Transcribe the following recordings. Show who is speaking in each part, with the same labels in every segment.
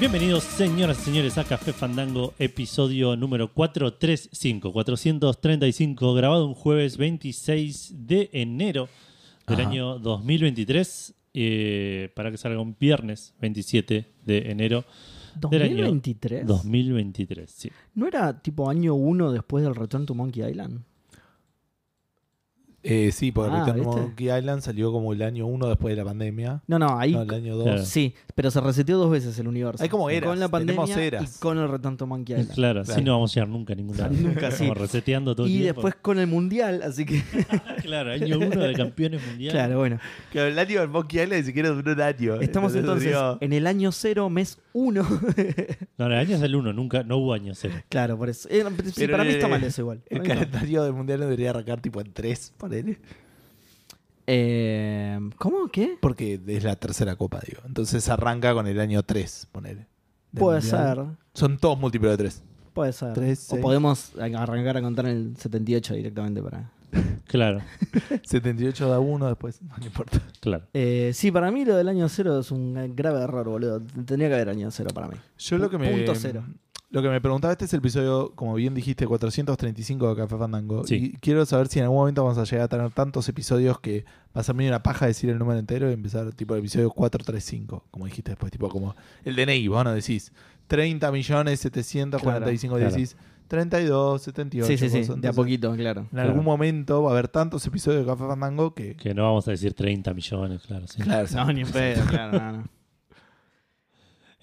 Speaker 1: Bienvenidos, señoras y señores, a Café Fandango, episodio número 435, 435, grabado un jueves 26 de enero del
Speaker 2: Ajá.
Speaker 1: año 2023, eh, para que salga un viernes 27 de enero del año
Speaker 2: ¿2023?
Speaker 1: 2023. Sí.
Speaker 2: ¿No era tipo año 1 después del Return to Monkey Island?
Speaker 3: Eh, sí, porque
Speaker 2: Ah,
Speaker 3: Return to
Speaker 2: ¿viste?
Speaker 3: Monkey Island salió como el año 1 después de la pandemia.
Speaker 2: No, no, ahí.
Speaker 3: No, el año 2.
Speaker 1: Claro.
Speaker 2: Sí, pero se reseteó dos veces el universo.
Speaker 3: Hay como eras,
Speaker 2: Con la pandemia
Speaker 3: tenemos eras.
Speaker 2: y con el Return to Monkey Island.
Speaker 1: Claro, así
Speaker 3: Claro.
Speaker 1: no vamos a llegar nunca a ningún lado.
Speaker 2: Nunca, sí.
Speaker 1: Estamos reseteando todo el
Speaker 2: Y
Speaker 1: tiempo.
Speaker 2: después con el mundial, así que.
Speaker 1: Claro, año uno de campeones mundiales.
Speaker 2: claro, bueno.
Speaker 3: Que el año del Monkey Island ni siquiera duró un año.
Speaker 2: Estamos entonces en el año 0, mes 1.
Speaker 1: No, el año es el uno, nunca, no hubo año cero.
Speaker 2: claro, por eso. Eh, sí,
Speaker 3: Pero,
Speaker 2: para mí
Speaker 3: eh,
Speaker 2: está mal eso igual.
Speaker 3: El
Speaker 2: Para mí está mal.
Speaker 3: calendario del mundial no debería arrancar tipo en 3, ponele.
Speaker 2: Eh, ¿Cómo? ¿Qué?
Speaker 3: Porque es la tercera copa, digo. Entonces arranca con el año 3, ponele. del
Speaker 2: Puede
Speaker 3: mundial.
Speaker 2: ser.
Speaker 3: Son todos múltiplos de 3.
Speaker 2: Puede ser.
Speaker 3: Tres,
Speaker 2: o
Speaker 3: seis.
Speaker 2: podemos arrancar a contar en el 78 directamente para.
Speaker 1: Claro,
Speaker 3: 78 da 1 después, no le importa.
Speaker 1: claro.
Speaker 2: Eh, sí, para mí lo del año cero es un grave error, boludo. Tendría que haber año cero para mí.
Speaker 3: Yo lo que me.
Speaker 2: Punto cero.
Speaker 3: Lo que me preguntaba, este es el episodio, como bien dijiste, 435 de Café Fandango.
Speaker 1: Sí.
Speaker 3: Y quiero saber si en algún momento vamos a llegar a tener tantos episodios que va a ser medio una paja decir el número entero y empezar tipo el episodio 435, como dijiste después, tipo como el DNI, vos no decís 30 millones 745,
Speaker 1: Claro, claro.
Speaker 3: decís 32, 78.
Speaker 2: sí, sí, sí.
Speaker 3: cosas.
Speaker 2: De a
Speaker 3: Entonces,
Speaker 2: poquito, claro.
Speaker 3: En algún
Speaker 1: Claro.
Speaker 3: momento va a haber tantos episodios de Café Fandango que...
Speaker 1: Que no vamos a decir 30 millones, claro. sí.
Speaker 3: Claro, o sea,
Speaker 2: No, ni en pedo, claro, no, no.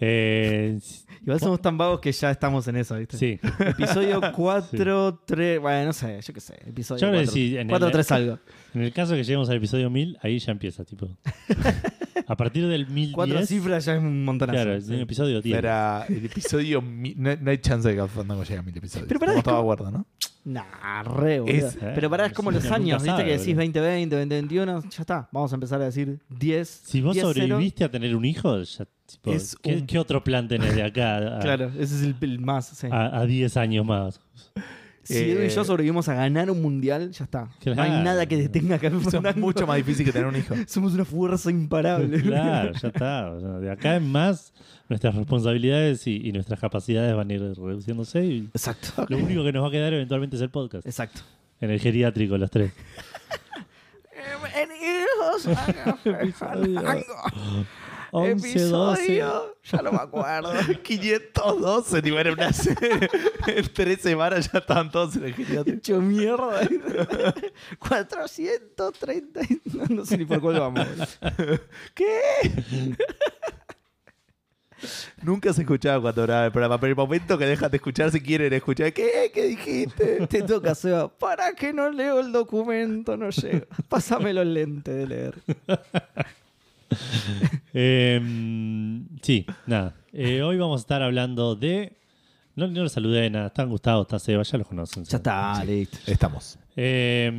Speaker 1: Eh,
Speaker 2: Igual somos tan vagos que ya estamos en eso, ¿viste?
Speaker 1: sí.
Speaker 2: Episodio 4, 3. Bueno, no sé, yo qué sé. Episodio
Speaker 1: Yo creo que
Speaker 2: 4,
Speaker 1: sí, en el-
Speaker 2: 4 3 algo.
Speaker 1: En el caso que lleguemos al episodio 1000, ahí ya empieza, tipo. A partir del 1010.
Speaker 2: 4 cifras ya es un montonazo.
Speaker 1: Claro, es
Speaker 2: Sí.
Speaker 1: un episodio 10.
Speaker 3: Era el episodio... mi- no, no hay chance de que Café Fandango llegue a mil episodios.
Speaker 2: Pero pará,
Speaker 3: Estamos
Speaker 2: es
Speaker 3: todos de acuerdo, ¿no?
Speaker 2: Nah, re, boludo.
Speaker 3: Es-
Speaker 1: Eh,
Speaker 2: Pero pará, es como los
Speaker 1: Nunca
Speaker 2: años, ¿viste?
Speaker 1: sabe,
Speaker 2: que decís
Speaker 1: boludo.
Speaker 2: 2020, 2021, ya está. Vamos a empezar a decir 10.
Speaker 1: Si vos
Speaker 2: 10, cero.
Speaker 1: sobreviviste a tener un hijo, ya, tipo,
Speaker 3: Es
Speaker 1: ¿qué,
Speaker 3: un-
Speaker 1: qué otro plan tenés de acá a,
Speaker 2: Claro, ese es el, el más. sí.
Speaker 1: a, a 10 años más?
Speaker 2: Si Edu y
Speaker 3: Eh,
Speaker 2: yo sobrevivimos a ganar un mundial, ya está. No hay
Speaker 1: Claro.
Speaker 2: nada que detenga acá.
Speaker 3: Eso es mucho más difícil que tener un hijo.
Speaker 2: Somos una fuerza imparable.
Speaker 1: Claro, ya está. O sea, de acá en más, nuestras responsabilidades y, y nuestras capacidades van a ir reduciéndose y
Speaker 2: Exacto.
Speaker 1: lo único que nos va a quedar eventualmente es el podcast.
Speaker 2: Exacto.
Speaker 1: En el geriátrico, los tres.
Speaker 4: Bienvenidos a
Speaker 1: Episodio.
Speaker 4: Fandango.
Speaker 1: 11, 12.
Speaker 4: Episodio, ya no me acuerdo.
Speaker 3: 512, tipo, era una serie. En tres semanas ya estaban todos en el geriátrico.
Speaker 2: Hecho mierda. 430. y- No, no sé ni por cuál vamos.
Speaker 3: Nunca se escuchaba cuando grababa el programa, pero el momento que dejan de escuchar si quieren escuchar, ¿qué? ¿Qué dijiste?
Speaker 2: Te toca, Seba. ¿Para que no leo el documento? No llego. Pásame los lentes de leer.
Speaker 1: Eh, sí, nada. Eh, hoy vamos a estar hablando de. No, no los saludé de nada. Están Gustavo, está Seba, ya los conocen.
Speaker 2: Ya está, listo.
Speaker 3: Estamos.
Speaker 1: Eh,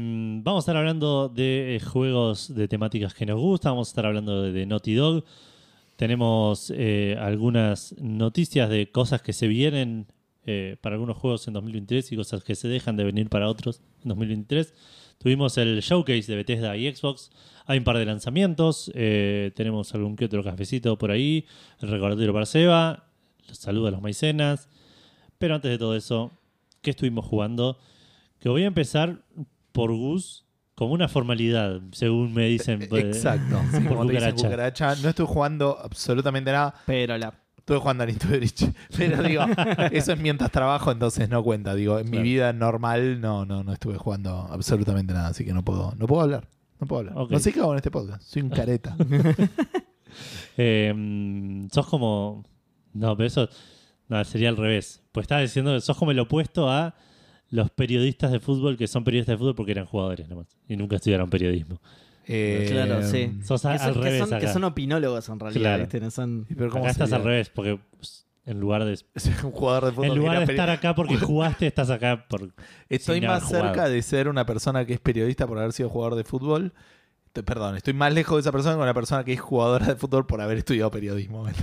Speaker 1: vamos a estar hablando de eh, juegos de temáticas que nos gustan. Vamos a estar hablando de, de Naughty Dog. Tenemos eh, algunas noticias de cosas que se vienen eh, para algunos juegos en 2023 y cosas que se dejan de venir para otros en 2023. Tuvimos el showcase de Bethesda y Xbox. Hay un par de lanzamientos. eh, tenemos algún que otro cafecito por ahí. El recordatorio para Seba. Los saludos a los maicenas. Pero antes de todo eso, ¿qué estuvimos jugando? Que voy a empezar por Gus como una formalidad, según me dicen. pues,
Speaker 3: Eh, Exacto. Sí,
Speaker 1: Por
Speaker 3: como te dicen,
Speaker 1: cucaracha.
Speaker 3: cucaracha. No estoy jugando absolutamente nada.
Speaker 2: Pero la.
Speaker 3: Estuve jugando a Nintendo Switch. Pero digo, eso es mientras trabajo, entonces no cuenta. Digo, en
Speaker 1: Claro.
Speaker 3: mi vida normal no, no, no estuve jugando absolutamente nada, así que no puedo, no puedo hablar. No puedo hablar.
Speaker 1: Ok.
Speaker 3: No sé qué hago en este podcast. Soy un careta.
Speaker 1: Eh, mm, sos como. No, pero eso. No, sería al revés. Pues estás diciendo que sos como el opuesto a los periodistas de fútbol que son periodistas de fútbol porque eran jugadores nomás y nunca estudiaron periodismo.
Speaker 3: Eh,
Speaker 2: Claro, sí.
Speaker 1: Sos a-
Speaker 2: que, son,
Speaker 1: al
Speaker 2: que
Speaker 1: revés.
Speaker 2: son- que
Speaker 1: acá.
Speaker 2: son opinólogos en realidad,
Speaker 1: Claro.
Speaker 2: ¿viste? No son.
Speaker 3: ¿Y pero cómo
Speaker 1: Acá estás
Speaker 3: sería?
Speaker 1: al revés porque pues, en lugar de.
Speaker 3: un jugador de fútbol.
Speaker 1: En
Speaker 3: que
Speaker 1: lugar
Speaker 3: era
Speaker 1: de
Speaker 3: peri-
Speaker 1: estar acá porque jugaste, estás acá por.
Speaker 3: Estoy
Speaker 1: sin
Speaker 3: más
Speaker 1: haber jugado.
Speaker 3: cerca de ser una persona que es periodista por haber sido jugador de fútbol. Te- Perdón, estoy más lejos de esa persona que una persona que es jugadora de fútbol por haber estudiado periodismo.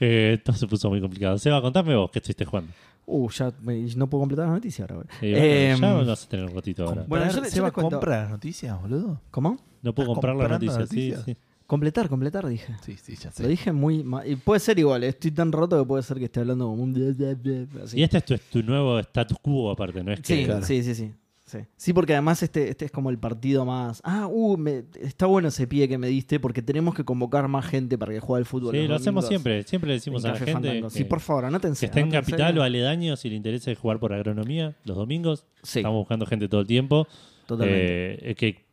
Speaker 1: Eh, esto se puso muy complicado. Seba, contame vos qué estuviste jugando.
Speaker 2: Uh, ya me- no puedo completar la noticia ahora. boludo.
Speaker 1: Eh, bueno,
Speaker 2: Em,
Speaker 1: ya vas a tener un ratito ahora.
Speaker 2: Bueno, yo le- yo
Speaker 3: ¿Se va
Speaker 2: les cuento.
Speaker 3: compra las noticias, boludo?
Speaker 2: ¿Cómo?
Speaker 1: No puedo
Speaker 3: ¿Estás
Speaker 1: comprar las
Speaker 3: comprando
Speaker 1: noticias. Sí,
Speaker 3: noticias?
Speaker 1: sí.
Speaker 2: Completar, completar, dije.
Speaker 3: Sí, sí, ya
Speaker 2: Lo
Speaker 3: sé.
Speaker 2: dije muy ma- Y puede ser igual, estoy tan roto que puede ser que esté hablando como un... bla, bla, bla, así.
Speaker 1: Y este es tu, es tu nuevo status quo, aparte, no es que.
Speaker 2: Sí,
Speaker 3: Claro.
Speaker 2: sí, sí, sí. Sí. Sí, porque además este, este es como el partido más. Ah, uh, me- está bueno ese pie que me diste porque tenemos que convocar más gente para que juegue al fútbol.
Speaker 1: Sí,
Speaker 2: los
Speaker 1: lo hacemos
Speaker 2: domingos
Speaker 1: siempre. Siempre le
Speaker 2: en
Speaker 1: decimos a la
Speaker 2: Café
Speaker 1: gente
Speaker 2: Fandango.
Speaker 1: que,
Speaker 2: Sí, por favor, anótense.
Speaker 1: que está en
Speaker 2: anótense.
Speaker 1: capital o aledaño, si le interesa jugar por agronomía los domingos.
Speaker 2: Sí,
Speaker 1: Estamos buscando gente todo el tiempo.
Speaker 2: totalmente.
Speaker 1: Eh, eh, que,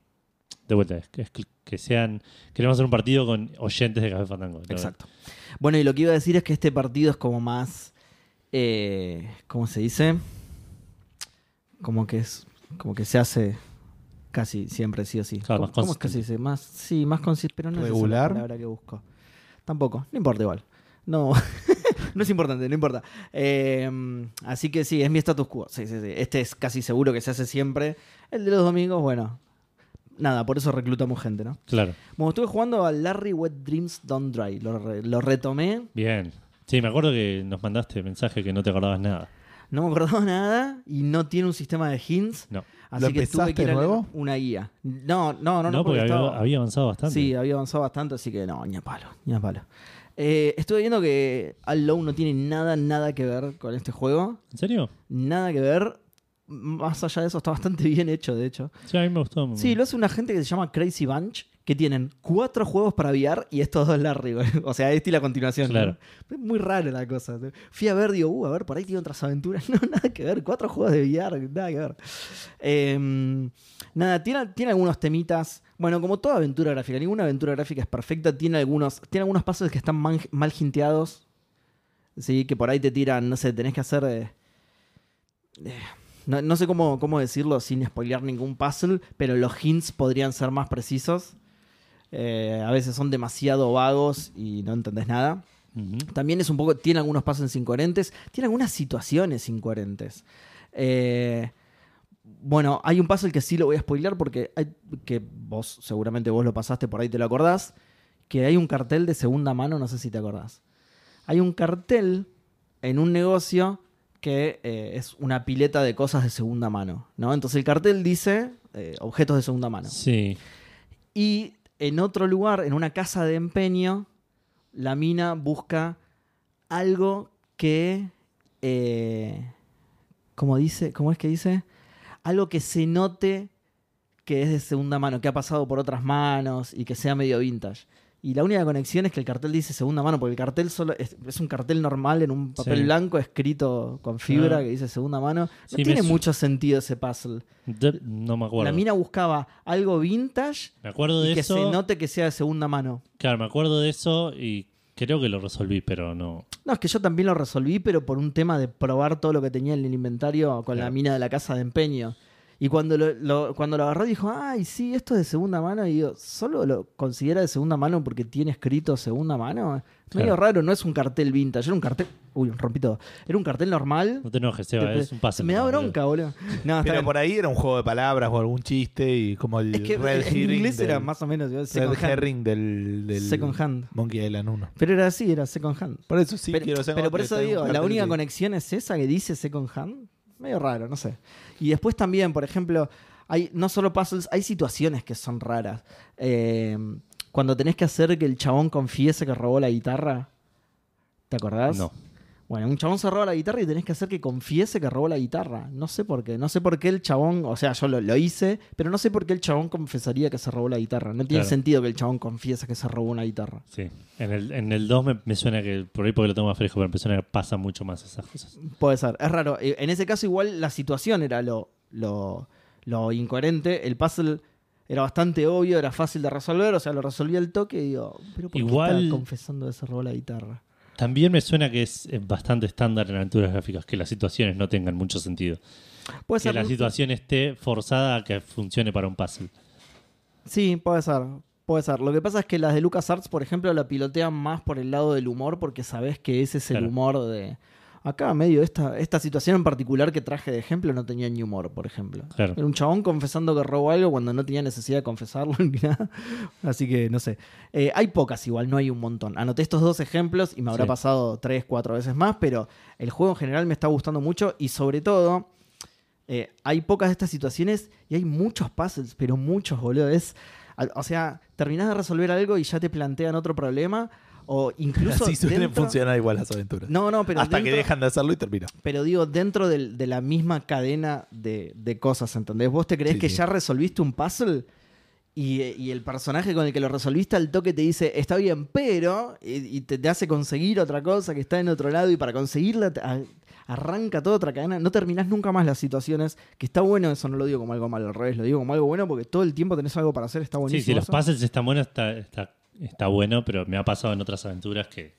Speaker 1: de vuelta, es que, es que- que sean. Queremos hacer un partido con oyentes de Café Fandango. ¿no?
Speaker 2: Exacto. Bueno, y lo que iba a decir es que este partido es como más. eh, ¿Cómo se dice? Como que es. Como que se hace casi siempre, sí o sí.
Speaker 1: Claro, más
Speaker 2: ¿Cómo- cómo es que se dice? Más, sí, más consistente, pero no es esa
Speaker 3: ¿Regular?
Speaker 2: la palabra que busco. Tampoco, no importa igual. No, no es importante, no importa. Eh, así que sí, es mi status quo. Sí, sí, sí. Este es casi seguro que se hace siempre. El de los domingos, bueno. Nada, por eso reclutamos gente, ¿no?
Speaker 1: Claro.
Speaker 2: Bueno, estuve jugando a Larry Wet Dreams Don't Dry. Lo, re- lo retomé.
Speaker 1: Bien. Sí, me acuerdo que nos mandaste mensaje que no te acordabas nada.
Speaker 2: No me acordaba nada y no tiene un sistema de hints.
Speaker 1: No.
Speaker 2: Así
Speaker 3: ¿Lo
Speaker 2: que tuve que
Speaker 3: empezaste
Speaker 2: ir a
Speaker 3: nuevo?
Speaker 2: leer una guía. No, no, no,
Speaker 1: No,
Speaker 2: no.
Speaker 1: porque había,
Speaker 2: estaba-
Speaker 1: había avanzado bastante.
Speaker 2: Sí, había avanzado bastante, así que no, ni a palo, ni a palo. Eh, estuve viendo que Alone no tiene nada, nada que ver con este juego.
Speaker 1: ¿En serio?
Speaker 2: Nada que ver. Más allá de eso, está bastante bien hecho, de hecho.
Speaker 1: Sí, a mí me gustó.
Speaker 2: Sí, lo hace una gente que se llama Crazy Bunch, que tienen cuatro juegos para VR y estos dos Larry, güey. O sea, este y la continuación. ¿no?
Speaker 1: Claro.
Speaker 2: Es muy raro la cosa. Fui a ver, digo, uh, a ver, por ahí tiene otras aventuras. No, nada que ver. Cuatro juegos de VR, nada que ver. Eh, nada, tiene, tiene algunos temitas. Bueno, como toda aventura gráfica, ninguna aventura gráfica es perfecta. Tiene algunos, tiene algunos pasos que están man- mal jinteados. Sí, que por ahí te tiran, no sé, tenés que hacer. eh, eh, no, no sé cómo, cómo decirlo sin spoilear ningún puzzle, pero los hints podrían ser más precisos. Eh, a veces son demasiado vagos y no entendés nada.
Speaker 1: Ujú.
Speaker 2: También es un poco. Tiene algunos pasos incoherentes. Tiene algunas situaciones incoherentes. Eh, bueno, hay un puzzle que sí lo voy a spoilear porque hay- que vos, seguramente vos lo pasaste por ahí, te lo acordás. Que hay un cartel de segunda mano, no sé si te acordás. Hay un cartel en un negocio que eh, es una pileta de cosas de segunda mano, ¿no? Entonces el cartel dice eh, objetos de segunda mano.
Speaker 1: Sí.
Speaker 2: Y en otro lugar, en una casa de empeño, la mina busca algo que. eh, ¿Cómo dice? ¿Cómo es que dice? Algo que se note que es de segunda mano, que ha pasado por otras manos y que sea medio vintage. Y la única conexión es que el cartel dice segunda mano, porque el cartel solo es, es un cartel normal en un papel
Speaker 1: Sí.
Speaker 2: blanco escrito con fibra
Speaker 1: Ah.
Speaker 2: que dice segunda mano. No
Speaker 1: Sí, me
Speaker 2: tiene
Speaker 1: su-
Speaker 2: mucho sentido ese puzzle.
Speaker 1: De- no me acuerdo.
Speaker 2: La mina buscaba algo vintage
Speaker 1: me acuerdo de
Speaker 2: y que
Speaker 1: eso.
Speaker 2: se note que sea de segunda mano.
Speaker 1: Claro, me acuerdo de eso y creo que lo resolví, pero no.
Speaker 2: No, es que yo también lo resolví, pero por un tema de probar todo lo que tenía en el inventario con la
Speaker 1: Claro.
Speaker 2: mina de la casa de empeño. Y cuando lo, lo- cuando lo agarró dijo, ay, sí, esto es de segunda mano. Y digo, ¿solo lo considera de segunda mano porque tiene escrito segunda mano?
Speaker 1: Claro.
Speaker 2: Medio raro, no es un cartel vintage, era un cartel... Uy, rompí todo. Era un cartel normal.
Speaker 1: No te enojes, Seba,
Speaker 2: Te-
Speaker 1: es un pase.
Speaker 2: me da bronca, boludo. No, está
Speaker 3: Pero
Speaker 2: bien.
Speaker 3: por ahí era un juego de palabras o algún chiste y como el
Speaker 2: es que
Speaker 3: Red
Speaker 2: en
Speaker 3: Herring
Speaker 2: inglés era
Speaker 3: del-
Speaker 2: más o menos... yo,
Speaker 3: Red
Speaker 2: second hand.
Speaker 3: Herring del, del
Speaker 2: Second hand.
Speaker 3: Monkey Island 1.
Speaker 2: Pero era así, era second hand.
Speaker 3: Por eso sí
Speaker 2: pero,
Speaker 3: quiero hacer
Speaker 2: pero
Speaker 3: otro,
Speaker 2: por eso
Speaker 3: tengo un
Speaker 2: digo, la
Speaker 3: cartel
Speaker 2: única
Speaker 3: que-
Speaker 2: conexión es esa que dice second hand. Medio raro, no sé. Y después también, por ejemplo, hay no solo puzzles, hay situaciones que son raras. Eh, cuando tenés que hacer que el chabón confiese que robó la guitarra, ¿te acordás?
Speaker 1: No.
Speaker 2: Bueno, un chabón se roba la guitarra y tenés que hacer que confiese que robó la guitarra. No sé por qué. No sé por qué el chabón, o sea, yo lo, lo hice, pero no sé por qué el chabón confesaría que se robó la guitarra. No tiene
Speaker 1: Claro.
Speaker 2: sentido que el chabón confiese que se robó una guitarra.
Speaker 1: Sí. En el, en el 2 me, me suena que, por ahí porque lo tengo más fresco, pero me suena que pasa mucho más esas cosas.
Speaker 2: Puede ser, es raro. Eh, En ese caso, igual la situación era lo, lo, lo incoherente. El puzzle era bastante obvio, era fácil de resolver, o sea, lo resolví al toque y digo, pero ¿por
Speaker 1: Igual-
Speaker 2: qué está confesando que se robó la guitarra?
Speaker 1: También me suena que es eh, bastante estándar en aventuras gráficas que las situaciones no tengan mucho sentido.
Speaker 2: Puede
Speaker 1: que
Speaker 2: ser.
Speaker 1: la situación esté forzada a que funcione para un puzzle.
Speaker 2: Sí, puede ser. Puede ser. Lo que pasa es que las de LucasArts, por ejemplo, la pilotean más por el lado del humor porque sabes que ese es el
Speaker 1: Claro.
Speaker 2: humor de. Acá, medio, esta, esta situación en particular que traje de ejemplo no tenía ni humor, por ejemplo.
Speaker 1: Claro.
Speaker 2: Era un chabón confesando que robó algo cuando no tenía necesidad de confesarlo ni nada. Así que no sé. Eh, hay pocas igual, no hay un montón. Anoté estos dos ejemplos y me habrá
Speaker 1: Sí.
Speaker 2: pasado tres, cuatro veces más, pero el juego en general me está gustando mucho y sobre todo eh, hay pocas de estas situaciones y hay muchos puzzles, pero muchos, boludo. Es, al- o sea, terminás de resolver algo y ya te plantean otro problema. O incluso.
Speaker 3: Así suelen
Speaker 2: dentro-
Speaker 3: funcionar igual las aventuras.
Speaker 2: No, no, pero.
Speaker 3: Hasta que
Speaker 2: dentro-
Speaker 3: dejan de hacerlo y termina.
Speaker 2: pero digo, dentro del- de la misma cadena de, de cosas, ¿entendés? ¿Vos te creés
Speaker 3: Sí,
Speaker 2: que
Speaker 3: sí.
Speaker 2: ya resolviste un puzzle? Y, eh, y el personaje con el que lo resolviste al toque te dice, está bien, pero, y, y te, te hace conseguir otra cosa que está en otro lado, y para conseguirla te- a- arranca toda otra cadena. No terminás nunca más las situaciones, que está bueno, eso no lo digo como algo malo, al revés, lo digo como algo bueno porque todo el tiempo tenés algo para hacer, está
Speaker 1: Sí,
Speaker 2: buenísimo.
Speaker 1: si los
Speaker 2: eso.
Speaker 1: puzzles están buenos, está, está, está bueno, pero me ha pasado en otras aventuras que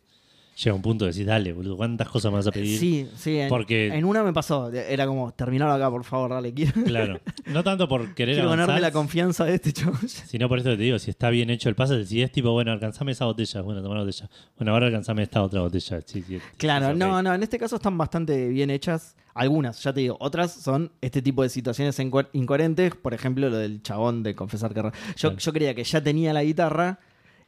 Speaker 1: llega un punto de decir, dale, boludo, ¿cuántas cosas me vas a pedir?
Speaker 2: Sí, sí, en,
Speaker 1: Porque-
Speaker 2: en una me pasó, era como, terminalo acá, por favor, dale, quiero,
Speaker 1: Claro. No tanto por querer
Speaker 2: quiero ganarme
Speaker 1: avanzar,
Speaker 2: la confianza de este chabón.
Speaker 1: sino por esto que te digo, si está bien hecho el puzzle, si es tipo, bueno, alcanzame esa botella, bueno, toma la botella. Bueno, ahora alcanzame esta otra botella. Sí, sí,
Speaker 2: Claro,
Speaker 1: sí,
Speaker 2: no,
Speaker 1: ok.
Speaker 2: no, en este caso están bastante bien hechas. Algunas, ya te digo, otras son este tipo de situaciones inco- incoherentes. Por ejemplo, lo del chabón de confesar que. ro- Yo,
Speaker 1: Claro.
Speaker 2: yo creía que ya tenía la guitarra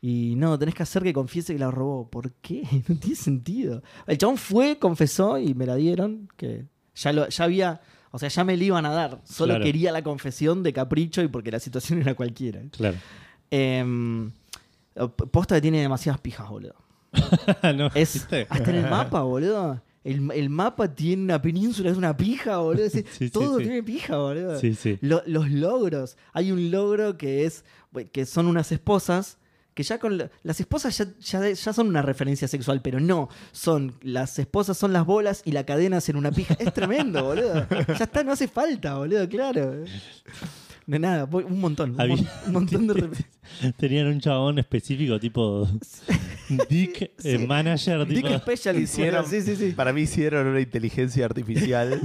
Speaker 2: y no, tenés que hacer que confiese que la robó. ¿Por qué? No tiene sentido. El chabón fue, confesó y me la dieron. Que ya, lo, ya había. O sea, ya me la iban a dar. Solo
Speaker 1: Claro.
Speaker 2: quería la confesión de capricho y porque la situación era cualquiera.
Speaker 1: Claro.
Speaker 2: Em, posta que tiene demasiadas pijas, boludo.
Speaker 1: no,
Speaker 2: Es,
Speaker 1: ¿viste?
Speaker 2: hasta en el mapa, boludo. El, el mapa tiene una península, es una pija, boludo. Es decir,
Speaker 1: Sí, sí,
Speaker 2: todo
Speaker 1: sí.
Speaker 2: tiene pija, boludo.
Speaker 1: Sí, sí.
Speaker 2: Lo- los logros. Hay un logro que es que son unas esposas. Que ya con la- las esposas ya, ya, ya son una referencia sexual, pero no. Son las esposas, son las bolas y la cadena es en una pija. Es tremendo, boludo. Ya está, no hace falta, boludo, claro. De nada, voy- un montón. Un,
Speaker 1: Había-
Speaker 2: mon- un montón de refer-
Speaker 1: Tenían un chabón específico, tipo Dick, eh,
Speaker 2: Sí.
Speaker 1: manager, tipo,
Speaker 2: Dick Specialist,
Speaker 3: Hicieron-
Speaker 2: boludo. Sí, sí, sí.
Speaker 3: Para mí hicieron una inteligencia artificial.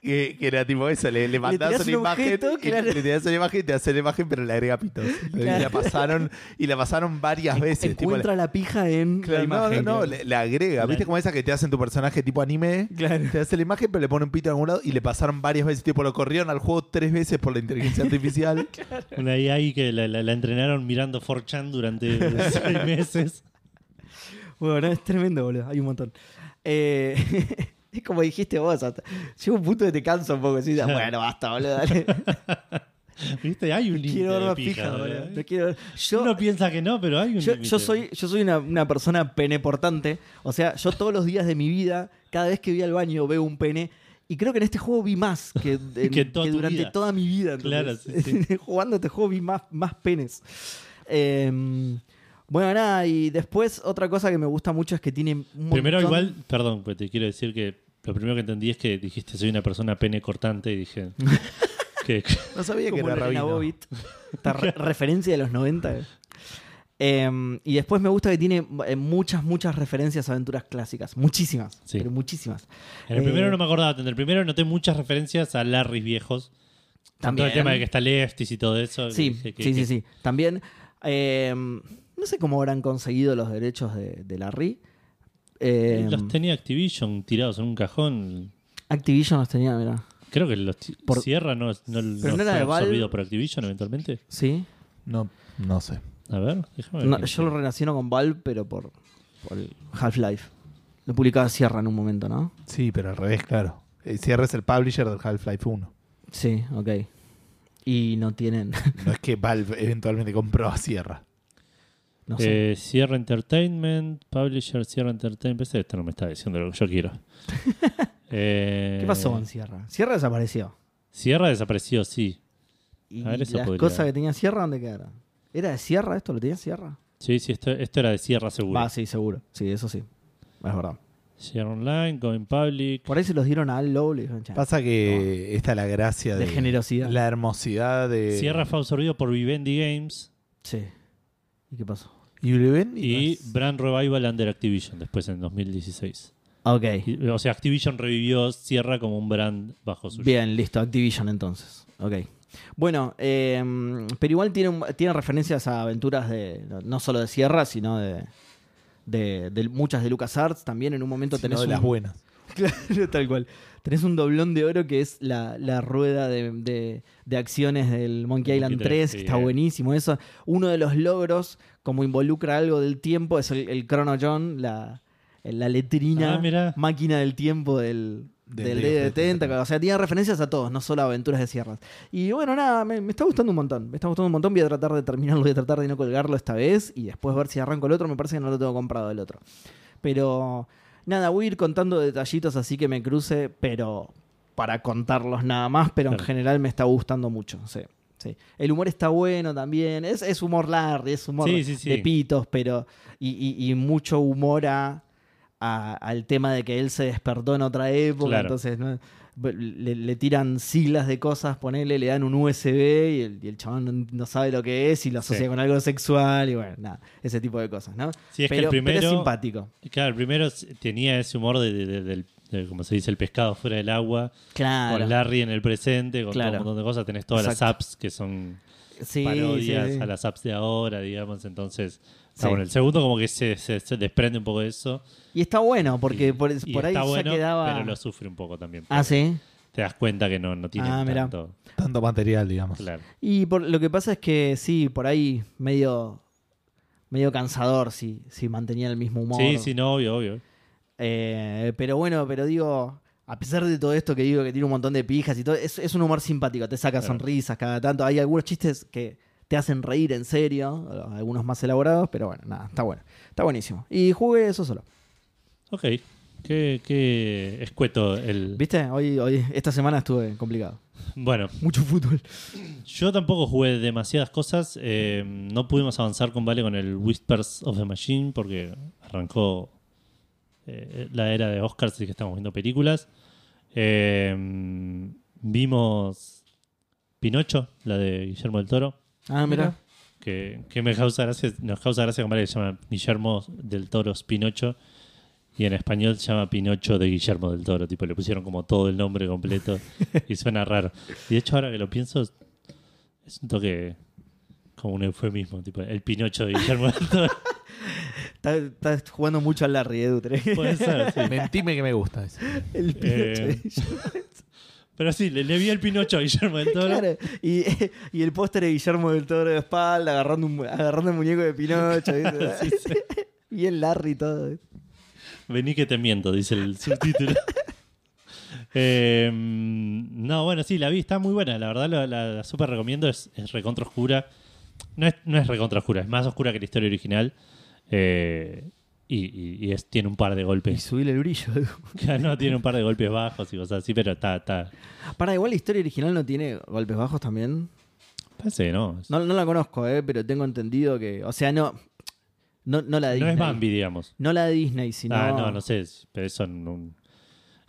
Speaker 3: Que, que era tipo eso, le, le mandás
Speaker 2: tirás
Speaker 3: una
Speaker 2: un
Speaker 3: imagen,
Speaker 2: objeto,
Speaker 3: y
Speaker 2: claro.
Speaker 3: le tirás una imagen y te hace la imagen, pero le agrega pitos. Y la
Speaker 2: Claro.
Speaker 3: pasaron, y la pasaron varias veces. tipo,
Speaker 2: Encuentra la pija en
Speaker 3: Claro,
Speaker 2: la imagen.
Speaker 3: no, no, no,
Speaker 2: claro.
Speaker 3: le, le agrega. ¿Viste
Speaker 1: Claro.
Speaker 3: como esa que te hacen tu personaje tipo anime?
Speaker 2: Claro.
Speaker 3: Te hace la imagen, pero le pone un pito en algún lado y le pasaron varias veces. Tipo, lo corrieron al juego tres veces por la inteligencia artificial.
Speaker 1: una AI que la, la- la entrenaron mirando 4chan durante seis meses.
Speaker 2: Bueno, es tremendo, boludo. Hay un montón. Eh, es como dijiste vos. Hasta, llega un punto que te cansa un poco. Decís,
Speaker 1: Claro.
Speaker 2: bueno, basta, boludo. Dale.
Speaker 1: ¿Viste? Hay un límite
Speaker 2: quiero ver
Speaker 1: de
Speaker 2: más
Speaker 1: pija,
Speaker 2: pija,
Speaker 1: boludo.
Speaker 2: boludo. No quiero ver- Yo,
Speaker 1: Uno piensa que no, pero hay un
Speaker 2: yo,
Speaker 1: límite.
Speaker 2: yo soy, yo soy una, una persona pene portante. O sea, yo todos los días de mi vida, cada vez que voy al baño, veo un pene. Y creo que en este juego vi más que, en-
Speaker 1: Que toda tu
Speaker 2: durante
Speaker 1: vida.
Speaker 2: toda mi vida.
Speaker 1: Claro,
Speaker 2: ¿entendés?
Speaker 1: sí,
Speaker 2: Jugando este juego vi más, más penes. Eh, bueno, nada, y después otra cosa que me gusta mucho es que tiene un
Speaker 1: Primero,
Speaker 2: montón-
Speaker 1: igual, perdón, pues te quiero decir que lo primero que entendí es que dijiste soy una persona pene cortante y dije. que-
Speaker 3: No sabía que
Speaker 2: como
Speaker 3: era
Speaker 2: el Reina
Speaker 3: rabino.
Speaker 2: Bobbitt. Esta re- referencia de los 90. eh. Em, y después me gusta que tiene eh, muchas, muchas referencias a aventuras clásicas. Muchísimas.
Speaker 1: Sí.
Speaker 2: Pero muchísimas.
Speaker 1: en el
Speaker 2: Eh,
Speaker 1: primero no me acordaba tanto. En el primero noté muchas referencias a Larrys viejos. Tanto el
Speaker 2: También.
Speaker 1: tema de que está Leftis y todo eso.
Speaker 2: Sí,
Speaker 1: dije que-
Speaker 2: sí, sí,
Speaker 1: que-
Speaker 2: sí. También, em, no sé cómo habrán conseguido los derechos de, de Larry. Em,
Speaker 1: Los tenía Activision tirados en un cajón.
Speaker 2: Activision los tenía, mira.
Speaker 1: Creo que los ti-
Speaker 2: Por-
Speaker 1: Sierra no, no, no
Speaker 2: Pero no
Speaker 1: fue
Speaker 2: era de Valve.
Speaker 1: absorbido por Activision eventualmente.
Speaker 2: Sí.
Speaker 3: No, no sé.
Speaker 1: A ver, déjame ver.
Speaker 2: No,
Speaker 1: quién
Speaker 2: yo lo
Speaker 1: fue.
Speaker 2: relaciono con Valve, pero por, por el Half-Life. Lo publicaba Sierra en un momento, ¿no?
Speaker 3: Sí, pero al revés, claro. Eh, Sierra es el publisher del Half-Life 1.
Speaker 2: Sí, ok. Y no tienen.
Speaker 3: No es que Valve eventualmente compró a Sierra.
Speaker 2: No sé.
Speaker 1: Eh, Sierra Entertainment, Publisher Sierra Entertainment. Este esto no me está diciendo lo que yo quiero. Eh,
Speaker 2: ¿Qué pasó con Sierra? Sierra desapareció.
Speaker 1: Sierra desapareció, sí.
Speaker 2: ¿Y
Speaker 1: A ver, esa
Speaker 2: las
Speaker 1: podría-
Speaker 2: cosas que tenía Sierra dónde quedaron? ¿Era de Sierra esto? ¿Lo tenía Sierra?
Speaker 1: Sí, sí, esto, esto era de Sierra seguro.
Speaker 2: Va, sí, seguro. Sí, eso sí. Es verdad.
Speaker 1: Sierra Online, Going Public.
Speaker 2: Por ahí se los dieron a Al Lowe y dijeron, "Chá,
Speaker 3: Pasa que esta es la gracia de,
Speaker 2: Ah, de generosidad.
Speaker 3: la hermosidad
Speaker 2: Eh.
Speaker 3: de
Speaker 1: Sierra fue absorbido por Vivendi Games
Speaker 2: Sí. ¿Y qué pasó?
Speaker 3: y Uliven
Speaker 1: y Brand Revival under Activision después en 2016.
Speaker 2: Ok.
Speaker 1: Y- O sea, Activision revivió Sierra como un brand bajo suyo.
Speaker 2: Bien, listo. Activision entonces. Ok. Bueno, eh, pero igual tiene, un- tiene referencias a aventuras de no solo de Sierra, sino de, de, de muchas de LucasArts. También en un momento tenés
Speaker 3: de
Speaker 2: un-
Speaker 3: las buenas.
Speaker 2: Claro, tal cual. Tenés un doblón de oro que es la, la rueda de, de- de acciones del Monkey Island
Speaker 1: Monkey Island,
Speaker 2: 3,
Speaker 1: sí,
Speaker 2: que está
Speaker 1: eh.
Speaker 2: buenísimo eso. Uno de los logros, como involucra algo del tiempo, es el, el Chrono John, la, la letrina
Speaker 1: Ah, mirá.
Speaker 2: máquina del tiempo del,
Speaker 3: de-
Speaker 2: del
Speaker 3: de-
Speaker 2: DD70. claro. O sea, tiene referencias a todos, no solo a aventuras de sierras. Y bueno, nada, me, me está gustando un montón. Me está gustando un montón. Voy a tratar de terminarlo, voy a tratar de no colgarlo esta vez y después ver si arranco el otro. Me parece que no lo tengo comprado el otro. Pero nada, voy a ir contando detallitos así que me cruce, pero para contarlos nada más. Pero en
Speaker 1: Claro.
Speaker 2: general me está gustando mucho. Sí, sí. El humor está bueno también. Es, es humor largo, es humor
Speaker 1: Sí, sí, sí.
Speaker 2: de pitos, pero. Y, y- y mucho humor a- a- al tema de que él se despertó en otra época.
Speaker 1: Claro.
Speaker 2: Entonces, ¿no? le, le tiran siglas de cosas, ponele, le dan un USB y el, y el chabón no, no sabe lo que es y lo asocia
Speaker 1: Sí.
Speaker 2: con algo sexual y bueno, nada, ese tipo de cosas, ¿no?
Speaker 1: Sí, es que el
Speaker 2: pero, pero es
Speaker 1: primero-
Speaker 2: simpático.
Speaker 1: Claro, el primero s- tenía ese humor de, de- de- del, de, como se dice, el pescado fuera del agua,
Speaker 2: Claro.
Speaker 1: con Larry en el presente, con todo
Speaker 2: Claro.
Speaker 1: un montón de cosas. Tenés todas las
Speaker 2: Exacto.
Speaker 1: apps que son
Speaker 2: Sí,
Speaker 1: parodias
Speaker 2: sí, sí.
Speaker 1: a las apps de ahora, digamos. Entonces, está
Speaker 2: Sí.
Speaker 1: bueno. El segundo como que se, se- se desprende un poco de eso.
Speaker 2: Y está bueno, porque
Speaker 1: Y-
Speaker 2: por,
Speaker 1: y
Speaker 2: por ahí
Speaker 1: está
Speaker 2: ya
Speaker 1: bueno,
Speaker 2: quedaba.
Speaker 1: Pero lo sufre un poco también.
Speaker 2: Ah, sí.
Speaker 1: Te das cuenta que no, no tiene
Speaker 2: Ah, mirá.
Speaker 1: tanto.
Speaker 3: Tanto material, digamos.
Speaker 1: Claro.
Speaker 2: Y por, lo que pasa es que sí, por ahí medio medio cansador si, si mantenía el mismo humor.
Speaker 1: Sí, sí, no, obvio, obvio.
Speaker 2: Eh, pero bueno, pero digo, a pesar de todo esto que digo que tiene un montón de pijas y todo, es, es un humor simpático, te saca
Speaker 1: Claro.
Speaker 2: sonrisas cada tanto. Hay algunos chistes que te hacen reír en serio, algunos más elaborados, pero bueno, nada, está bueno. Está buenísimo. Y jugué eso solo.
Speaker 1: Ok. Qué, qué escueto el...
Speaker 2: ¿Viste? Hoy, hoy, esta semana estuve complicado.
Speaker 1: Bueno,
Speaker 2: Mucho fútbol.
Speaker 1: yo tampoco jugué demasiadas cosas. eh, no pudimos avanzar con Vale con el Whispers of the Machine porque arrancó eh, la era de Oscars, así que estamos viendo películas. Eh, vimos Pinocho, la de Guillermo del Toro.
Speaker 2: Ah, mira.
Speaker 1: que, que me causa gracia, nos causa gracia con Vale, que se llama Guillermo del Toro Pinocho y en español se llama Pinocho de Guillermo del Toro, tipo le pusieron como todo el nombre completo y suena raro. Y de hecho ahora que lo pienso es un toque como un eufemismo, tipo el Pinocho de Guillermo del Toro.
Speaker 2: Está- Estás jugando mucho al Larry, Edu. tenés que-
Speaker 1: Puede ser, sí.
Speaker 3: Mentime que me gusta. ese.
Speaker 2: El Pinocho
Speaker 1: Pues, Eh,
Speaker 2: de-
Speaker 1: Pero sí, le, le vi el Pinocho a Guillermo del Toro.
Speaker 2: Claro, y, y el póster de Guillermo del Toro de espalda, agarrando, un, agarrando el muñeco de Pinocho. ¿viste? Bien Larry y todo. ¿eh?
Speaker 1: Vení que te miento, dice el subtítulo. Eh, no, bueno, sí, la vi, está muy buena. La verdad, la, la- la super recomiendo. Es, es recontra oscura. No es, no es recontra oscura, es más oscura que la historia original. Eh, y y- y es, tiene un par de golpes.
Speaker 2: subirle el brillo.
Speaker 1: no, tiene un par de golpes bajos y cosas así, pero está. está
Speaker 2: Para igual la historia original no tiene golpes bajos también.
Speaker 1: parece que no. No,
Speaker 2: No, no la conozco, eh, pero tengo entendido que. O sea, no. No, no la de Disney.
Speaker 1: es Bambi, digamos.
Speaker 2: No la de Disney, sino.
Speaker 1: Ah, no, no sé. Pero eso, no-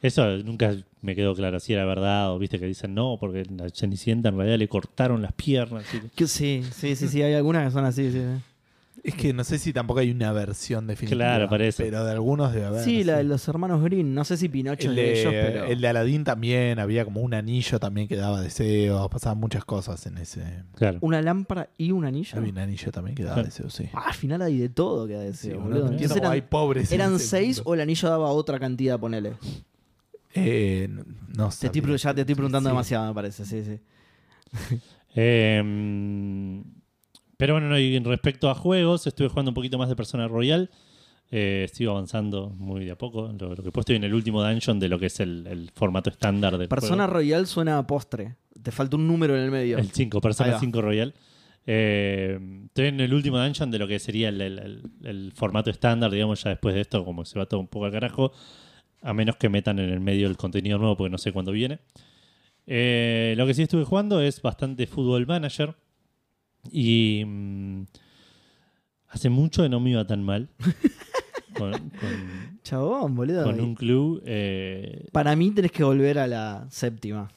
Speaker 1: eso nunca me quedó claro si era verdad o viste que dicen no, porque la Cenicienta en realidad le cortaron las piernas. y-
Speaker 2: Que sí, sí, sí, sí, hay algunas que son así. Sí, sí.
Speaker 3: Es que no sé si tampoco hay una versión definitiva.
Speaker 1: Claro, parece.
Speaker 3: Pero de algunos debe haber.
Speaker 2: Sí, la de los hermanos Green. No sé si Pinocho
Speaker 3: El
Speaker 2: es de
Speaker 3: de,
Speaker 2: ellos, pero.
Speaker 3: el de Aladín también, había como un anillo también que daba deseos, pasaban muchas cosas en ese.
Speaker 1: Claro.
Speaker 2: Una lámpara y un anillo.
Speaker 3: Había un anillo también que daba
Speaker 1: Claro.
Speaker 3: deseos, sí.
Speaker 2: Ah, al final hay de todo que decir,
Speaker 3: Sí, boludo,
Speaker 2: boludo.
Speaker 3: no entiendo
Speaker 2: Entonces
Speaker 3: cómo hay
Speaker 2: eran,
Speaker 3: pobres. en
Speaker 2: eran
Speaker 3: ese
Speaker 2: seis
Speaker 3: mundo.
Speaker 2: o el anillo daba otra cantidad, ponele.
Speaker 3: Eh, no- no
Speaker 2: Te
Speaker 3: sé.
Speaker 2: estoy, pre- Este ya te estoy preguntando
Speaker 3: Sí.
Speaker 2: demasiado, me parece. Sí, sí.
Speaker 1: Eh, pero bueno, no, y respecto a juegos, estuve jugando un poquito más de Persona Royal. Eh, sigo avanzando muy de a poco. Lo, lo que puesto en el último dungeon de lo que es el, el formato estándar del
Speaker 2: Persona
Speaker 1: juego.
Speaker 2: Royal suena a postre. Te falta un número en el medio.
Speaker 1: El 5,
Speaker 2: Ahí
Speaker 1: Persona
Speaker 2: va.
Speaker 1: 5 Royal. Eh, estoy en el último dungeon de lo que sería el, el- el- el formato estándar, digamos, ya después de esto, como se va todo un poco al carajo. A menos que metan en el medio el contenido nuevo, porque no sé cuándo viene. Eh, lo que sí estuve jugando es bastante Fútbol Manager. Y. mm, hace mucho que no me iba tan mal. con, con-
Speaker 2: Chabón, boludo.
Speaker 1: con un club. eh,
Speaker 2: Para mí tenés que volver a la séptima.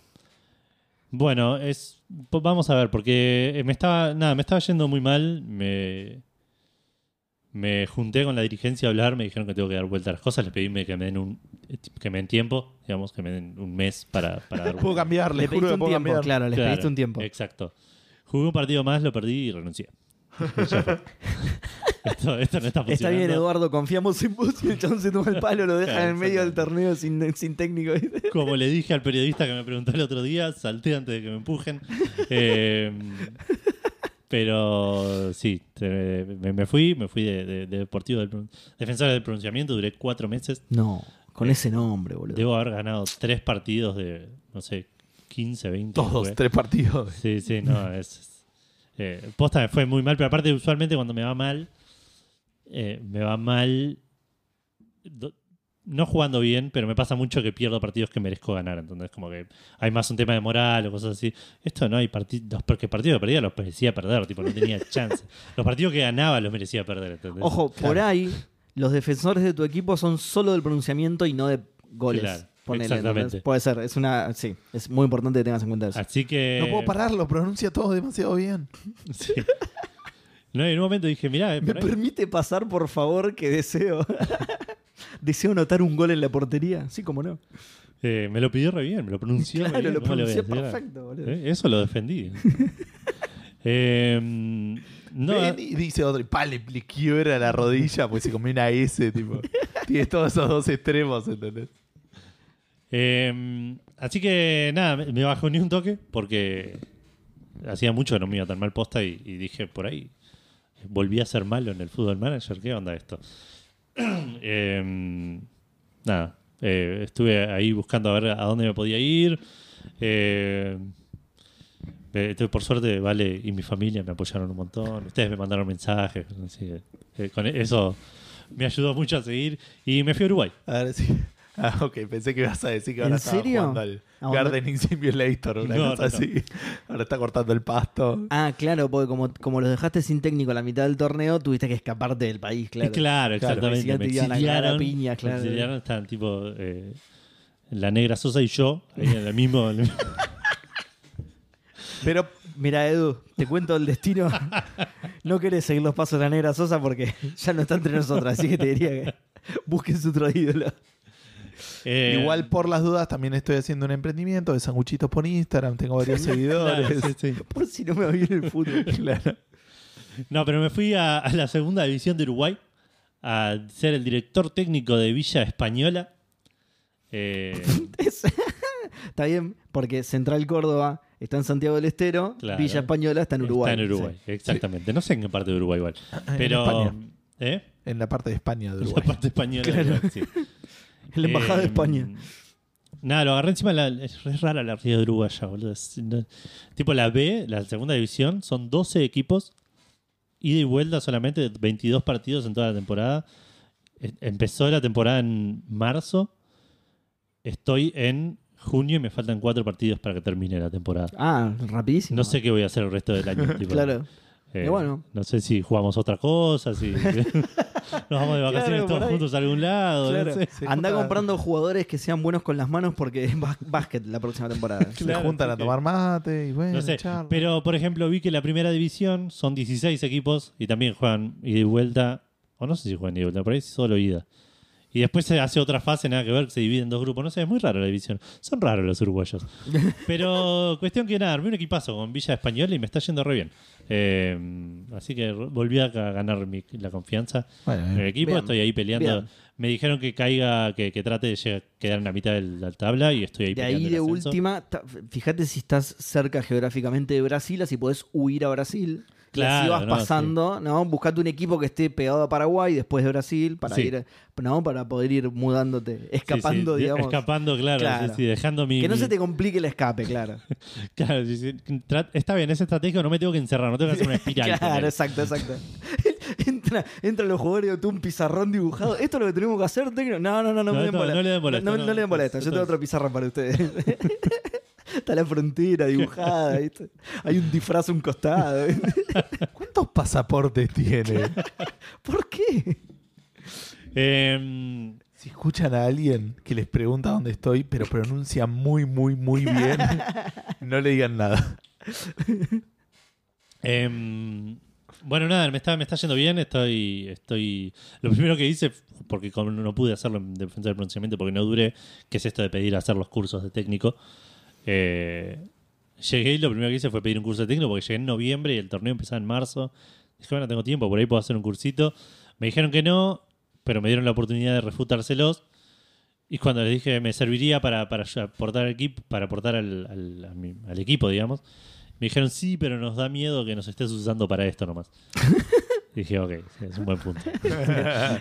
Speaker 1: Bueno, es. po- Vamos a ver, porque eh, me estaba. Nada, me estaba yendo muy mal. Me. Me junté con la dirigencia a hablar, me dijeron que tengo que dar vuelta a las cosas, les pedí me- que me den un eh, que me den tiempo, digamos, que me den un mes para, para dar
Speaker 3: Puedo cambiar,
Speaker 2: Le
Speaker 3: le
Speaker 2: pediste
Speaker 3: juro que
Speaker 2: un
Speaker 3: puedo
Speaker 2: tiempo,
Speaker 3: cambiar.
Speaker 2: claro, les
Speaker 1: Claro, Eh,
Speaker 2: pediste un tiempo.
Speaker 1: Exacto. Jugué un partido más, lo perdí y renuncié. Ya fue. esto, esto no está funcionando.
Speaker 2: Está bien, Eduardo, confiamos en vos y el chabón se toma el palo, lo deja
Speaker 1: Claro,
Speaker 2: en el medio del
Speaker 1: exactamente.
Speaker 2: torneo sin, sin técnico. ¿viste?
Speaker 1: Como le dije al periodista que me preguntó el otro día, salté antes de que me empujen. Eh, pero sí, te- me, me fui, me fui de, de- de deportivo del pronun- defensor del pronunciamiento, duré cuatro meses.
Speaker 2: No. Con ese nombre, boludo.
Speaker 1: Debo haber ganado tres partidos de, no sé, 15, 20.
Speaker 3: Todos,
Speaker 1: jugué.
Speaker 3: tres partidos.
Speaker 1: Sí, sí, no, es. es- eh, posta me fue muy mal, pero aparte, usualmente cuando me va mal, eh, me va mal. do- no jugando bien, pero me pasa mucho que pierdo partidos que merezco ganar. Entonces, como que hay más un tema de moral o cosas así. Esto no, hay partidos. Porque partidos que perdía los merecía perder, tipo, no tenía chance. Los partidos que ganaba los merecía perder, ¿entendés?
Speaker 2: Ojo, por ahí los defensores de tu equipo son solo del pronunciamiento y no de goles.
Speaker 1: Claro,
Speaker 2: Ponele,
Speaker 1: exactamente. Ah,
Speaker 2: ¿entendés? Puede ser, es una. Sí, es muy importante que tengas en cuenta eso.
Speaker 1: Así que.
Speaker 3: No puedo pararlo, pronuncia todo demasiado bien.
Speaker 1: Sí. No, en un momento dije, mirá, eh,
Speaker 2: ¿Me
Speaker 1: por ahí-
Speaker 2: permite pasar, por favor, que deseo? deseo anotar un gol en la portería. Sí, como no.
Speaker 1: eh, me lo pidió re bien, me lo pronunció. re
Speaker 2: Claro,
Speaker 1: bien,
Speaker 2: lo
Speaker 1: ¿cómo le voy a
Speaker 2: pronuncié
Speaker 1: decir?
Speaker 2: perfecto, boludo.
Speaker 1: Eh, Eso lo defendí. Eh, no,
Speaker 3: Ven y dice otro, y pa, le, le quiebra la rodilla porque se comió una S, tipo. Tienes todos esos dos extremos, ¿entendés?
Speaker 1: eh, así que nada, me- me bajó ni un toque porque hacía mucho que no me iba tan mal posta y, y dije por ahí. Volví a ser malo en el fútbol manager. ¿Qué onda esto? Eh, nada, eh, estuve ahí buscando a ver a dónde me podía ir. Eh, eh, estoy- por suerte, Vale y mi familia me apoyaron un montón. Ustedes me mandaron mensajes. así que, eh, con eso me ayudó mucho a seguir. Y me fui a Uruguay.
Speaker 3: A ver si. Ah, ok, pensé que ibas a decir que
Speaker 2: ¿En
Speaker 3: ahora estaba
Speaker 2: serio?
Speaker 3: jugando al
Speaker 2: ¿A dónde?
Speaker 3: Gardening Simulator, una
Speaker 1: No,
Speaker 3: cosa
Speaker 1: no.
Speaker 3: así. Ahora está cortando el pasto.
Speaker 2: Ah, claro, porque como, como los dejaste sin técnico a la mitad del torneo, tuviste que escaparte del país, claro.
Speaker 1: Claro, exactamente.
Speaker 2: Claro,
Speaker 1: me
Speaker 2: decían, te iban a cagar a
Speaker 1: exiliaron.
Speaker 2: piña, claro.
Speaker 1: Me exiliaron, estaban tipo eh, la negra Sosa y yo, ahí en el mismo. en el mismo-
Speaker 3: Pero
Speaker 2: Mira, Edu, te cuento el destino. No querés seguir los pasos de la negra Sosa porque ya no está entre nosotras, así que te diría que busques otro ídolo.
Speaker 1: Eh,
Speaker 3: igual por las dudas también estoy haciendo un emprendimiento de sanguchitos por Instagram, tengo varios
Speaker 1: claro,
Speaker 3: seguidores.
Speaker 1: sí, sí.
Speaker 2: Por si no me va bien el fútbol.
Speaker 3: Claro.
Speaker 1: No, pero me fui a, a la segunda división de Uruguay a ser el director técnico de Villa Española. Eh,
Speaker 2: Es- está bien, porque Central Córdoba está en Santiago del Estero,
Speaker 1: Claro.
Speaker 2: Villa Española está en Uruguay. Ah,
Speaker 1: Está en Uruguay, exactamente. No sé en qué parte de Uruguay igual.
Speaker 3: En
Speaker 1: Pero.
Speaker 3: España.
Speaker 1: ¿Eh?
Speaker 3: En la parte de España de
Speaker 1: En
Speaker 3: Uruguay.
Speaker 1: La parte española. de Uruguay, sí.
Speaker 2: sí. En la Embajada de
Speaker 1: Eh,
Speaker 2: España.
Speaker 1: Nada, lo agarré encima. de La, es re rara la Río de Uruguaya, boludo. Es- no- tipo la B, la segunda división, son 12 equipos. Ida y vuelta solamente, 22 partidos en toda la temporada. E- Empezó la temporada en marzo. Estoy en junio y me faltan 4 partidos para que termine la temporada.
Speaker 2: Ah, rapidísimo.
Speaker 1: No sé qué voy a hacer el resto del año. tipo,
Speaker 2: Claro.
Speaker 1: eh,
Speaker 2: Y bueno.
Speaker 1: No sé si jugamos otra cosa, si nos vamos de vacaciones
Speaker 2: Claro, por
Speaker 1: todos
Speaker 2: ahí.
Speaker 1: juntos a algún lado. no
Speaker 2: Claro.
Speaker 1: sé.
Speaker 3: se
Speaker 2: Anda
Speaker 3: junta-
Speaker 2: comprando jugadores que sean buenos con las manos porque es bas- básquet la próxima temporada.
Speaker 3: Se
Speaker 1: Claro,
Speaker 3: juntan
Speaker 1: sí
Speaker 3: a
Speaker 1: que-
Speaker 3: tomar mate y
Speaker 2: Eh,
Speaker 3: bueno,
Speaker 1: No sé,
Speaker 3: charla.
Speaker 1: pero por ejemplo vi que la primera división son 16 equipos y también juegan ida y vuelta, o no sé si juegan ida y vuelta, por ahí solo ida. Y después se hace otra fase, nada que ver, que se divide en dos grupos, no sé, es muy raro la división. Son raros los uruguayos. Pero cuestión que nada, armé un equipazo con Villa Española y me está yendo re bien. Eh, así que re- volví a ca- ganar mi- la confianza
Speaker 3: Bueno,
Speaker 1: en el equipo,
Speaker 2: Bien.
Speaker 1: estoy ahí peleando.
Speaker 2: Bien.
Speaker 1: Me dijeron que caiga, que, que trate de llegar- quedar en la mitad de la tabla y estoy ahí
Speaker 2: De
Speaker 1: peleando
Speaker 2: ahí
Speaker 1: el
Speaker 2: de
Speaker 1: ascenso.
Speaker 2: última, ta- fíjate si estás cerca geográficamente de Brasil, así podés huir a Brasil. Claro,
Speaker 1: Claro,
Speaker 2: así vas
Speaker 1: no,
Speaker 2: pasando, ¿no? Buscate un equipo que esté pegado a Paraguay después de Brasil para
Speaker 1: Sí.
Speaker 2: ir, ¿no? Para poder ir mudándote,
Speaker 1: Sí, sí,
Speaker 2: escapando,
Speaker 1: de-
Speaker 2: digamos.
Speaker 1: Escapando, claro.
Speaker 2: Claro.
Speaker 1: sí, sí, dejando mi.
Speaker 2: Que no
Speaker 1: mi-
Speaker 2: se te complique el escape, claro.
Speaker 1: Claro, sí, sí, tra- está bien, es estratégico, no me tengo que encerrar, no tengo que hacer una espiral.
Speaker 2: claro,
Speaker 1: ponele.
Speaker 2: exacto, exacto. Entra, entra los jugadores tú un pizarrón dibujado. Esto es lo que tenemos que hacer, técnico. No, no, no, no,
Speaker 1: No,
Speaker 2: me den
Speaker 1: no,
Speaker 2: bola.
Speaker 1: no le den bola,
Speaker 2: No,
Speaker 1: esto
Speaker 2: no
Speaker 1: no-
Speaker 2: le den bola a esto. Yo
Speaker 1: esto-
Speaker 2: tengo otro pizarrón para ustedes. Está la frontera dibujada, ¿viste? Hay un disfraz a un costado.
Speaker 3: eh, ¿Cuántos pasaportes tiene?
Speaker 2: ¿Por qué?
Speaker 1: Em,
Speaker 3: Si escuchan a alguien que les pregunta dónde estoy, pero pronuncia muy, muy, muy bien, no le digan nada.
Speaker 1: em, bueno, nada, me está, me está yendo bien, estoy, estoy. Lo primero que hice, porque como no pude hacerlo en defensa del pronunciamiento, porque no duré, que es esto de pedir hacer los cursos de técnico. eh, llegué y lo primero que hice fue pedir un curso de técnico, porque llegué en noviembre y el torneo empezaba en marzo. Dije, bueno, tengo tiempo, por ahí puedo hacer un cursito. Me dijeron que no, pero me dieron la oportunidad de refutárselos. Y cuando les dije me serviría para, para yo- aportar, al equipo, para aportar al, al- a mi- al equipo, digamos, me dijeron sí, pero nos da miedo que nos estés usando para esto nomás. Y dije, ok, es un buen punto.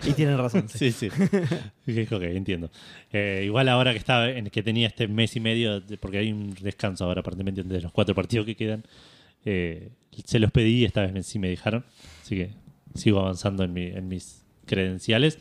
Speaker 2: Y tienen razón. sí.
Speaker 1: Sí, sí. Dije, ok, entiendo. Eh, igual ahora que estaba en- que tenía este mes y medio, de- porque hay un descanso ahora aparentemente entre los cuatro partidos que quedan, eh, se los pedí y esta vez me- sí me dejaron. Así que sigo avanzando en, mi- en mis credenciales.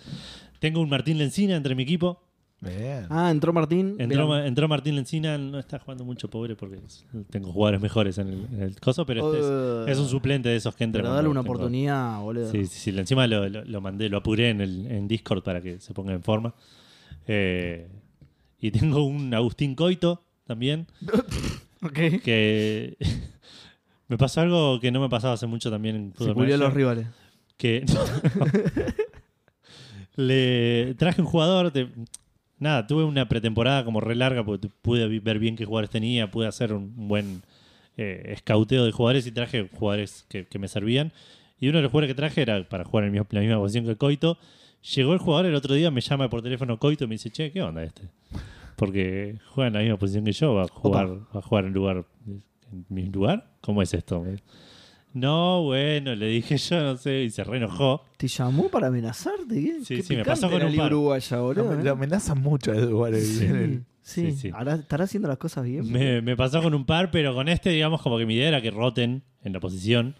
Speaker 1: Tengo un Martín Lencina entre mi equipo.
Speaker 3: Bien.
Speaker 2: Ah, entró Martín.
Speaker 1: Entró,
Speaker 2: Bien.
Speaker 1: Ma- entró Martín Lencina, no está jugando mucho pobre porque es- tengo jugadores mejores en el, en el coso, pero este
Speaker 2: Uh,
Speaker 1: es, es un suplente de esos que entra.
Speaker 2: Pero dale
Speaker 1: cuando
Speaker 2: una
Speaker 1: tengo-
Speaker 2: oportunidad, boludo.
Speaker 1: Sí, sí, sí. Encima lo, lo- lo mandé, lo apuré en, el, en Discord para que se ponga en forma. Eh, y tengo un Agustín Coito también,
Speaker 2: Ok.
Speaker 1: que me pasó algo que no me pasaba hace mucho también en
Speaker 2: Se
Speaker 1: Fútbol
Speaker 2: cubrió
Speaker 1: Manager,
Speaker 2: los rivales.
Speaker 1: Que le traje un jugador, de- nada, tuve una pretemporada como re larga porque tu- pude vi- ver bien qué jugadores tenía, pude hacer un buen eh, escauteo de jugadores y traje jugadores que, que me servían. Y uno de los jugadores que traje era para jugar en el mismo- la misma posición que Coito. Llegó el jugador el otro día, me llama por teléfono Coito y me dice, che, ¿qué onda este? Porque juega en la misma posición que yo, va a jugar, va a jugar en lugar en mi lugar. ¿Cómo es esto? Me- No, bueno, le dije yo, no sé, y se reenojó.
Speaker 2: ¿Te llamó para amenazarte? ¿Qué,
Speaker 1: Sí,
Speaker 2: qué
Speaker 1: sí, me
Speaker 2: picante
Speaker 1: pasó con
Speaker 2: la
Speaker 1: un
Speaker 2: liga
Speaker 1: par. Ah,
Speaker 2: uruguaya, boludo.
Speaker 3: Lo-
Speaker 2: ¿eh?
Speaker 3: Lo amenazan mucho a Eduardo. eh,
Speaker 2: Sí, sí.
Speaker 1: Sí, sí.
Speaker 2: Ahora estará haciendo las cosas bien.
Speaker 1: Me, me pasó con un par, pero con este, digamos, como que mi idea era que roten en la posición.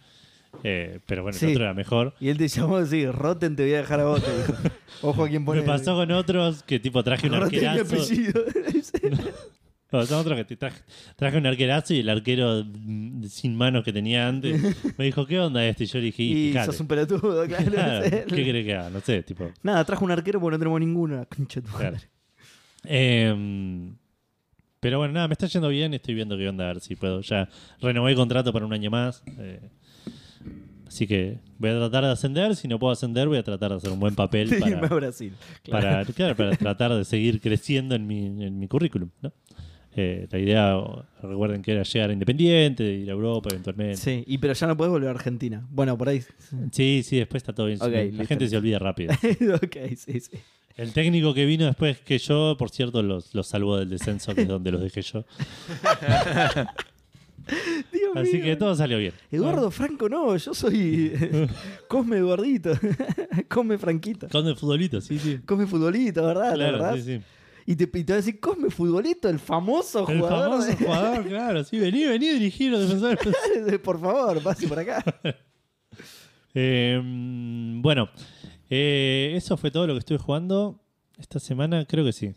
Speaker 1: Eh, pero bueno,
Speaker 2: Sí.
Speaker 1: el otro era mejor.
Speaker 2: Y él te llamó y decía, Rotten te voy a dejar a vos. te dijo. Ojo a quien pone.
Speaker 1: Me pasó con otros que tipo traje un
Speaker 2: Rotten mi
Speaker 1: arquerazo.
Speaker 2: apellido.
Speaker 1: Me pasó con otros que te traje, traje un arquerazo y el arquero mm, sin manos que tenía antes me dijo, ¿qué onda este? Y yo le dije, y,
Speaker 2: y
Speaker 1: fíjate.
Speaker 2: sos un pelotudo, claro.
Speaker 1: Claro,
Speaker 2: no sé.
Speaker 1: ¿Qué crees que haga? No sé, tipo.
Speaker 2: Nada, trajo un arquero porque no tenemos ninguno. la Concha de tu
Speaker 1: Claro.
Speaker 2: madre.
Speaker 1: Em, pero bueno, nada, me está yendo bien. Estoy viendo qué onda, a ver si puedo. Ya renové el contrato para un año más. eh, así que voy a tratar de ascender. Si no puedo ascender, voy a tratar de hacer un buen papel
Speaker 2: De irme a
Speaker 1: para,
Speaker 2: Brasil. Claro.
Speaker 1: para, claro, para tratar de seguir creciendo en mi, en mi currículum. ¿no? Eh, la idea, o- recuerden que era llegar a Independiente, ir a Europa eventualmente. Sí,
Speaker 2: Sí, y pero ya no podés volver a Argentina. Bueno, por ahí.
Speaker 1: sí, después está todo bien.
Speaker 2: Ok,
Speaker 1: la
Speaker 2: listo.
Speaker 1: gente se olvida rápido.
Speaker 2: ok, sí, sí.
Speaker 1: El técnico que vino después que yo, por cierto, los, los salvó del descenso, que es donde los dejé yo.
Speaker 2: Dios
Speaker 1: Así
Speaker 2: mío.
Speaker 1: que todo salió bien.
Speaker 2: Eduardo Franco, no, yo soy Cosme Eduardito, Cosme Franquito,
Speaker 1: Con el futbolito, sí, sí.
Speaker 2: Cosme Futbolito, ¿verdad?
Speaker 1: Claro,
Speaker 2: ¿verdad?
Speaker 1: sí, sí.
Speaker 2: Y te, y te va a decir Cosme Futbolito, el famoso
Speaker 1: El
Speaker 2: jugador.
Speaker 1: famoso
Speaker 2: de-
Speaker 1: jugador, claro, sí. Vení, vení a dirigir los defensores.
Speaker 2: de- por favor, pase por acá.
Speaker 1: Eh, bueno, eh, eso fue todo lo que estuve jugando esta semana, creo que sí.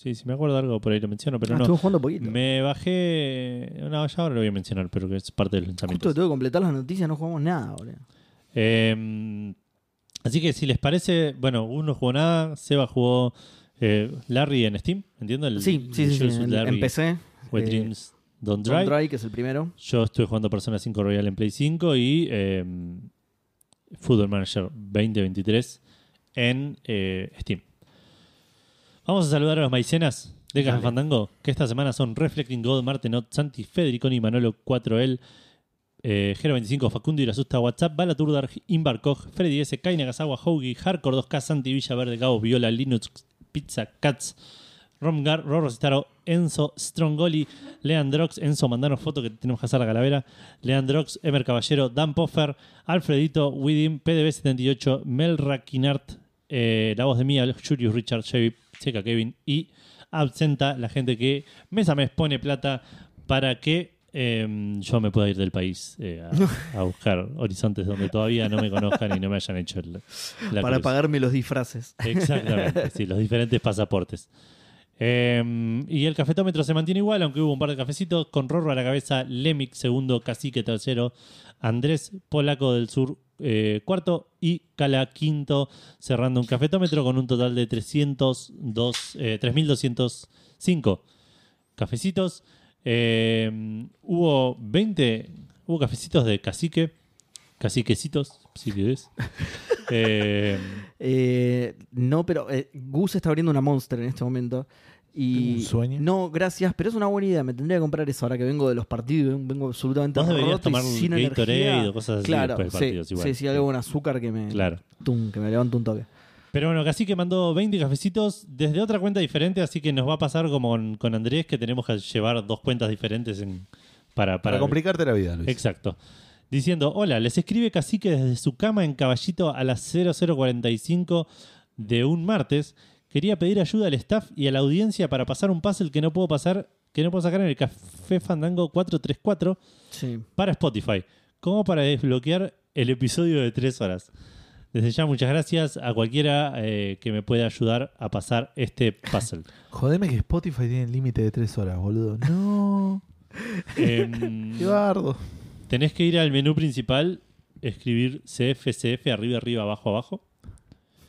Speaker 1: Sí, si me acuerdo algo por ahí lo menciono, pero
Speaker 2: Ah,
Speaker 1: no.
Speaker 2: Estuve jugando poquito.
Speaker 1: Me bajé. No, ya ahora lo voy a mencionar, pero que es parte del lanzamiento.
Speaker 2: Justo tengo que completar las noticias, no jugamos nada, boludo.
Speaker 1: Eh, así que si les parece, bueno, uno jugó nada, Seba jugó eh, Larry en Steam, ¿entiendo? El
Speaker 2: Sí, sí, sí,
Speaker 1: Usual
Speaker 2: sí,
Speaker 1: Suit
Speaker 2: en-
Speaker 1: Larry,
Speaker 2: empecé.
Speaker 1: Where
Speaker 2: eh,
Speaker 1: Dreams Don't
Speaker 2: Don't
Speaker 1: Dry.
Speaker 2: Dry, que es el primero.
Speaker 1: Yo estuve jugando Persona 5 Royal en Play 5 y eh, Football Manager 2023 en eh, Steam. Vamos a saludar a los maicenas de Caja
Speaker 2: Dale.
Speaker 1: Fandango, que esta semana son Reflecting God, Martenot, Santi, Federiconi, Manolo 4L, eh, Gero25, Facundo Irasusta, WhatsApp, Balaturdar, Imbarcoj, Freddy S, Kai Nagasawa, Hoagie, Hardcore 2K, Santi Villaverde, Gao, Viola, Linux, Pizza, Cats, Romgar, Rorro Citaro, Enzo, Strongoli, Leandrox, Enzo, mandanos foto que tenemos que hacer la calavera. Leandrox, Emer Caballero, Dan Poffer, Alfredito, Widim, PDB78, Melra Kinart, eh, la voz de Mía, Julius Richard, Chevy, Checa Kevin y Absenta, la gente que mes a mes pone plata para que eh, yo me pueda ir del país eh, a, a buscar horizontes donde todavía no me conozcan y no me hayan hecho el, la
Speaker 2: para
Speaker 1: cruz.
Speaker 2: pagarme los disfraces.
Speaker 1: Exactamente, sí, los diferentes pasaportes. Eh, y el cafetómetro se mantiene igual, aunque hubo un par de cafecitos, con Rorro a la cabeza, Lemic segundo, Cacique tercero, Andrés Polaco del Sur eh, cuarto y Cala quinto, cerrando un cafetómetro con un total de 302, eh, 3.205 cafecitos. Eh, hubo 20, hubo cafecitos de Cacique, Caciquecitos, si querés. Eh,
Speaker 2: Eh, no, pero eh, Gus está abriendo una Monster en este momento. Y
Speaker 3: ¿Tengo un sueño?
Speaker 2: No, gracias, pero es una buena idea. Me tendría que comprar eso ahora que vengo de los partidos. Vengo absolutamente
Speaker 1: Vos deberías
Speaker 2: roto y
Speaker 1: tomar
Speaker 2: sin
Speaker 1: Gatorade
Speaker 2: energía.
Speaker 1: o cosas así
Speaker 2: claro,
Speaker 1: después de
Speaker 2: sí,
Speaker 1: partidos, igual.
Speaker 2: sí, sí, algo con azúcar que me,
Speaker 1: Claro.
Speaker 2: tum, que me levanta un toque.
Speaker 1: Pero bueno, casi que mandó 20 cafecitos desde otra cuenta diferente, así que nos va a pasar como con, con Andrés, que tenemos que llevar dos cuentas diferentes en- para,
Speaker 3: Para
Speaker 1: para,
Speaker 3: complicarte la vida, Luis.
Speaker 1: Exacto. diciendo, hola, les escribe Cacique desde su cama en Caballito a las 0045 de un martes. Quería pedir ayuda al staff y a la audiencia para pasar un puzzle que no puedo pasar, que no puedo sacar en el Café Fandango 434
Speaker 2: Sí.
Speaker 1: para Spotify, como para desbloquear el episodio de tres horas. Desde ya, muchas gracias a cualquiera eh, que me pueda ayudar a pasar este puzzle.
Speaker 3: Jodeme que Spotify tiene el límite de tres horas, boludo. No.
Speaker 1: Em,
Speaker 3: Qué bardo.
Speaker 1: tenés que ir al menú principal, escribir CFCF arriba, arriba, abajo, abajo.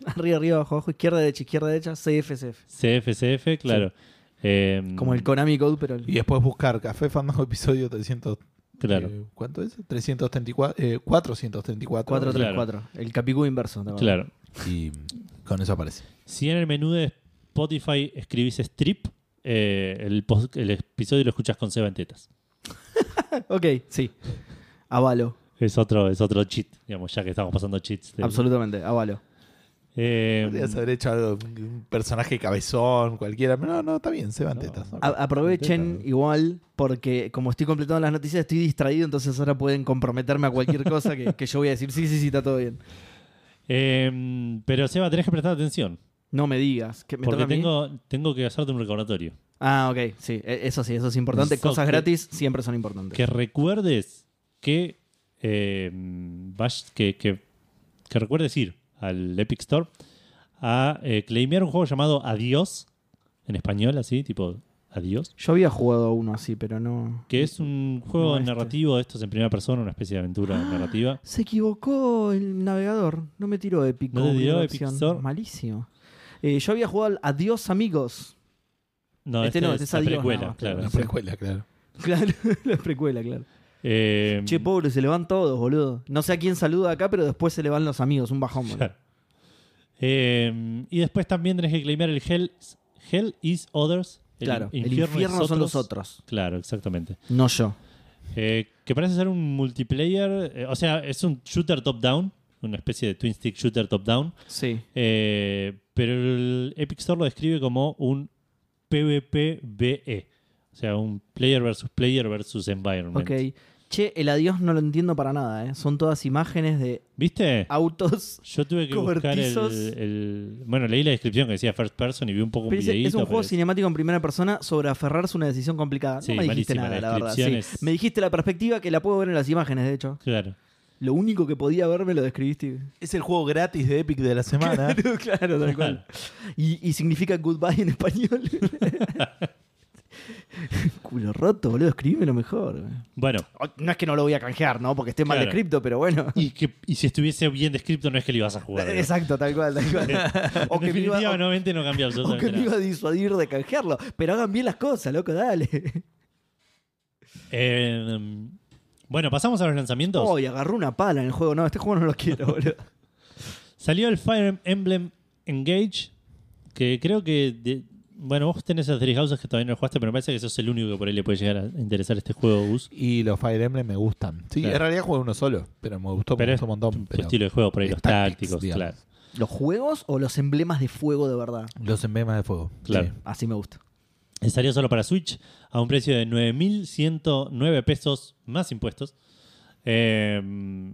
Speaker 2: Arriba, arriba, abajo, abajo, izquierda, derecha, izquierda, derecha, CFCF.
Speaker 1: CFCF, claro. Em,
Speaker 2: Como el Konami Code, pero el-
Speaker 3: Y después buscar Café Fandango episodio 300.
Speaker 1: Claro,
Speaker 3: eh, ¿Cuánto es? 334. eh, 434.
Speaker 2: 434. El Capicú inverso. ¿no?
Speaker 1: claro.
Speaker 3: Y con eso aparece.
Speaker 1: Si en el menú de Spotify escribís strip, eh, el, pos- el episodio lo escuchás con Seba en tetas.
Speaker 2: Ok, sí. Avalo.
Speaker 1: Es otro, es otro cheat, digamos, ya que estamos pasando cheats. de-
Speaker 2: Absolutamente, avalo.
Speaker 1: Em,
Speaker 3: Podrías haber hecho algo, un personaje cabezón, cualquiera. pero No, no, está bien, se van tetas. ¿no?
Speaker 2: A- aprovechen igual, porque como estoy completando las noticias, estoy distraído, entonces ahora pueden comprometerme a cualquier cosa que, que yo voy a decir. Sí, sí, sí, está todo bien.
Speaker 1: Em, pero Seba, tenés que prestar atención.
Speaker 2: No me digas. que me
Speaker 1: Porque
Speaker 2: toca a mí?
Speaker 1: tengo, tengo que hacerte un recordatorio.
Speaker 2: Ah, ok, sí. e- Eso sí, eso es importante.
Speaker 1: Eso
Speaker 2: Cosas
Speaker 1: que-
Speaker 2: gratis siempre son importantes.
Speaker 1: Que recuerdes que, em, vas- que, que- que recuerdes ir al Epic Store a eh, claimear un juego llamado Adiós, en español, así, tipo Adiós.
Speaker 2: Yo había jugado uno así, pero no.
Speaker 1: Que es un juego
Speaker 2: No, este. Ah,
Speaker 1: narrativo de estos en primera persona, una especie de aventura narrativa.
Speaker 2: Se equivocó el navegador. No me tiró Epic.
Speaker 1: No te
Speaker 2: como
Speaker 1: tiró
Speaker 2: primera
Speaker 1: Epic
Speaker 2: opción.
Speaker 1: Store.
Speaker 2: Malísimo. Eh, yo había jugado al Adiós Amigos.
Speaker 1: No,
Speaker 2: Este
Speaker 1: este,
Speaker 2: no,
Speaker 1: es,
Speaker 2: este es
Speaker 1: la
Speaker 2: Adiós,
Speaker 1: precuela,
Speaker 2: nada más,
Speaker 1: claro.
Speaker 3: Una precuela, claro.
Speaker 2: Claro, la precuela, claro.
Speaker 1: Em,
Speaker 2: Che, pobre, se le van todos, boludo. No sé a quién saluda acá, pero después se le van los amigos. Un bajón, boludo.
Speaker 1: Claro. Eh, y después también tenés que claimar el Hell, hell is Others. El
Speaker 2: Claro, el
Speaker 1: infierno,
Speaker 2: infierno
Speaker 1: es
Speaker 2: son los otros.
Speaker 1: Claro, exactamente.
Speaker 2: No yo.
Speaker 1: Eh, que parece ser un multiplayer, eh, o sea, es un shooter top-down, una especie de twin stick shooter top-down,
Speaker 2: Sí.
Speaker 1: eh, pero el Epic Store lo describe como un PvPVE, E, o sea, un player versus player versus environment.
Speaker 2: Ok. Che, el adiós no lo entiendo para nada, ¿eh? Son todas imágenes de
Speaker 1: ¿Viste?
Speaker 2: autos.
Speaker 1: Yo tuve que buscar el,
Speaker 2: Ah, Cobertizos.
Speaker 1: el- Bueno, leí la descripción que decía first person y vi un poco un
Speaker 2: Pero dice,
Speaker 1: videíto.
Speaker 2: es un juego
Speaker 1: pero es-
Speaker 2: cinemático en primera persona sobre aferrarse a una decisión complicada.
Speaker 1: Sí,
Speaker 2: no me dijiste
Speaker 1: malísima,
Speaker 2: nada,
Speaker 1: la
Speaker 2: la, verdad.
Speaker 1: descripción
Speaker 2: sí.
Speaker 1: es-
Speaker 2: Me dijiste la perspectiva que la puedo ver en las imágenes, de hecho.
Speaker 1: Claro.
Speaker 2: Lo único que podía ver me lo describiste.
Speaker 3: Es el juego gratis de Epic de la semana.
Speaker 2: Claro, claro, tal cual. Y, y significa goodbye en español. Culo roto, boludo. Escribímelo mejor.
Speaker 1: Bueno,
Speaker 2: No es que no lo voy a canjear, ¿no? Porque esté mal
Speaker 1: Claro.
Speaker 2: descrito, pero bueno.
Speaker 1: y, que, y si estuviese bien descrito, no es que lo ibas a jugar. ¿no?
Speaker 2: Exacto, tal cual, tal cual.
Speaker 1: En
Speaker 2: O que, me iba,
Speaker 1: definitiva,
Speaker 2: o-
Speaker 1: nuevamente no cambia
Speaker 2: o que
Speaker 1: absolutamente
Speaker 2: me iba
Speaker 1: nada.
Speaker 2: a disuadir de canjearlo. Pero hagan bien las cosas, loco, dale.
Speaker 1: Eh, bueno, pasamos a los lanzamientos.
Speaker 2: Hoy agarró una pala en el juego. No, este juego no lo quiero, boludo.
Speaker 1: Salió el Fire Em-, Emblem Engage, que creo que... de- bueno, vos tenés el Three Houses que todavía no lo jugaste, pero me parece que sos el único que por ahí le puede llegar a interesar este juego, Gus.
Speaker 3: Y los Fire Emblem me gustan. Sí,
Speaker 1: Claro.
Speaker 3: en realidad jugué uno solo, pero me gustó,
Speaker 1: Pero
Speaker 3: me
Speaker 1: es
Speaker 3: gustó un montón.
Speaker 1: Tu
Speaker 3: pero
Speaker 1: estilo de juego, por ahí
Speaker 3: es
Speaker 1: los
Speaker 3: tactics,
Speaker 1: tácticos,
Speaker 3: digamos.
Speaker 1: claro.
Speaker 2: ¿Los juegos o los emblemas de fuego de verdad?
Speaker 3: Los emblemas de fuego.
Speaker 1: Claro.
Speaker 3: Sí.
Speaker 2: Así me gusta.
Speaker 1: Y Salió solo para Switch a un precio de 9.109 pesos más impuestos. Eh,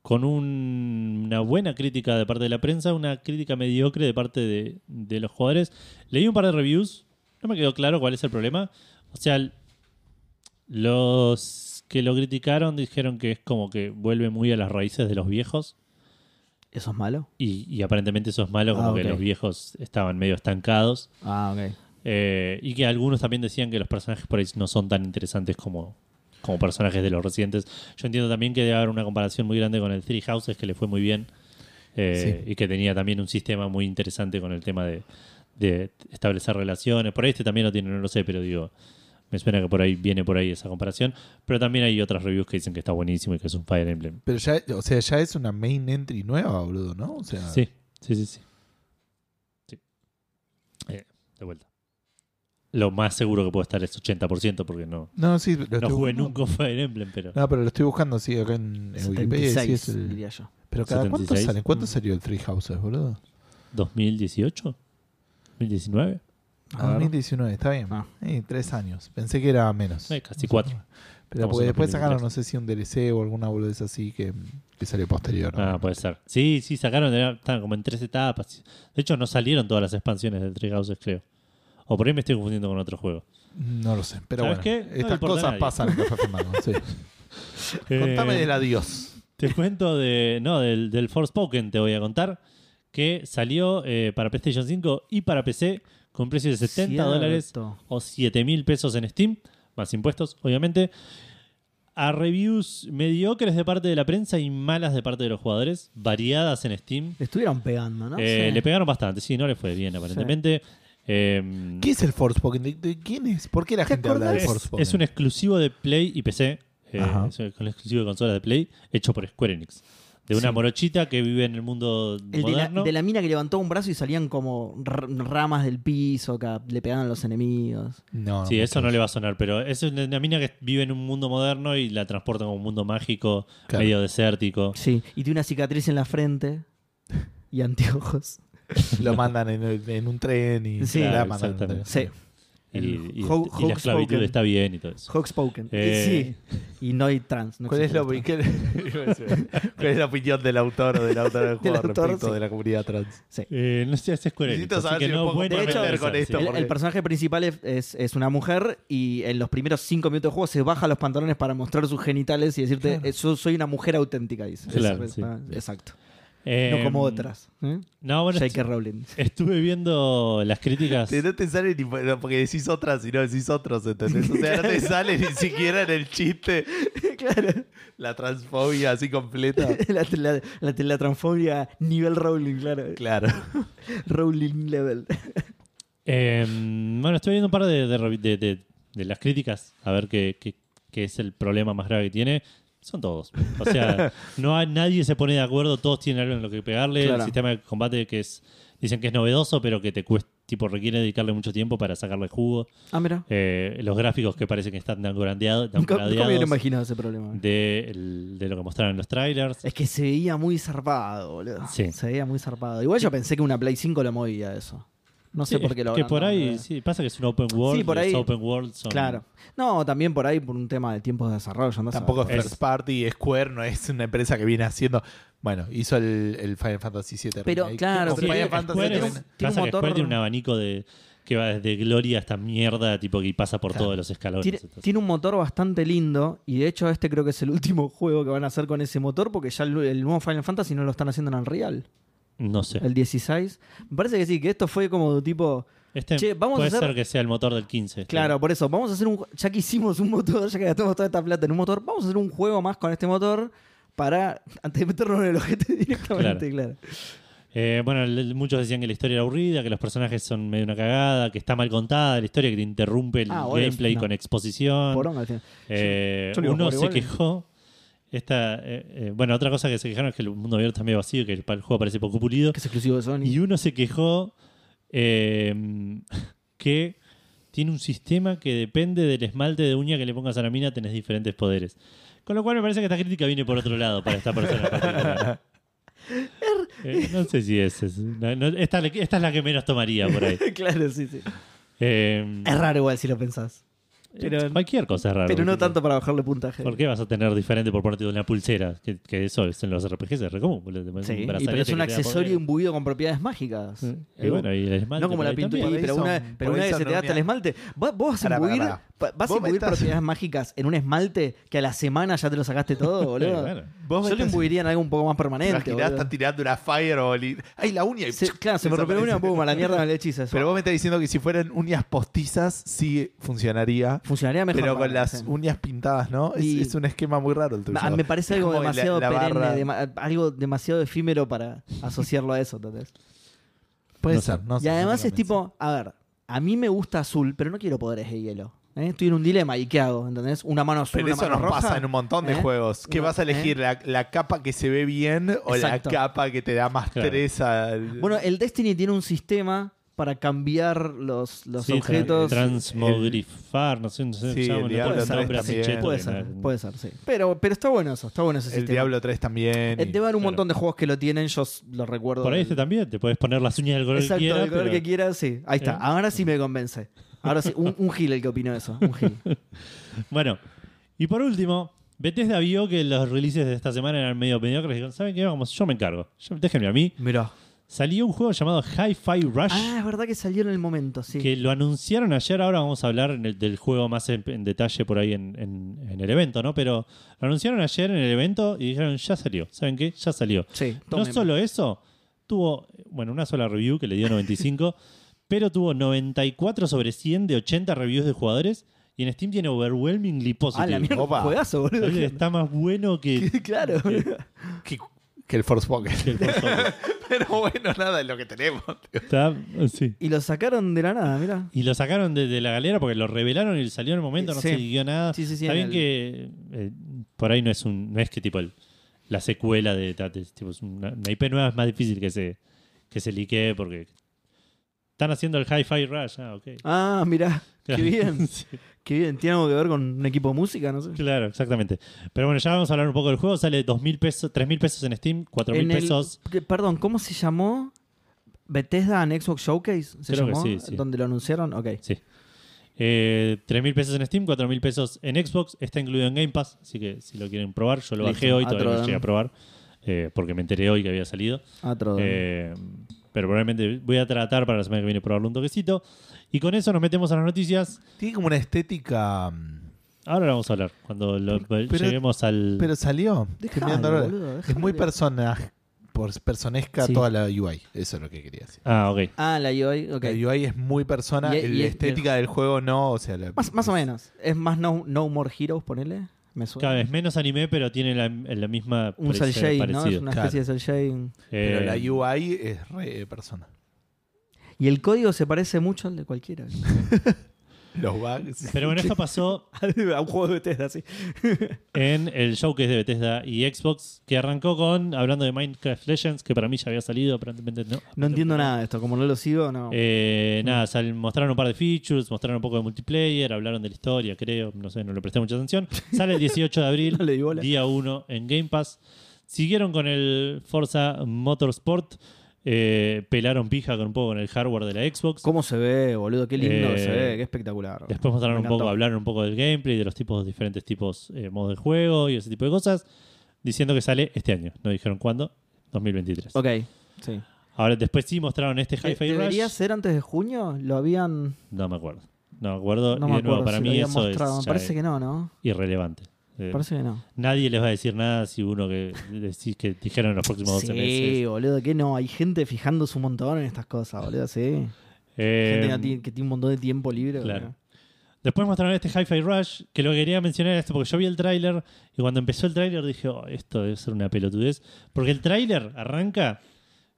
Speaker 1: con un- una buena crítica de parte de la prensa, una crítica mediocre de parte de, de los jugadores. Leí un par de reviews, no me quedó claro cuál es el problema. O sea, el- los que lo criticaron dijeron que es como que vuelve muy a las raíces de los viejos.
Speaker 2: ¿Eso es malo?
Speaker 1: Y, y aparentemente eso es malo, como
Speaker 2: Ah,
Speaker 1: que
Speaker 2: ok.
Speaker 1: los viejos estaban medio estancados.
Speaker 2: Ah, ok.
Speaker 1: Eh, y que algunos también decían que los personajes por ahí no son tan interesantes como, como personajes de los recientes. Yo entiendo también que debe haber una comparación muy grande con el Three Houses, que le fue muy bien. eh, Y que tenía también un sistema muy interesante con el tema de, de establecer relaciones. Por ahí este también lo tiene, no lo sé, pero digo, me suena que por ahí viene por ahí esa comparación. Pero también hay otras reviews que dicen que está buenísimo y que es un Fire Emblem.
Speaker 3: Pero ya, o sea, ya es una main entry nueva, boludo, ¿no? O sea,
Speaker 1: Sí, sí, sí, sí. Sí. Eh, de vuelta. Lo más seguro que puedo estar es 80% porque no,
Speaker 3: No, sí, lo estoy
Speaker 1: No jugué
Speaker 3: buscando.
Speaker 1: nunca un Fire Emblem, pero.
Speaker 3: No, pero lo estoy buscando, sí, acá en, en Wikipedia. sí
Speaker 2: 76,
Speaker 3: es el-
Speaker 2: diría yo.
Speaker 3: Pero cada cuánto
Speaker 1: 76.
Speaker 3: salen, ¿cuánto salió el Three Houses, boludo?
Speaker 1: ¿2018? ¿2019?
Speaker 2: A ver.
Speaker 3: 2019, está bien.
Speaker 2: Ah.
Speaker 3: Eh, tres años. Pensé que era menos.
Speaker 1: Eh, casi cuatro.
Speaker 3: Pero
Speaker 1: Estamos
Speaker 3: porque
Speaker 1: en 2023.
Speaker 3: después sacaron, no sé si un DLC o alguna boludez así que, que salió posterior. ¿no?
Speaker 1: Ah, puede ser. Sí, sí, sacaron, era- estaban como en tres etapas. De hecho, no salieron todas las expansiones de Three Houses, creo. O por ahí me estoy confundiendo con otro juego.
Speaker 3: No lo sé. Pero
Speaker 1: ¿Sabes
Speaker 3: bueno,
Speaker 1: qué? No le
Speaker 3: estas
Speaker 1: importa a
Speaker 3: cosas
Speaker 1: nadie.
Speaker 3: pasan en Café Fandango, sí. Contame
Speaker 1: Eh,
Speaker 3: del adiós.
Speaker 1: Te cuento de. No, del, del Forspoken te voy a contar. Que salió eh, para PlayStation 5 y para PC con un precio de 70 dólares
Speaker 2: Cierto.
Speaker 1: o 7 mil pesos en Steam, más impuestos, obviamente. A reviews mediocres de parte de la prensa y malas de parte de los jugadores, variadas en Steam.
Speaker 2: Le estuvieron pegando, ¿no?
Speaker 1: Eh,
Speaker 2: Sí.
Speaker 1: Le pegaron bastante, sí, no le fue bien aparentemente. Eh,
Speaker 3: ¿Qué es el Forspoken? ¿De, de quién es? ¿Por qué la
Speaker 2: ¿Te
Speaker 3: gente habla del
Speaker 2: acordás?
Speaker 1: es,
Speaker 3: Forspoken?
Speaker 1: es un exclusivo de Play y PC. eh,
Speaker 3: Ajá.
Speaker 1: es un exclusivo de consolas de Play hecho por Square Enix. De una
Speaker 2: Sí.
Speaker 1: morochita que vive en el mundo
Speaker 2: El de la,
Speaker 1: moderno.
Speaker 2: de la mina que levantó un brazo y salían como r- ramas del piso, que le pegaban a los enemigos.
Speaker 3: No,
Speaker 1: Sí, eso no
Speaker 3: muchachos.
Speaker 1: le va a sonar, pero es una una mina que vive en un mundo moderno y la transporta a un mundo mágico,
Speaker 3: Claro.
Speaker 1: medio desértico.
Speaker 2: Sí, y tiene una cicatriz en la frente y anteojos.
Speaker 3: Lo mandan en, en un tren y
Speaker 2: Sí.
Speaker 3: la
Speaker 1: Claro,
Speaker 3: mandan en un tren.
Speaker 1: exactamente.
Speaker 2: Sí,
Speaker 1: Y, y-
Speaker 2: El
Speaker 1: y
Speaker 2: Hawk-
Speaker 1: la esclavitud
Speaker 2: Hawkspoken.
Speaker 1: está bien y todo eso.
Speaker 2: Hawkspoken.
Speaker 1: Eh.
Speaker 2: Sí, y no hay trans. no
Speaker 3: ¿Cuál es, la
Speaker 2: existe
Speaker 3: opinión, ¿Cuál es la opinión del autor o del autor del juego
Speaker 2: autor,
Speaker 3: respecto
Speaker 2: sí.
Speaker 3: de la comunidad trans?
Speaker 1: Eh, no sé, hace Square Enix,
Speaker 3: Necesito
Speaker 1: así
Speaker 3: saber
Speaker 1: que
Speaker 3: si me
Speaker 1: no
Speaker 3: puedo
Speaker 1: puedo
Speaker 2: comprometer
Speaker 1: pensar,
Speaker 3: con
Speaker 1: sí.
Speaker 3: esto,
Speaker 2: El,
Speaker 3: porque-
Speaker 2: el personaje principal es, es- es una mujer y en los primeros cinco minutos de juego se baja los pantalones para mostrar sus genitales y decirte, eh, yo soy una mujer auténtica, dice.
Speaker 1: Claro,
Speaker 2: Es-
Speaker 1: sí.
Speaker 2: ah, Exacto.
Speaker 1: Eh,
Speaker 2: no como otras. ¿eh?
Speaker 1: No, bueno,
Speaker 2: J.K. Rowling.
Speaker 1: estuve viendo las críticas.
Speaker 3: Te- No te sale ni no, porque decís otras y no decís otros, ¿entendés? O sea, no te sale ni siquiera en el chiste
Speaker 2: claro.
Speaker 3: la transfobia así completa.
Speaker 2: la, la, la teletransfobia nivel Rowling, claro.
Speaker 3: Claro.
Speaker 2: Rowling level.
Speaker 1: Eh, bueno, estoy viendo un par de, de revi- de- de- de las críticas, a ver qué, qué- qué es el problema más grave que tiene. Son todos. O sea, no hay, nadie se pone de acuerdo, todos tienen algo en lo que pegarle.
Speaker 2: Claro.
Speaker 1: El sistema de combate que es, dicen que es novedoso, pero que te cuesta, tipo, requiere dedicarle mucho tiempo para sacarle jugo.
Speaker 2: Ah, mira.
Speaker 1: Eh, los gráficos que parece que están tan grandeados, tan
Speaker 2: Nunca, nunca me hubiera
Speaker 1: gradeados
Speaker 2: imaginado ese problema.
Speaker 1: de, el- de lo que mostraron en los trailers.
Speaker 2: Es que se veía muy zarpado, boludo.
Speaker 1: Sí.
Speaker 2: Se veía muy zarpado. Igual yo pensé que una Play 5 lo movía eso. No sé
Speaker 1: Sí,
Speaker 2: por qué lo
Speaker 1: Que
Speaker 2: habrán
Speaker 1: por ahí,
Speaker 2: dado.
Speaker 1: sí, pasa que es un open world.
Speaker 2: Sí, por
Speaker 1: los
Speaker 2: ahí-
Speaker 1: open world son-
Speaker 2: Claro. No, también por ahí por un tema de tiempos de desarrollo. No
Speaker 3: Tampoco es
Speaker 1: Es-
Speaker 3: First Party, Square no es una empresa que viene haciendo. Bueno, hizo el, el Final Fantasy VII.
Speaker 2: Pero,
Speaker 3: remake.
Speaker 2: claro,
Speaker 3: O
Speaker 1: Sí,
Speaker 2: Pero
Speaker 3: Final
Speaker 1: Square
Speaker 3: Fantasy
Speaker 1: es-
Speaker 2: tiene
Speaker 3: VII.
Speaker 2: un-
Speaker 1: pasa que
Speaker 2: motor-
Speaker 1: Square tiene un abanico de que va desde gloria hasta mierda, tipo que pasa por
Speaker 3: Claro.
Speaker 1: todos los escalones.
Speaker 2: Tiene,
Speaker 1: Entonces,
Speaker 2: tiene un motor bastante lindo y de hecho este creo que es el último juego que van a hacer con ese motor porque ya el, el nuevo Final Fantasy no lo están haciendo en Unreal,
Speaker 1: no sé.
Speaker 2: el 16. Me parece que sí, que esto fue como tipo,
Speaker 1: Este
Speaker 2: Che, vamos
Speaker 1: puede
Speaker 2: a hacer-
Speaker 1: ser que sea el motor del 15. este.
Speaker 2: Claro, por eso, vamos a hacer un. Ya que hicimos un motor, ya que gastamos toda esta plata en un motor, vamos a hacer un juego más con este motor para. Antes de meternos en el ojete directamente, claro.
Speaker 1: Eh, bueno, el- el- muchos decían que la historia era aburrida, que los personajes son medio una cagada, que está mal contada la historia, que te interrumpe el
Speaker 2: Ah, bueno,
Speaker 1: gameplay
Speaker 2: no.
Speaker 1: con exposición.
Speaker 2: Poronga, al final.
Speaker 1: Eh,
Speaker 2: Yo le digo,
Speaker 1: uno
Speaker 2: por
Speaker 1: se
Speaker 2: igual-
Speaker 1: quejó. Esta, eh, eh, bueno, otra cosa que se quejaron es que el mundo abierto es medio vacío, que el el juego parece poco pulido.
Speaker 2: Que es exclusivo de Sony.
Speaker 1: Y uno se quejó eh, que tiene un sistema que depende del esmalte de uña que le pongas a la mina, tenés diferentes poderes. Con lo cual me parece que esta crítica viene por otro lado para esta persona. en particular. Eh, no sé si es. es- no- no- esta, le- esta es la que menos tomaría por ahí.
Speaker 2: claro, sí, sí.
Speaker 1: Eh,
Speaker 2: Es raro igual si lo pensás. pero-
Speaker 1: cualquier cosa es raro.
Speaker 2: Pero no
Speaker 1: tipo,
Speaker 2: tanto para bajarle puntaje.
Speaker 1: ¿Por qué vas a tener diferente por parte de una pulsera? Que, que eso es en los RPGs es re común. boludo, te pones
Speaker 2: Sí,
Speaker 1: un
Speaker 2: y
Speaker 1: brazalete
Speaker 2: pero es un
Speaker 1: que te da
Speaker 2: accesorio
Speaker 1: poderes.
Speaker 2: imbuido con propiedades mágicas. ¿Eh?
Speaker 1: Y bueno, y el esmalte
Speaker 2: no como
Speaker 1: por
Speaker 2: la
Speaker 1: ahí
Speaker 2: Pintu,
Speaker 1: también.
Speaker 3: también.
Speaker 2: pero
Speaker 3: Por ahí
Speaker 2: una,
Speaker 3: son-
Speaker 2: pero
Speaker 3: por
Speaker 2: una
Speaker 3: ahí
Speaker 2: vez
Speaker 3: son
Speaker 2: se te gasta el
Speaker 3: reunidas.
Speaker 2: esmalte. va- Vos vas a
Speaker 3: Pará, pará,
Speaker 2: imbuir,
Speaker 3: pará.
Speaker 2: va- vas a
Speaker 3: Vos me
Speaker 2: imbuir
Speaker 3: estás-
Speaker 2: propiedades mágicas en un esmalte que a la semana ya te lo sacaste todo, boludo.
Speaker 1: bueno.
Speaker 3: Vos me
Speaker 2: Yo lo
Speaker 3: estás-
Speaker 2: imbuiría en algo un poco más permanente.
Speaker 3: Imaginá,
Speaker 2: boludo.
Speaker 3: está tirando una fireball y... ¡Ay, la uña! y-
Speaker 2: Se- claro, se me rompió una
Speaker 3: desaparece.
Speaker 2: puma, la mierda me le hechiza. eso.
Speaker 3: Pero vos me estás diciendo que si fueran uñas postizas sí funcionaría,
Speaker 2: Funcionaría mejor.
Speaker 3: pero con
Speaker 2: para-
Speaker 3: las
Speaker 2: sí.
Speaker 3: uñas pintadas, ¿no? Es,
Speaker 2: Y-
Speaker 3: es un esquema muy raro el tuyo.
Speaker 2: Ma- Me parece
Speaker 3: Es
Speaker 2: algo
Speaker 3: como la-
Speaker 2: demasiado
Speaker 3: la
Speaker 2: perenne,
Speaker 3: barra-
Speaker 2: dema- algo demasiado efímero para asociarlo a eso, ¿entendés?
Speaker 3: Puede
Speaker 1: No sé.
Speaker 3: ser, no sé,
Speaker 2: y
Speaker 3: no
Speaker 2: además
Speaker 3: me
Speaker 2: es
Speaker 3: convence.
Speaker 2: tipo, a ver, a mí me gusta azul, pero no quiero poderes de hielo. ¿eh? Estoy en un dilema, ¿y qué hago? ¿Entendés? Una mano azul,
Speaker 3: Pero
Speaker 2: una
Speaker 3: eso
Speaker 2: mano
Speaker 3: nos
Speaker 2: roja.
Speaker 3: pasa en un montón de
Speaker 2: ¿eh?
Speaker 3: juegos. Que
Speaker 2: No,
Speaker 3: vas a elegir la, la capa que se ve bien o
Speaker 2: Exacto.
Speaker 3: la capa que te da más
Speaker 1: Claro.
Speaker 3: tres al...
Speaker 2: Bueno, el Destiny tiene un sistema para cambiar los, los
Speaker 1: Sí, tra-
Speaker 2: objetos.
Speaker 1: transmogrifar, no sé, no sé.
Speaker 3: Sí,
Speaker 1: ya,
Speaker 3: el
Speaker 1: bueno,
Speaker 3: diablo
Speaker 1: todo el
Speaker 2: tres
Speaker 1: nombre así
Speaker 3: también.
Speaker 1: cheto
Speaker 2: Puede
Speaker 1: que
Speaker 2: ser,
Speaker 1: nada.
Speaker 2: puede ser, sí. Pero, pero está bueno eso, está bueno ese
Speaker 3: el
Speaker 2: sistema.
Speaker 3: Diablo 3 también.
Speaker 2: Eh,
Speaker 3: y-
Speaker 2: Debe haber un
Speaker 1: claro.
Speaker 2: montón de juegos que lo tienen, yo s- lo recuerdo.
Speaker 1: Por ahí
Speaker 2: del-
Speaker 1: este también, te puedes poner las uñas del color
Speaker 2: Exacto,
Speaker 1: que quieras.
Speaker 2: el color
Speaker 1: pero-
Speaker 2: que quiera, sí. Ahí está.
Speaker 1: Eh.
Speaker 2: Ahora sí me convence. Ahora sí, un, un Gil el que opinó eso. Un Gil.
Speaker 1: Bueno, Y por último, Bethesda vio que los releases de esta semana eran medio mediocres y dijeron, ¿saben qué? Vamos, yo me encargo. Yo- déjenme a mí.
Speaker 2: Mirá.
Speaker 1: Salió un juego llamado Hi-Fi Rush.
Speaker 2: Ah, es verdad que salió en el momento, sí.
Speaker 1: Que lo anunciaron ayer, ahora vamos a hablar en el- del juego más en, en detalle por ahí en, en- en el evento, ¿no? Pero lo anunciaron ayer en el evento y dijeron, ya salió, ¿saben qué? Ya salió.
Speaker 2: Sí,
Speaker 1: No
Speaker 2: tomen.
Speaker 1: solo eso, tuvo, bueno, una sola review que le dio 95, pero tuvo 94 sobre 100 de 80 reviews de jugadores y en Steam tiene overwhelmingly
Speaker 2: Ah, la
Speaker 1: positive.
Speaker 2: mierda,
Speaker 3: Opa.
Speaker 2: juegazo, boludo.
Speaker 1: Oye, Está más bueno que...
Speaker 2: claro.
Speaker 3: Que, que el Forspoken.
Speaker 1: que el Forspoken.
Speaker 3: Pero bueno, nada, es lo que tenemos.
Speaker 1: Está- sí.
Speaker 2: y lo sacaron de la nada, mirá.
Speaker 1: Y lo sacaron de, de la galera porque lo revelaron y salió en el momento, no
Speaker 2: Sí.
Speaker 1: se siguió nada.
Speaker 2: Sí, sí, sí,
Speaker 1: Está bien
Speaker 2: en el-
Speaker 1: que eh, por ahí no es un no es que tipo el- la secuela de Tates, tipo, es una, una IP nueva es más difícil que se que se liquee porque están haciendo el Hi-Fi Rush. Ah, ok.
Speaker 2: Ah, mirá. Qué
Speaker 1: Claro.
Speaker 2: bien.
Speaker 1: Sí,
Speaker 2: Qué bien. ¿Tiene algo que ver con un equipo de música? No sé.
Speaker 1: claro, exactamente. Pero bueno, ya vamos a hablar un poco del juego. Sale 2.000 pesos, 3.000 pesos en Steam, 4.000
Speaker 2: En el-
Speaker 1: pesos.
Speaker 2: que- Perdón, ¿cómo se llamó? ¿Bethesda en Xbox Showcase? ¿Se
Speaker 1: Creo que
Speaker 2: llamó?
Speaker 1: sí, sí.
Speaker 2: ¿Donde lo anunciaron? Ok.
Speaker 1: Sí. Eh, 3.000 pesos en Steam, 4.000 pesos en Xbox. Está incluido en Game Pass, así que si lo quieren probar, yo lo
Speaker 2: Listo,
Speaker 1: bajé hoy, todavía
Speaker 2: otro
Speaker 1: no llegué a probar, eh, porque me enteré hoy que había salido.
Speaker 2: Otro.
Speaker 1: Eh, pero probablemente voy a tratar para la semana que viene probarlo un toquecito. Y con eso nos metemos a las noticias.
Speaker 3: Tiene como una estética. mm,
Speaker 1: Ahora lo vamos a hablar, cuando lo-
Speaker 3: Pero-
Speaker 1: lleguemos al...
Speaker 3: Pero salió.
Speaker 2: Dejalo,
Speaker 3: Estoy mirando ahora.
Speaker 2: boludo,
Speaker 3: es
Speaker 2: dejalo
Speaker 3: muy
Speaker 2: que-
Speaker 3: personaj, por, personesca
Speaker 2: Sí.
Speaker 3: toda la UI. Eso es lo que quería decir.
Speaker 1: ah, ok.
Speaker 2: ah, la UI. Ok.
Speaker 3: La UI es muy persona.
Speaker 2: Y- e-
Speaker 3: el-
Speaker 2: y-
Speaker 3: la estética del juego no. O sea, la-
Speaker 2: Más, más o
Speaker 3: es-
Speaker 2: menos. Es más No, no More Heroes, ponele. Me suena.
Speaker 1: Cada vez menos anime, pero tiene la, la misma...
Speaker 2: Un cel
Speaker 1: parece-
Speaker 2: shading, ¿no? Es una
Speaker 3: Claro.
Speaker 2: especie de cel shading.
Speaker 1: Eh,
Speaker 3: Pero la UI es re persona.
Speaker 2: Y el código se parece mucho al de cualquiera.
Speaker 3: Los bugs.
Speaker 1: pero bueno, esto pasó
Speaker 2: A un juego de Bethesda, así.
Speaker 1: en el showcase de Bethesda y Xbox, que arrancó con hablando de Minecraft Legends, que para mí ya había salido, aparentemente no.
Speaker 2: No entiendo nada de esto. Como no lo sigo, no. Mm.
Speaker 1: Eh, nada, sal- mostraron un par de features, mostraron un poco de multiplayer, hablaron de la historia, creo, no sé, no le presté mucha atención. Sale el 18 de abril,
Speaker 2: No le di bola.
Speaker 1: día 1 en Game Pass. Siguieron con el Forza Motorsport, eh, pelaron pija con un poco con el hardware de la Xbox.
Speaker 2: ¿Cómo se ve, boludo? Qué lindo que se
Speaker 1: Eh,
Speaker 2: ve. Qué espectacular.
Speaker 1: Después mostraron
Speaker 2: Me
Speaker 1: un poco,
Speaker 2: encantó.
Speaker 1: hablaron un poco del gameplay, de los tipos, diferentes tipos, eh, modos de juego y ese tipo de cosas, diciendo que sale este año. No dijeron cuándo, 2023.
Speaker 2: Ok. Sí.
Speaker 1: Ahora, después sí mostraron este
Speaker 2: Eh,
Speaker 1: Hi-Fi Rush.
Speaker 2: ¿Debería ser antes de junio? Lo habían.
Speaker 1: No me acuerdo. No me acuerdo.
Speaker 2: No
Speaker 1: y
Speaker 2: me
Speaker 1: de nuevo,
Speaker 2: acuerdo
Speaker 1: para
Speaker 2: si lo
Speaker 1: mí
Speaker 2: habían
Speaker 1: eso es,
Speaker 2: mostrado. Me
Speaker 1: ya
Speaker 2: parece
Speaker 1: es
Speaker 2: que no, ¿no?
Speaker 1: irrelevante. Eh,
Speaker 2: Parece que no.
Speaker 1: Nadie les va a decir nada si uno que decís que dijeron en los próximos 12
Speaker 2: Sí,
Speaker 1: meses.
Speaker 2: boludo, que no. Hay gente fijándose un montón en estas cosas, boludo, sí.
Speaker 1: Eh,
Speaker 2: gente que no tiene, que tiene un montón de tiempo libre.
Speaker 1: Claro.
Speaker 2: boludo.
Speaker 1: Después mostraron este Hi-Fi Rush, que lo que quería mencionar es esto, porque yo vi el tráiler y cuando empezó el tráiler dije, "Oh, esto debe ser una pelotudez. Porque el tráiler arranca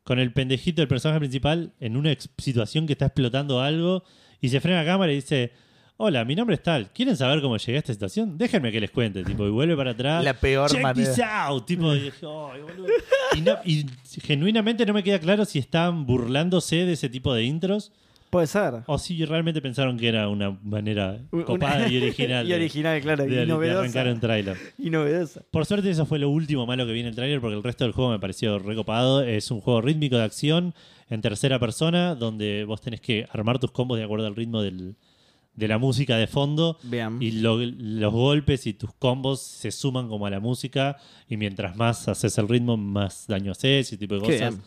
Speaker 1: con el pendejito, el personaje principal, en una ex- situación que está explotando algo y se frena la cámara y dice, hola, mi nombre es tal, ¿quieren saber cómo llegué a esta situación? Déjenme que les cuente, tipo, y vuelve para atrás.
Speaker 3: La peor
Speaker 1: Check
Speaker 3: manera.
Speaker 1: this out, tipo, y dije, "Ay, boludo". Y no- y genuinamente no me queda claro si están burlándose de ese tipo de intros.
Speaker 2: Puede ser.
Speaker 1: O si realmente pensaron que era una manera
Speaker 2: Una-
Speaker 1: copada y original.
Speaker 2: y
Speaker 1: de-
Speaker 2: original, claro.
Speaker 1: de,
Speaker 2: y
Speaker 1: de
Speaker 2: novedosa.
Speaker 1: arrancar un tráiler.
Speaker 2: Y novedosa.
Speaker 1: Por suerte eso fue lo último malo que vi en el tráiler porque el resto del juego me pareció recopado. Es un juego rítmico de acción en tercera persona donde vos tenés que armar tus combos de acuerdo al ritmo del- de la música de fondo.
Speaker 2: Bien.
Speaker 1: Y lo- los golpes y tus combos se suman como a la música y mientras más haces el ritmo, más daño haces y tipo de
Speaker 2: Qué
Speaker 1: cosas.
Speaker 2: bien.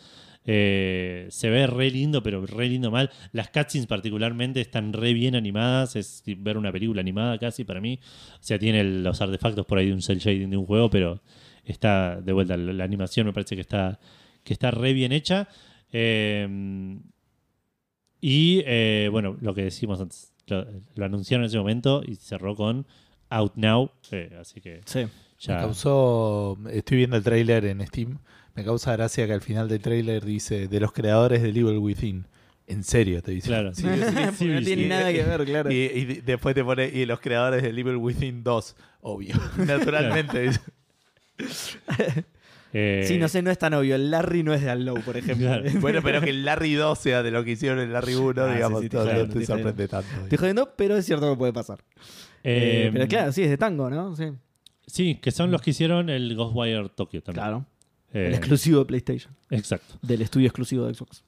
Speaker 1: Eh, se ve re lindo, pero re lindo mal. Las cutscenes particularmente están re bien animadas. Es ver una película animada casi para mí. O sea, tiene el- los artefactos por ahí de un cel shading de un juego, pero está de vuelta. La, la animación me parece que está, que está re bien hecha. Eh, y eh, bueno, lo que decimos antes, lo, lo anunciaron en ese momento y cerró con Out Now. eh, así que
Speaker 2: Sí.
Speaker 1: ya.
Speaker 3: Me causó. Estoy viendo el tráiler en Steam. Me causa gracia que al final del tráiler dice de los creadores del Evil Within. En serio, te dice.
Speaker 1: Claro.
Speaker 3: Sí,
Speaker 1: Porque
Speaker 2: no tiene
Speaker 1: sí.
Speaker 2: nada que ver, claro.
Speaker 3: Y, y de- después te pone, y los creadores del Evil Within 2, obvio, naturalmente.
Speaker 1: Eh,
Speaker 2: Sí, no sé, Eh, no es tan obvio. El Larry no es de Allow, por ejemplo.
Speaker 1: Claro.
Speaker 3: bueno, pero que el Larry 2 sea de lo que hicieron el Larry 1,
Speaker 2: Ah, sí,
Speaker 3: digamos,
Speaker 2: sí, te
Speaker 3: no- no
Speaker 1: jodiendo,
Speaker 2: te
Speaker 3: te sorprende tanto.
Speaker 2: Estoy jodiendo, pero es cierto que puede pasar. Eh,
Speaker 1: eh,
Speaker 2: pero claro, sí, es de tango, ¿no? Sí.
Speaker 1: Sí, que son los que hicieron el Ghostwire Tokyo también.
Speaker 2: Claro.
Speaker 1: Eh,
Speaker 2: El exclusivo de PlayStation.
Speaker 1: Exacto.
Speaker 2: Del estudio exclusivo de Xbox.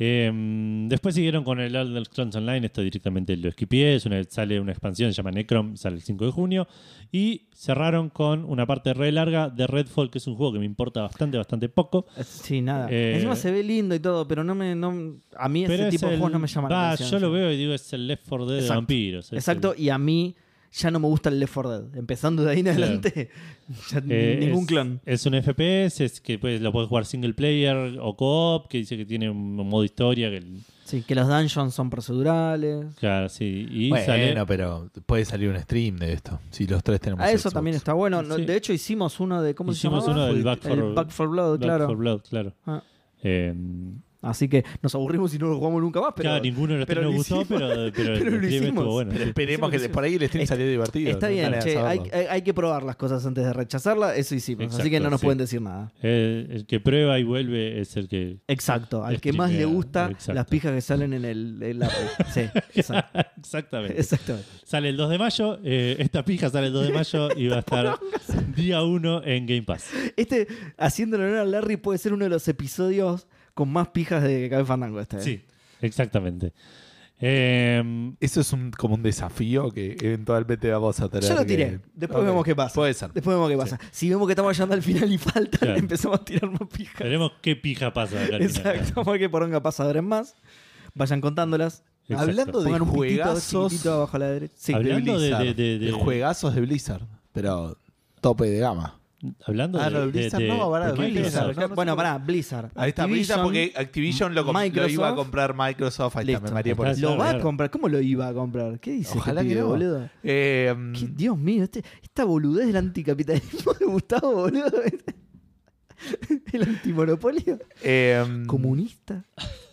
Speaker 1: Em, después siguieron con el Elder Scrolls Online, esto directamente lo esquipié, es una, sale una expansión, se llama Necrom, sale el 5 de junio, y cerraron con una parte re larga de Redfall, que es un juego que me importa bastante, bastante poco.
Speaker 2: Sí, nada.
Speaker 1: Eh,
Speaker 2: Encima se ve lindo y todo, pero no me, no, a mí ese
Speaker 1: Pero es
Speaker 2: tipo de
Speaker 1: el-
Speaker 2: juegos no me llama
Speaker 1: va,
Speaker 2: la atención.
Speaker 1: Yo lo veo y digo, es el Left 4 Dead de
Speaker 2: Exacto.
Speaker 1: vampiros. es
Speaker 2: Exacto,
Speaker 1: el-
Speaker 2: y a mí ya no me gusta el Left 4 Dead. Empezando de ahí en
Speaker 1: Claro.
Speaker 2: adelante, ya
Speaker 1: eh,
Speaker 2: ningún
Speaker 1: es-
Speaker 2: clon.
Speaker 1: Es un FPS, es que pues, lo puedes jugar single player o co-op, que dice que tiene un modo historia. Que,
Speaker 2: Sí, que los dungeons son procedurales.
Speaker 1: claro, sí. Y
Speaker 3: bueno,
Speaker 1: sale-
Speaker 3: pero puede salir un stream de esto. Si los tres tenemos.
Speaker 2: A Ah, eso
Speaker 3: Xbox.
Speaker 2: también está bueno. No,
Speaker 1: Sí.
Speaker 2: De hecho, hicimos uno de. ¿Cómo
Speaker 1: Hicimos
Speaker 2: se llama?
Speaker 1: uno del Back for-
Speaker 2: Blood,
Speaker 1: Back
Speaker 2: claro.
Speaker 1: 4 Blood, claro.
Speaker 2: Ah.
Speaker 1: Eh,
Speaker 2: Así que nos aburrimos y no lo jugamos nunca más. Pero
Speaker 1: claro, ninguno de los
Speaker 2: pero
Speaker 1: tres nos
Speaker 2: lo
Speaker 1: gustó,
Speaker 2: hicimos.
Speaker 1: pero, pero el
Speaker 2: Pero lo
Speaker 1: stream
Speaker 2: hicimos.
Speaker 1: estuvo bueno.
Speaker 3: Pero
Speaker 1: sí.
Speaker 3: esperemos que
Speaker 2: Hicimos-
Speaker 3: por ahí el stream
Speaker 2: Está-
Speaker 3: salió divertido.
Speaker 2: Está
Speaker 3: no hay
Speaker 2: bien,
Speaker 3: manera de
Speaker 2: che, hay,
Speaker 3: saberlo.
Speaker 2: hay- hay que probar las cosas antes de rechazarlas. Eso hicimos. así
Speaker 1: Exacto,
Speaker 2: que no nos
Speaker 1: sí.
Speaker 2: pueden decir nada.
Speaker 1: Eh, el que prueba y vuelve es el que.
Speaker 2: Exacto, al
Speaker 1: Es
Speaker 2: que más le
Speaker 1: primera,
Speaker 2: gusta
Speaker 1: exacto.
Speaker 2: las pijas que salen en el, en la- Sí, exacto.
Speaker 1: Exactamente.
Speaker 2: Exactamente.
Speaker 1: Sale el 2 de mayo. eh, esta pija sale el 2 de mayo y va a estar día 1 en Game Pass.
Speaker 2: Este, haciéndole honor a Larry, puede ser uno de los episodios con más pijas de Café Fandango. Este, ¿eh?
Speaker 1: Sí, exactamente. Eh,
Speaker 3: Eso es un, como un desafío que eventualmente vamos a tener.
Speaker 2: Yo lo
Speaker 3: que-
Speaker 2: tiré. Después
Speaker 3: Ok.
Speaker 2: vemos qué pasa.
Speaker 3: Puede ser.
Speaker 2: Después vemos qué pasa. Si vemos que estamos llegando al final y faltan,
Speaker 1: Claro.
Speaker 2: empezamos a tirar más pijas.
Speaker 1: veremos qué pija pasa acá al final.
Speaker 2: Exacto, porque poronga pasa ahora en más. Vayan contándolas.
Speaker 1: Exacto.
Speaker 3: Hablando de
Speaker 2: Pongan un
Speaker 3: juegazos.
Speaker 2: juegazos abajo a la derecha. Sí,
Speaker 1: Habla-
Speaker 3: de
Speaker 1: Hablando de-
Speaker 3: Blizzard,
Speaker 1: de- de- de-
Speaker 3: juegazos de Blizzard, pero tope de gama.
Speaker 1: Hablando
Speaker 3: Ah,
Speaker 1: de,
Speaker 3: no,
Speaker 1: de-
Speaker 3: Blizzard
Speaker 1: de-
Speaker 3: no,
Speaker 1: ¿por
Speaker 3: pará,
Speaker 1: qué
Speaker 3: Blizzard.
Speaker 1: Blizzard?
Speaker 3: no, no sé
Speaker 2: bueno,
Speaker 3: por qué.
Speaker 2: pará, Blizzard.
Speaker 3: Ahí está Blizzard porque Activision lo, comp- lo iba a
Speaker 2: Microsoft.
Speaker 3: comprar Microsoft. Ahí está,
Speaker 2: Listo.
Speaker 3: me mareé por
Speaker 1: Ahí
Speaker 3: eso.
Speaker 1: está.
Speaker 2: Lo va a
Speaker 1: Claro. Mm.
Speaker 2: comprar. ¿Cómo lo iba a comprar? ¿Qué dice
Speaker 3: Ojalá
Speaker 2: este
Speaker 3: que
Speaker 2: pibe,
Speaker 3: no.
Speaker 2: boludo?
Speaker 3: Eh,
Speaker 2: ¿Qué- Dios mío, este- esta boludez del anticapitalismo de Gustavo, boludo. El antimonopolio.
Speaker 1: Mm.
Speaker 3: eh,
Speaker 2: Comunista.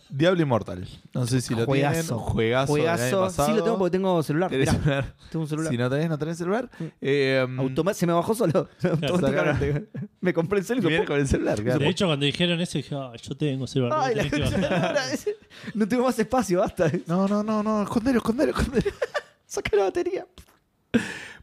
Speaker 3: Diablo Immortal. No sé si lo
Speaker 2: Juegazo.
Speaker 3: tienen. Juegazo. del año
Speaker 2: Juegazo. Sí
Speaker 3: pasado.
Speaker 2: lo tengo porque tengo celular.
Speaker 3: ¿Tenés
Speaker 2: Mirá,
Speaker 3: celular?
Speaker 2: tengo un celular.
Speaker 3: Si no tenés, no tenés celular.
Speaker 2: Mm.
Speaker 3: Eh,
Speaker 2: Automa- se me bajó solo. Automáticamente. Me compré el celular.
Speaker 3: viene con el celular. claro.
Speaker 1: De hecho, cuando dijeron eso, dije, "Ah, yo tengo celular.
Speaker 2: Ay,
Speaker 1: lo
Speaker 2: la
Speaker 1: tenés que
Speaker 2: gente.
Speaker 1: bajar".
Speaker 2: no tengo más espacio, basta.
Speaker 3: No, no, no, no. Escondelo, escondelo, escondelo.
Speaker 2: Saca la batería.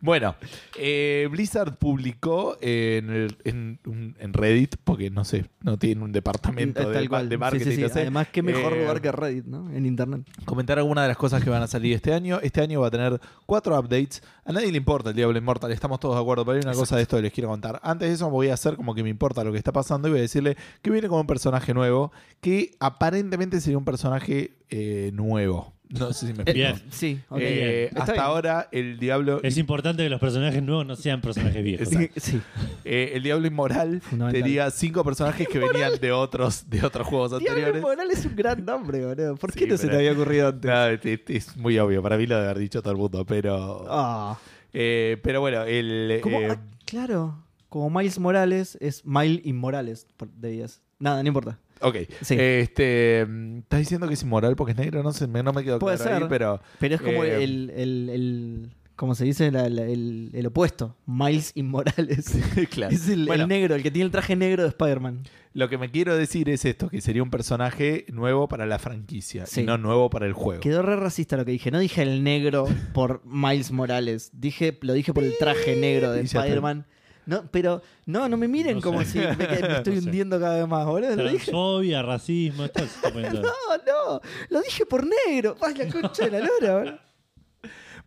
Speaker 3: Bueno, eh, Blizzard publicó en, el- en un- en Reddit, porque no sé, no tienen un departamento de,
Speaker 2: Tal
Speaker 3: ma-
Speaker 2: cual.
Speaker 3: de
Speaker 2: Sí,
Speaker 3: marketing.
Speaker 2: sí, sí.
Speaker 3: no sé.
Speaker 2: Además, qué mejor
Speaker 3: Eh,
Speaker 2: lugar que Reddit, ¿no? En internet.
Speaker 3: Comentar algunas de las cosas que van a salir este año. Este año va a tener cuatro updates. A nadie le importa el Diablo Immortal, estamos todos de acuerdo, pero hay una cosa de esto que les quiero contar. Antes de eso voy a hacer como que me importa lo que está pasando y voy a decirle que viene con un personaje nuevo, que aparentemente sería un personaje eh, nuevo. No sé si me explico.
Speaker 1: Bien.
Speaker 2: Sí, ok.
Speaker 3: Eh,
Speaker 2: Está
Speaker 3: hasta
Speaker 2: bien.
Speaker 3: ahora el Diablo
Speaker 1: Es importante que los personajes nuevos no sean personajes viejos.
Speaker 2: Sí, sí.
Speaker 3: Eh, el Diablo Inmoral
Speaker 2: Fundamental.
Speaker 3: tenía cinco personajes que venían de otros, de otros juegos
Speaker 2: Diablo
Speaker 3: anteriores.
Speaker 2: Moral es un gran nombre, boludo. ¿Por
Speaker 3: Sí,
Speaker 2: qué no se te
Speaker 3: pero-
Speaker 2: había ocurrido antes?
Speaker 3: No, es, es- es muy obvio, para mí lo de haber dicho todo el mundo, pero.
Speaker 2: Ah.
Speaker 3: eh, pero bueno, el.
Speaker 2: Como-
Speaker 3: eh,
Speaker 2: ah, claro. Como Miles Morales es Miles Inmorales, por- debías. Nada, no importa.
Speaker 3: ok.
Speaker 2: Sí.
Speaker 3: Este, mm, ¿Estás diciendo que es inmoral porque es negro? No sé, me- no me quedó
Speaker 2: Puede
Speaker 3: claro ahí,
Speaker 2: ser.
Speaker 3: pero.
Speaker 2: Pero es como
Speaker 3: Eh,
Speaker 2: el, el, el- como se dice, La- la- el, el opuesto. Miles Inmorales.
Speaker 3: claro.
Speaker 2: Es el, el
Speaker 3: Bueno.
Speaker 2: negro, el que tiene el traje negro de Spider-Man.
Speaker 3: Lo que me quiero decir es esto: que sería un personaje nuevo para la franquicia
Speaker 2: Sí.
Speaker 3: y no nuevo para el juego.
Speaker 2: Quedó re racista lo que dije. No dije el negro por Miles Morales. Dije, lo dije por el traje negro de
Speaker 3: Y ya está.
Speaker 2: Spider-Man. No, pero no, no me miren
Speaker 1: No
Speaker 2: como
Speaker 1: sé.
Speaker 2: si me, que- me estoy
Speaker 1: No sé.
Speaker 2: hundiendo cada vez más, boludo. Lo dije.
Speaker 1: Transfobia, racismo, esto se está poniendo-
Speaker 2: No, no, lo dije por negro. Vas la concha de la lora, boludo.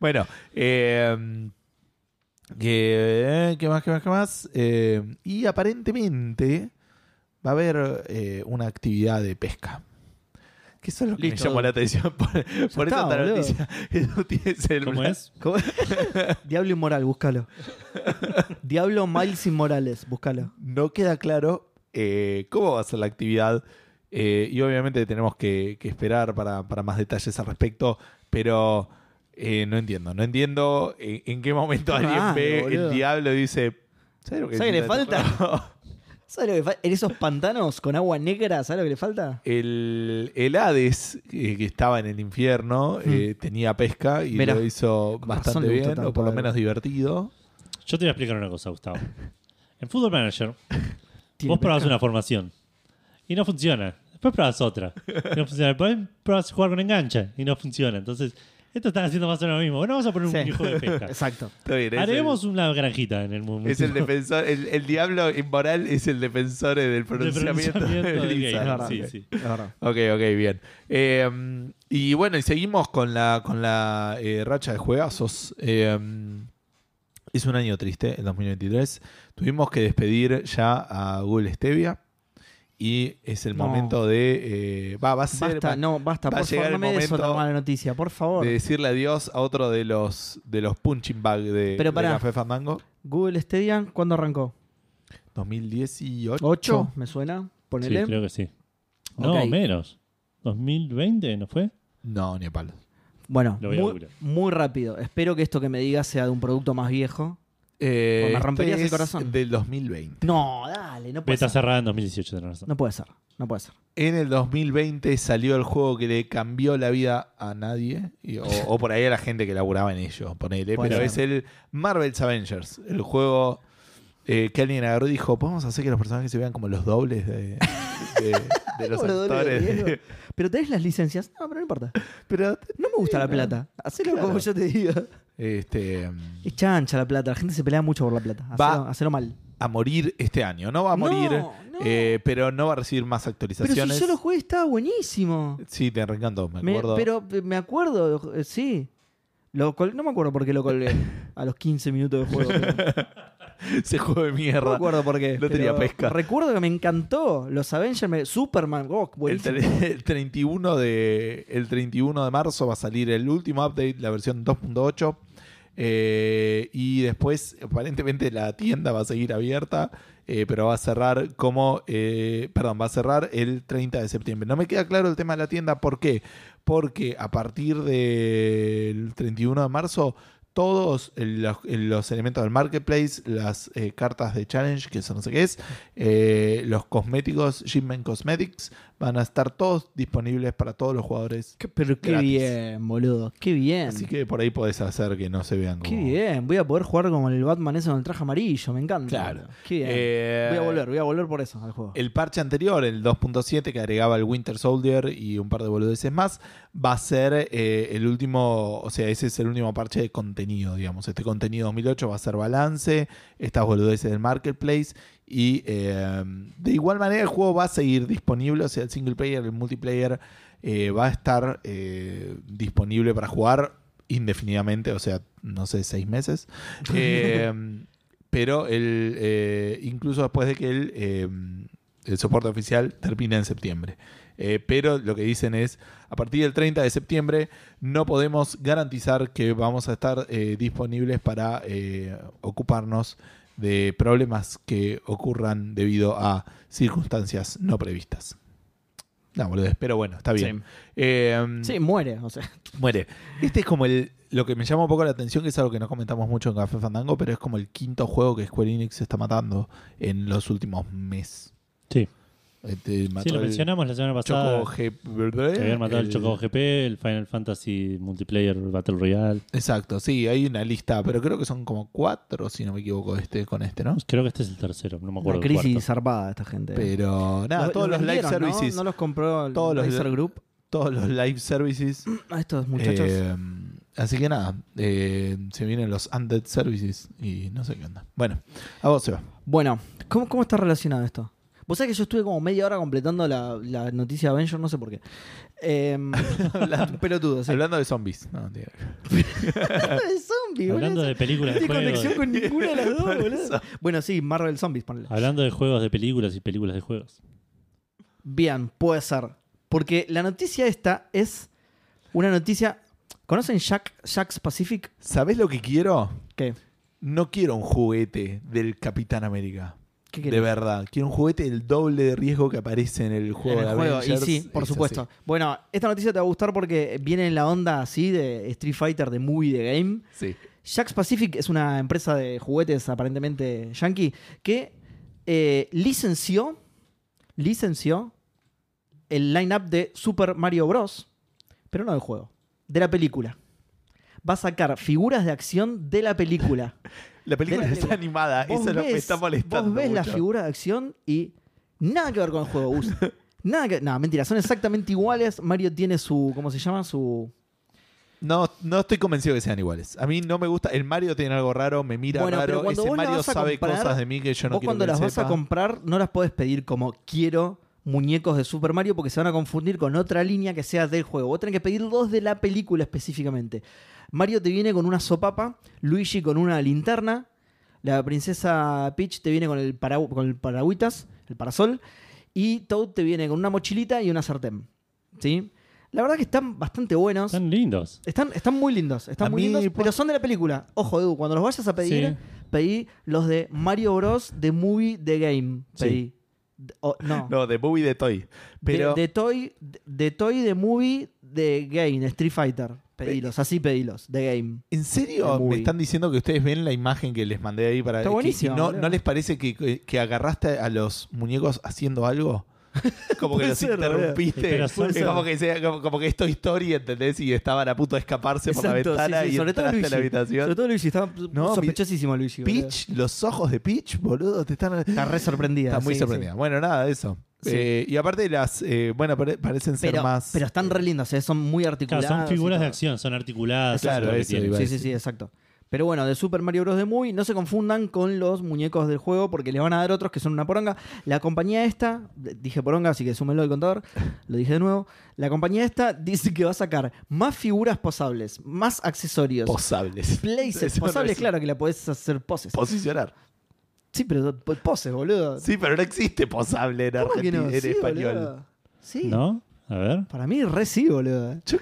Speaker 3: Bueno, eh, que- ¿qué más, qué más, qué más? Eh, y aparentemente va a haber eh, una actividad de pesca. Que eso es lo que
Speaker 2: Listo.
Speaker 3: me llamó la atención por, por eso
Speaker 2: está,
Speaker 3: esta
Speaker 2: boludo.
Speaker 3: noticia. Edu tiene celular.
Speaker 1: ¿Cómo es?
Speaker 2: ¿Cómo? Diablo inmoral, búscalo. Diablo Miles Inmorales, búscalo.
Speaker 3: No queda claro eh, cómo va a ser la actividad. eh, y obviamente tenemos que, que esperar para, para más detalles al respecto. Pero eh, no entiendo. No entiendo en, en qué momento
Speaker 2: Qué
Speaker 3: alguien
Speaker 2: raro,
Speaker 3: ve
Speaker 2: Ah, boludo.
Speaker 3: el diablo y dice. ¿Sabes lo que
Speaker 2: ¿Sabes qué le
Speaker 3: necesita este
Speaker 2: falta?
Speaker 3: juego?"
Speaker 2: ¿Sabes lo que falta? En esos pantanos con agua negra, ¿sabes lo que le falta?
Speaker 3: El, el Hades, eh, que estaba en el infierno, eh, tenía pesca y
Speaker 2: Hmm. Mirá,
Speaker 3: lo hizo
Speaker 2: con razón
Speaker 3: bastante
Speaker 2: le gustó
Speaker 3: bien,
Speaker 2: tanto
Speaker 3: o por
Speaker 2: a
Speaker 3: lo
Speaker 2: él.
Speaker 3: menos divertido.
Speaker 1: Yo te voy a explicar una cosa, Gustavo. En Football Manager,
Speaker 2: Tiene
Speaker 1: vos probás
Speaker 2: pesca.
Speaker 1: una formación y no funciona. Después probás otra y no funciona. Después probás jugar con engancha y no funciona. Entonces, Esto están haciendo más o menos lo mismo. Bueno, vamos a poner un
Speaker 2: Sí.
Speaker 1: minijuego de pesca.
Speaker 2: Exacto.
Speaker 3: Está bien, es
Speaker 1: Haremos una granjita en el mundo.
Speaker 3: el- Es el defensor, el, el diablo inmoral es el defensor eh, del pronunciamiento,
Speaker 1: pronunciamiento
Speaker 3: de
Speaker 1: del
Speaker 3: Lisa.
Speaker 1: gay.
Speaker 2: Es verdad.
Speaker 1: Sí, sí.
Speaker 2: Es verdad.
Speaker 3: Ok, ok, bien. Eh, y bueno, y seguimos con la, con la eh, racha de juegazos. Eh, es un año triste, el 2023. Tuvimos que despedir ya a Google Stevia. Y es el
Speaker 2: No.
Speaker 3: momento de. eh, va, va a ser.
Speaker 2: Basta,
Speaker 3: va-
Speaker 2: no, basta.
Speaker 3: va a
Speaker 2: Por
Speaker 3: llegar
Speaker 2: favor, no
Speaker 3: el
Speaker 2: me des otra
Speaker 3: momento
Speaker 2: mala noticia, por favor.
Speaker 3: de decirle adiós a otro de los de los punching bag de,
Speaker 2: Pero
Speaker 3: de
Speaker 2: pará.
Speaker 3: Café Fandango.
Speaker 2: Google Stadia, ¿cuándo arrancó?
Speaker 3: 2018.
Speaker 2: ¿Ocho? ¿Me suena?
Speaker 1: Sí,
Speaker 2: Ponele.
Speaker 1: creo que sí. No,
Speaker 2: Ok.
Speaker 1: menos. ¿2020 no fue?
Speaker 3: No, ni a palos.
Speaker 2: Bueno,
Speaker 1: Lo voy a
Speaker 2: muy,
Speaker 1: googlear.
Speaker 2: muy rápido. Espero que esto que me digas sea de un producto más viejo.
Speaker 3: Eh,
Speaker 2: Pues me romperías
Speaker 3: este
Speaker 2: el
Speaker 3: es
Speaker 2: corazón.
Speaker 3: Del 2020.
Speaker 2: No, dale, no puede
Speaker 1: Beta
Speaker 2: ser.
Speaker 1: cerrada en 2018, tenés razón.
Speaker 2: No puede ser, no puede ser.
Speaker 3: En el 2020 salió el juego que le cambió la vida a nadie, y- o, o por ahí a la gente que laburaba en ello, ponele,
Speaker 2: Puede
Speaker 3: pero
Speaker 2: ser.
Speaker 3: es el Marvel's Avengers, el juego eh, que alguien agarró y dijo, podemos hacer que los personajes se vean como los dobles de, de- de los
Speaker 2: Boludo,
Speaker 3: actores.
Speaker 2: Diego. Pero tenés las licencias. No, pero no importa.
Speaker 3: pero,
Speaker 2: No me gusta la plata. Hacelo
Speaker 3: Claro.
Speaker 2: como yo te digo.
Speaker 3: este,
Speaker 2: Es chancha la plata. La gente se pelea mucho por la plata. Hacelo,
Speaker 3: Va.
Speaker 2: hacelo mal.
Speaker 3: a morir este año, no va a
Speaker 2: No,
Speaker 3: morir,
Speaker 2: no.
Speaker 3: eh, pero no va a recibir más
Speaker 2: Pero
Speaker 3: actualizaciones.
Speaker 2: si yo lo jugué estaba buenísimo.
Speaker 3: Sí, te reencantó, me
Speaker 2: Me-
Speaker 3: acuerdo.
Speaker 2: pero eh, me acuerdo, eh, sí. Lo col- no me acuerdo por qué lo colgué a los 15 minutos de juego. pero-
Speaker 3: Ese juego de
Speaker 2: No me
Speaker 3: mierda.
Speaker 2: acuerdo por qué.
Speaker 3: No tenía
Speaker 2: pero
Speaker 3: pesca.
Speaker 2: Recuerdo que me encantó. Los Avengers, me- Superman, oh,
Speaker 3: El,
Speaker 2: buenísimo.
Speaker 3: tre- el 31 de, el 31 de marzo va a salir el último update, la versión 2.8. eh, y después, aparentemente, la tienda va a seguir abierta, eh, pero va a cerrar como. eh, perdón, va a cerrar el 30 de septiembre. No me queda claro el tema de la tienda, ¿por qué? Porque a partir del 31 de marzo. Todos los, los elementos del marketplace, las eh, cartas de challenge, que eso no sé qué es, eh, los cosméticos, Shipment Cosmetics, van a estar todos disponibles para todos los jugadores.
Speaker 2: Qué- pero qué
Speaker 3: gratis.
Speaker 2: bien, boludo. Qué bien.
Speaker 3: Así que por ahí podés hacer que no se vean como.
Speaker 2: Qué bien. Voy a poder jugar con el Batman ese con el traje amarillo. Me encanta.
Speaker 3: Claro.
Speaker 2: boludo. Qué bien.
Speaker 3: Eh,
Speaker 2: voy a volver, voy a volver por eso al juego.
Speaker 3: El parche anterior, el 2.7, que agregaba el Winter Soldier y un par de boludeces más, va a ser eh, el último, o sea, ese es el último parche de contenido, digamos. Este contenido 2008 va a ser balance, estas boludeces del marketplace y eh, de igual manera el juego va a seguir disponible, o sea, el single player, el multiplayer eh, va a estar eh, disponible para jugar indefinidamente, o sea, no sé, seis meses. Eh, pero el, eh, incluso después de que el, eh, el soporte oficial termina en septiembre. Eh, pero lo que dicen es, a partir del 30 de septiembre no podemos garantizar que vamos a estar eh, disponibles para eh, ocuparnos de problemas que ocurran debido a circunstancias no previstas. No, boludo, pero bueno, está bien. Eh,
Speaker 2: Sí, muere. O sea,
Speaker 3: Muere. Este es como el. Lo que me llama un poco la atención, que es algo que no comentamos mucho en Café Fandango, pero es como el quinto juego que Square Enix está matando en los últimos meses.
Speaker 1: Sí,
Speaker 3: Este, mató
Speaker 1: sí lo
Speaker 3: el
Speaker 1: mencionamos la semana pasada.
Speaker 3: Choco G- Eh,
Speaker 1: Que habían matado el,
Speaker 3: el-
Speaker 1: Choco GP, el Final Fantasy Multiplayer Battle Royale.
Speaker 3: Exacto, sí, hay una lista, pero creo que son como cuatro, si no me equivoco, este con este, ¿no?
Speaker 1: Creo que este es el tercero, no me acuerdo.
Speaker 2: una
Speaker 1: el
Speaker 2: crisis
Speaker 1: cuarto.
Speaker 2: zarpada esta gente.
Speaker 3: Pero nada,
Speaker 2: Lo-
Speaker 3: todos los live
Speaker 2: vendieron, ¿no?
Speaker 3: services.
Speaker 2: ¿no? los compró el
Speaker 3: Todos los-
Speaker 2: Razer Group
Speaker 3: Todos los live services.
Speaker 2: a estos muchachos.
Speaker 3: Eh, así que nada, eh, se vienen los undead services y no sé qué onda. Bueno, a vos se va.
Speaker 2: Bueno, ¿cómo, cómo está relacionado esto? Vos sabés que yo estuve como media hora completando la, la noticia de Avenger, no sé por qué. Eh, pelotudo, sí.
Speaker 3: Hablando de zombies. No, tío.
Speaker 2: Hablando de zombies,
Speaker 1: Hablando
Speaker 2: boludo,
Speaker 1: de películas
Speaker 2: No
Speaker 1: de
Speaker 2: tiene
Speaker 1: juegos.
Speaker 2: conexión con ninguna de las dos,
Speaker 3: Por
Speaker 2: boludo.
Speaker 3: eso.
Speaker 2: Bueno, sí, Marvel Zombies, ponle.
Speaker 1: Hablando de juegos de películas y películas de juegos.
Speaker 2: Bien, puede ser. Porque la noticia esta es una noticia. ¿Conocen Jack, Jack's Pacific?
Speaker 3: ¿Sabés lo que quiero?
Speaker 2: ¿Qué?
Speaker 3: No quiero un juguete del Capitán América.
Speaker 2: ¿Qué
Speaker 3: De
Speaker 2: querés?
Speaker 3: verdad. Quiero un juguete del doble de riesgo que aparece en el
Speaker 2: En
Speaker 3: juego
Speaker 2: el
Speaker 3: de
Speaker 2: juego, y
Speaker 3: Avengers.
Speaker 2: sí, por
Speaker 3: Es
Speaker 2: supuesto.
Speaker 3: así.
Speaker 2: Bueno, esta noticia te va a gustar porque viene en la onda así de Street Fighter, de movie, de game.
Speaker 3: Sí.
Speaker 2: Jax Pacific es una empresa de juguetes aparentemente yankee que eh, licenció, licenció el line-up de Super Mario Bros., pero no del juego, de la película. Va a sacar figuras de acción de la película.
Speaker 3: La película
Speaker 2: Mira,
Speaker 3: está
Speaker 2: mira.
Speaker 3: animada.
Speaker 2: Vos
Speaker 3: Eso es lo que me está molestando.
Speaker 2: Vos ves la
Speaker 3: mucho.
Speaker 2: figura de acción y nada que ver con el juego. Gus. nada que. No, mentira, son exactamente iguales. Mario tiene su. ¿Cómo se llama? Su.
Speaker 3: No, no estoy convencido que sean iguales. A mí no me gusta. El Mario tiene algo raro, me mira
Speaker 2: Bueno, pero
Speaker 3: raro.
Speaker 2: cuando
Speaker 3: Ese
Speaker 2: vos la
Speaker 3: Mario
Speaker 2: vas a
Speaker 3: sabe
Speaker 2: comprar,
Speaker 3: cosas de mí que yo no
Speaker 2: Vos
Speaker 3: quiero
Speaker 2: cuando
Speaker 3: que
Speaker 2: las
Speaker 3: él
Speaker 2: vas a
Speaker 3: sepa.
Speaker 2: comprar, no las podés pedir como quiero muñecos de Super Mario porque se van a confundir con otra línea que sea del juego. Vos tenés que pedir dos de la película específicamente. Mario te viene con una sopapa, Luigi con una linterna, la princesa Peach te viene con el, paragu- con el paragüitas, el parasol, y Toad te viene con una mochilita y una sartén. ¿Sí? La verdad que están bastante buenos.
Speaker 1: Están lindos.
Speaker 2: Están, están muy lindos, están
Speaker 3: A
Speaker 2: muy
Speaker 3: mí,
Speaker 2: lindos,
Speaker 3: pon-
Speaker 2: pero son de la película. Ojo, Edu, cuando los vayas a pedir,
Speaker 1: Sí.
Speaker 2: pedí los de Mario Bros. de Movie The Game.
Speaker 3: Sí.
Speaker 2: Pedí. D- o- no.
Speaker 3: No, de Bobby de Toy.
Speaker 2: De-
Speaker 3: Pero
Speaker 2: de, toy, de, de Toy de Movie The Game, Street Fighter. Pedilos, así pedilos, The Game.
Speaker 3: ¿En
Speaker 2: El
Speaker 3: serio me
Speaker 2: movie.
Speaker 3: están diciendo que ustedes ven la imagen que les mandé ahí para
Speaker 2: Está
Speaker 3: que-
Speaker 2: buenísimo,
Speaker 3: y no,
Speaker 2: boludo.
Speaker 3: no les parece que, que- que agarraste a los muñecos haciendo algo? Como que
Speaker 2: Puede
Speaker 3: los
Speaker 2: ser, boludo.
Speaker 1: Sí,
Speaker 3: interrumpiste.
Speaker 1: pero
Speaker 3: Es
Speaker 1: son-
Speaker 3: como que, sea- como, como que esto es historia, ¿entendés? Y estaban a punto de escaparse
Speaker 2: Exacto,
Speaker 3: por la
Speaker 2: sí,
Speaker 3: ventana
Speaker 2: sí,
Speaker 3: y entraste a la
Speaker 2: Sobre
Speaker 3: habitación.
Speaker 2: todo Luigi, estaba
Speaker 3: No, mi-
Speaker 2: sospechosísimo Luigi. boludo.
Speaker 3: Peach, los ojos de Peach, boludo, te están...
Speaker 2: Está re sorprendida.
Speaker 3: Está muy
Speaker 2: sí,
Speaker 3: sorprendida.
Speaker 2: sí.
Speaker 3: Bueno, nada, eso.
Speaker 2: Sí.
Speaker 3: Eh, y aparte las... eh, bueno, pare- parecen ser
Speaker 2: Pero,
Speaker 3: más...
Speaker 2: pero están re lindos, eh, son muy
Speaker 1: Claro,
Speaker 2: articulados.
Speaker 1: son
Speaker 2: y
Speaker 1: figuras de
Speaker 2: todo.
Speaker 1: acción, son articuladas.
Speaker 3: Claro,
Speaker 1: eso Ah, es lo que
Speaker 3: eso
Speaker 1: tienen.
Speaker 3: iba.
Speaker 2: Sí,
Speaker 3: Ibai,
Speaker 2: sí,
Speaker 3: sí.
Speaker 2: sí, exacto. Pero bueno, de Super Mario Bros. de Movie, no se confundan con los muñecos del juego porque les van a dar otros que son una poronga. La compañía esta, dije poronga, así que súmenlo al contador, lo dije de nuevo. La compañía esta dice que va a sacar más figuras posables, más accesorios,
Speaker 3: posables.
Speaker 2: places
Speaker 3: Eso no
Speaker 2: posables,
Speaker 3: es-
Speaker 2: claro que la podés hacer poses.
Speaker 3: Posicionar.
Speaker 2: sí, pero po- poses, boludo.
Speaker 3: Sí, pero no existe posable en,
Speaker 2: ¿Cómo que
Speaker 3: Argentina,
Speaker 2: no?
Speaker 3: en
Speaker 2: Sí,
Speaker 3: español.
Speaker 2: boludo. Sí.
Speaker 1: ¿No? A ver.
Speaker 2: Para mí, re sí, boludo.
Speaker 3: Chu.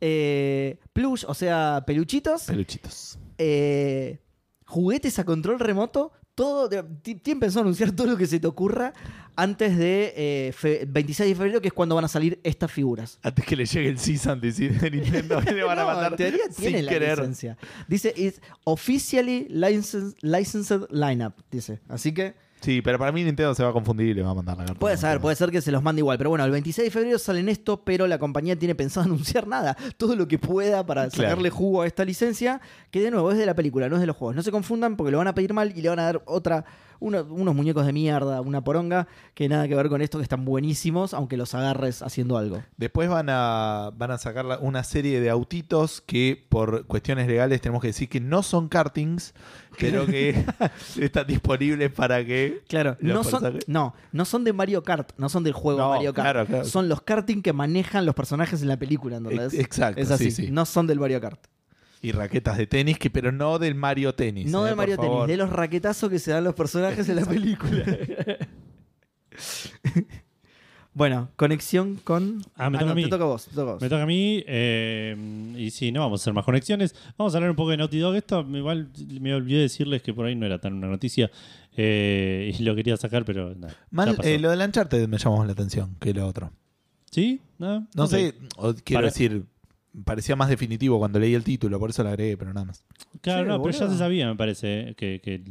Speaker 2: Eh, plush, o sea, peluchitos.
Speaker 3: Peluchitos.
Speaker 2: eh, juguetes a control remoto. Todo, de- ti- tienen pensado anunciar todo lo que se te ocurra antes de eh, fe- 26 de febrero, que es cuando van a salir estas figuras.
Speaker 3: Antes que le llegue el season de de Nintendo, que le van a
Speaker 2: No,
Speaker 3: mandar
Speaker 2: en teoría
Speaker 3: sin
Speaker 2: tiene la
Speaker 3: querer.
Speaker 2: licencia. Dice, it's officially licensed, licensed lineup, dice. Así que
Speaker 3: Sí, pero para mí Nintendo se va a confundir y le va a mandar la carta.
Speaker 2: puede ser, puede ser que se los mande igual. Pero bueno, el 26 de febrero salen esto, pero la compañía tiene pensado anunciar nada. Todo lo que pueda para
Speaker 3: Claro.
Speaker 2: sacarle jugo a esta licencia, que de nuevo es de la película, no es de los juegos. No se confundan porque lo van a pedir mal y le van a dar otra, uno- unos muñecos de mierda, una poronga, que nada que ver con esto, que están buenísimos, aunque los agarres haciendo algo.
Speaker 3: Después van a, van a sacar la- una serie de autitos que por cuestiones legales tenemos que decir que no son kartings, pero que están disponibles para que...
Speaker 2: Claro,
Speaker 3: Los
Speaker 2: no son,
Speaker 3: personajes-
Speaker 2: no, no son de Mario Kart, no son del juego
Speaker 3: No,
Speaker 2: Mario Kart.
Speaker 3: claro, claro.
Speaker 2: Son los karting que manejan los personajes en la película, ¿entendés?
Speaker 3: Ex- exacto,
Speaker 2: Es así,
Speaker 3: sí, sí.
Speaker 2: no son del Mario Kart.
Speaker 3: Y raquetas de tenis, que pero no del Mario Tenis.
Speaker 2: No
Speaker 3: eh,
Speaker 2: de
Speaker 3: por
Speaker 2: Mario Tennis,
Speaker 3: favor.
Speaker 2: de los raquetazos que se dan los personajes en la película. bueno, conexión con.
Speaker 1: Ah, me toca
Speaker 2: no,
Speaker 1: a mí.
Speaker 2: Te toca a vos. te toca a vos.
Speaker 1: Me toca a mí. eh, y si no, vamos a hacer más conexiones. Vamos a hablar un poco de Naughty Dog. Esto me, igual me olvidé decirles que por ahí no era tan una noticia. eh, y lo quería sacar, pero nada. ya
Speaker 3: Mal,
Speaker 1: pasó.
Speaker 3: eh, lo del Uncharted me llamó más la atención que lo otro.
Speaker 1: ¿Sí? No,
Speaker 3: No
Speaker 1: Ok.
Speaker 3: sé, o quiero
Speaker 1: Para-
Speaker 3: decir, parecía más definitivo cuando leí el título, por eso lo agregué, pero nada más.
Speaker 1: Claro,
Speaker 2: Sí,
Speaker 1: no, pero ya
Speaker 2: boludo.
Speaker 1: se sabía, me parece. eh, Que, que,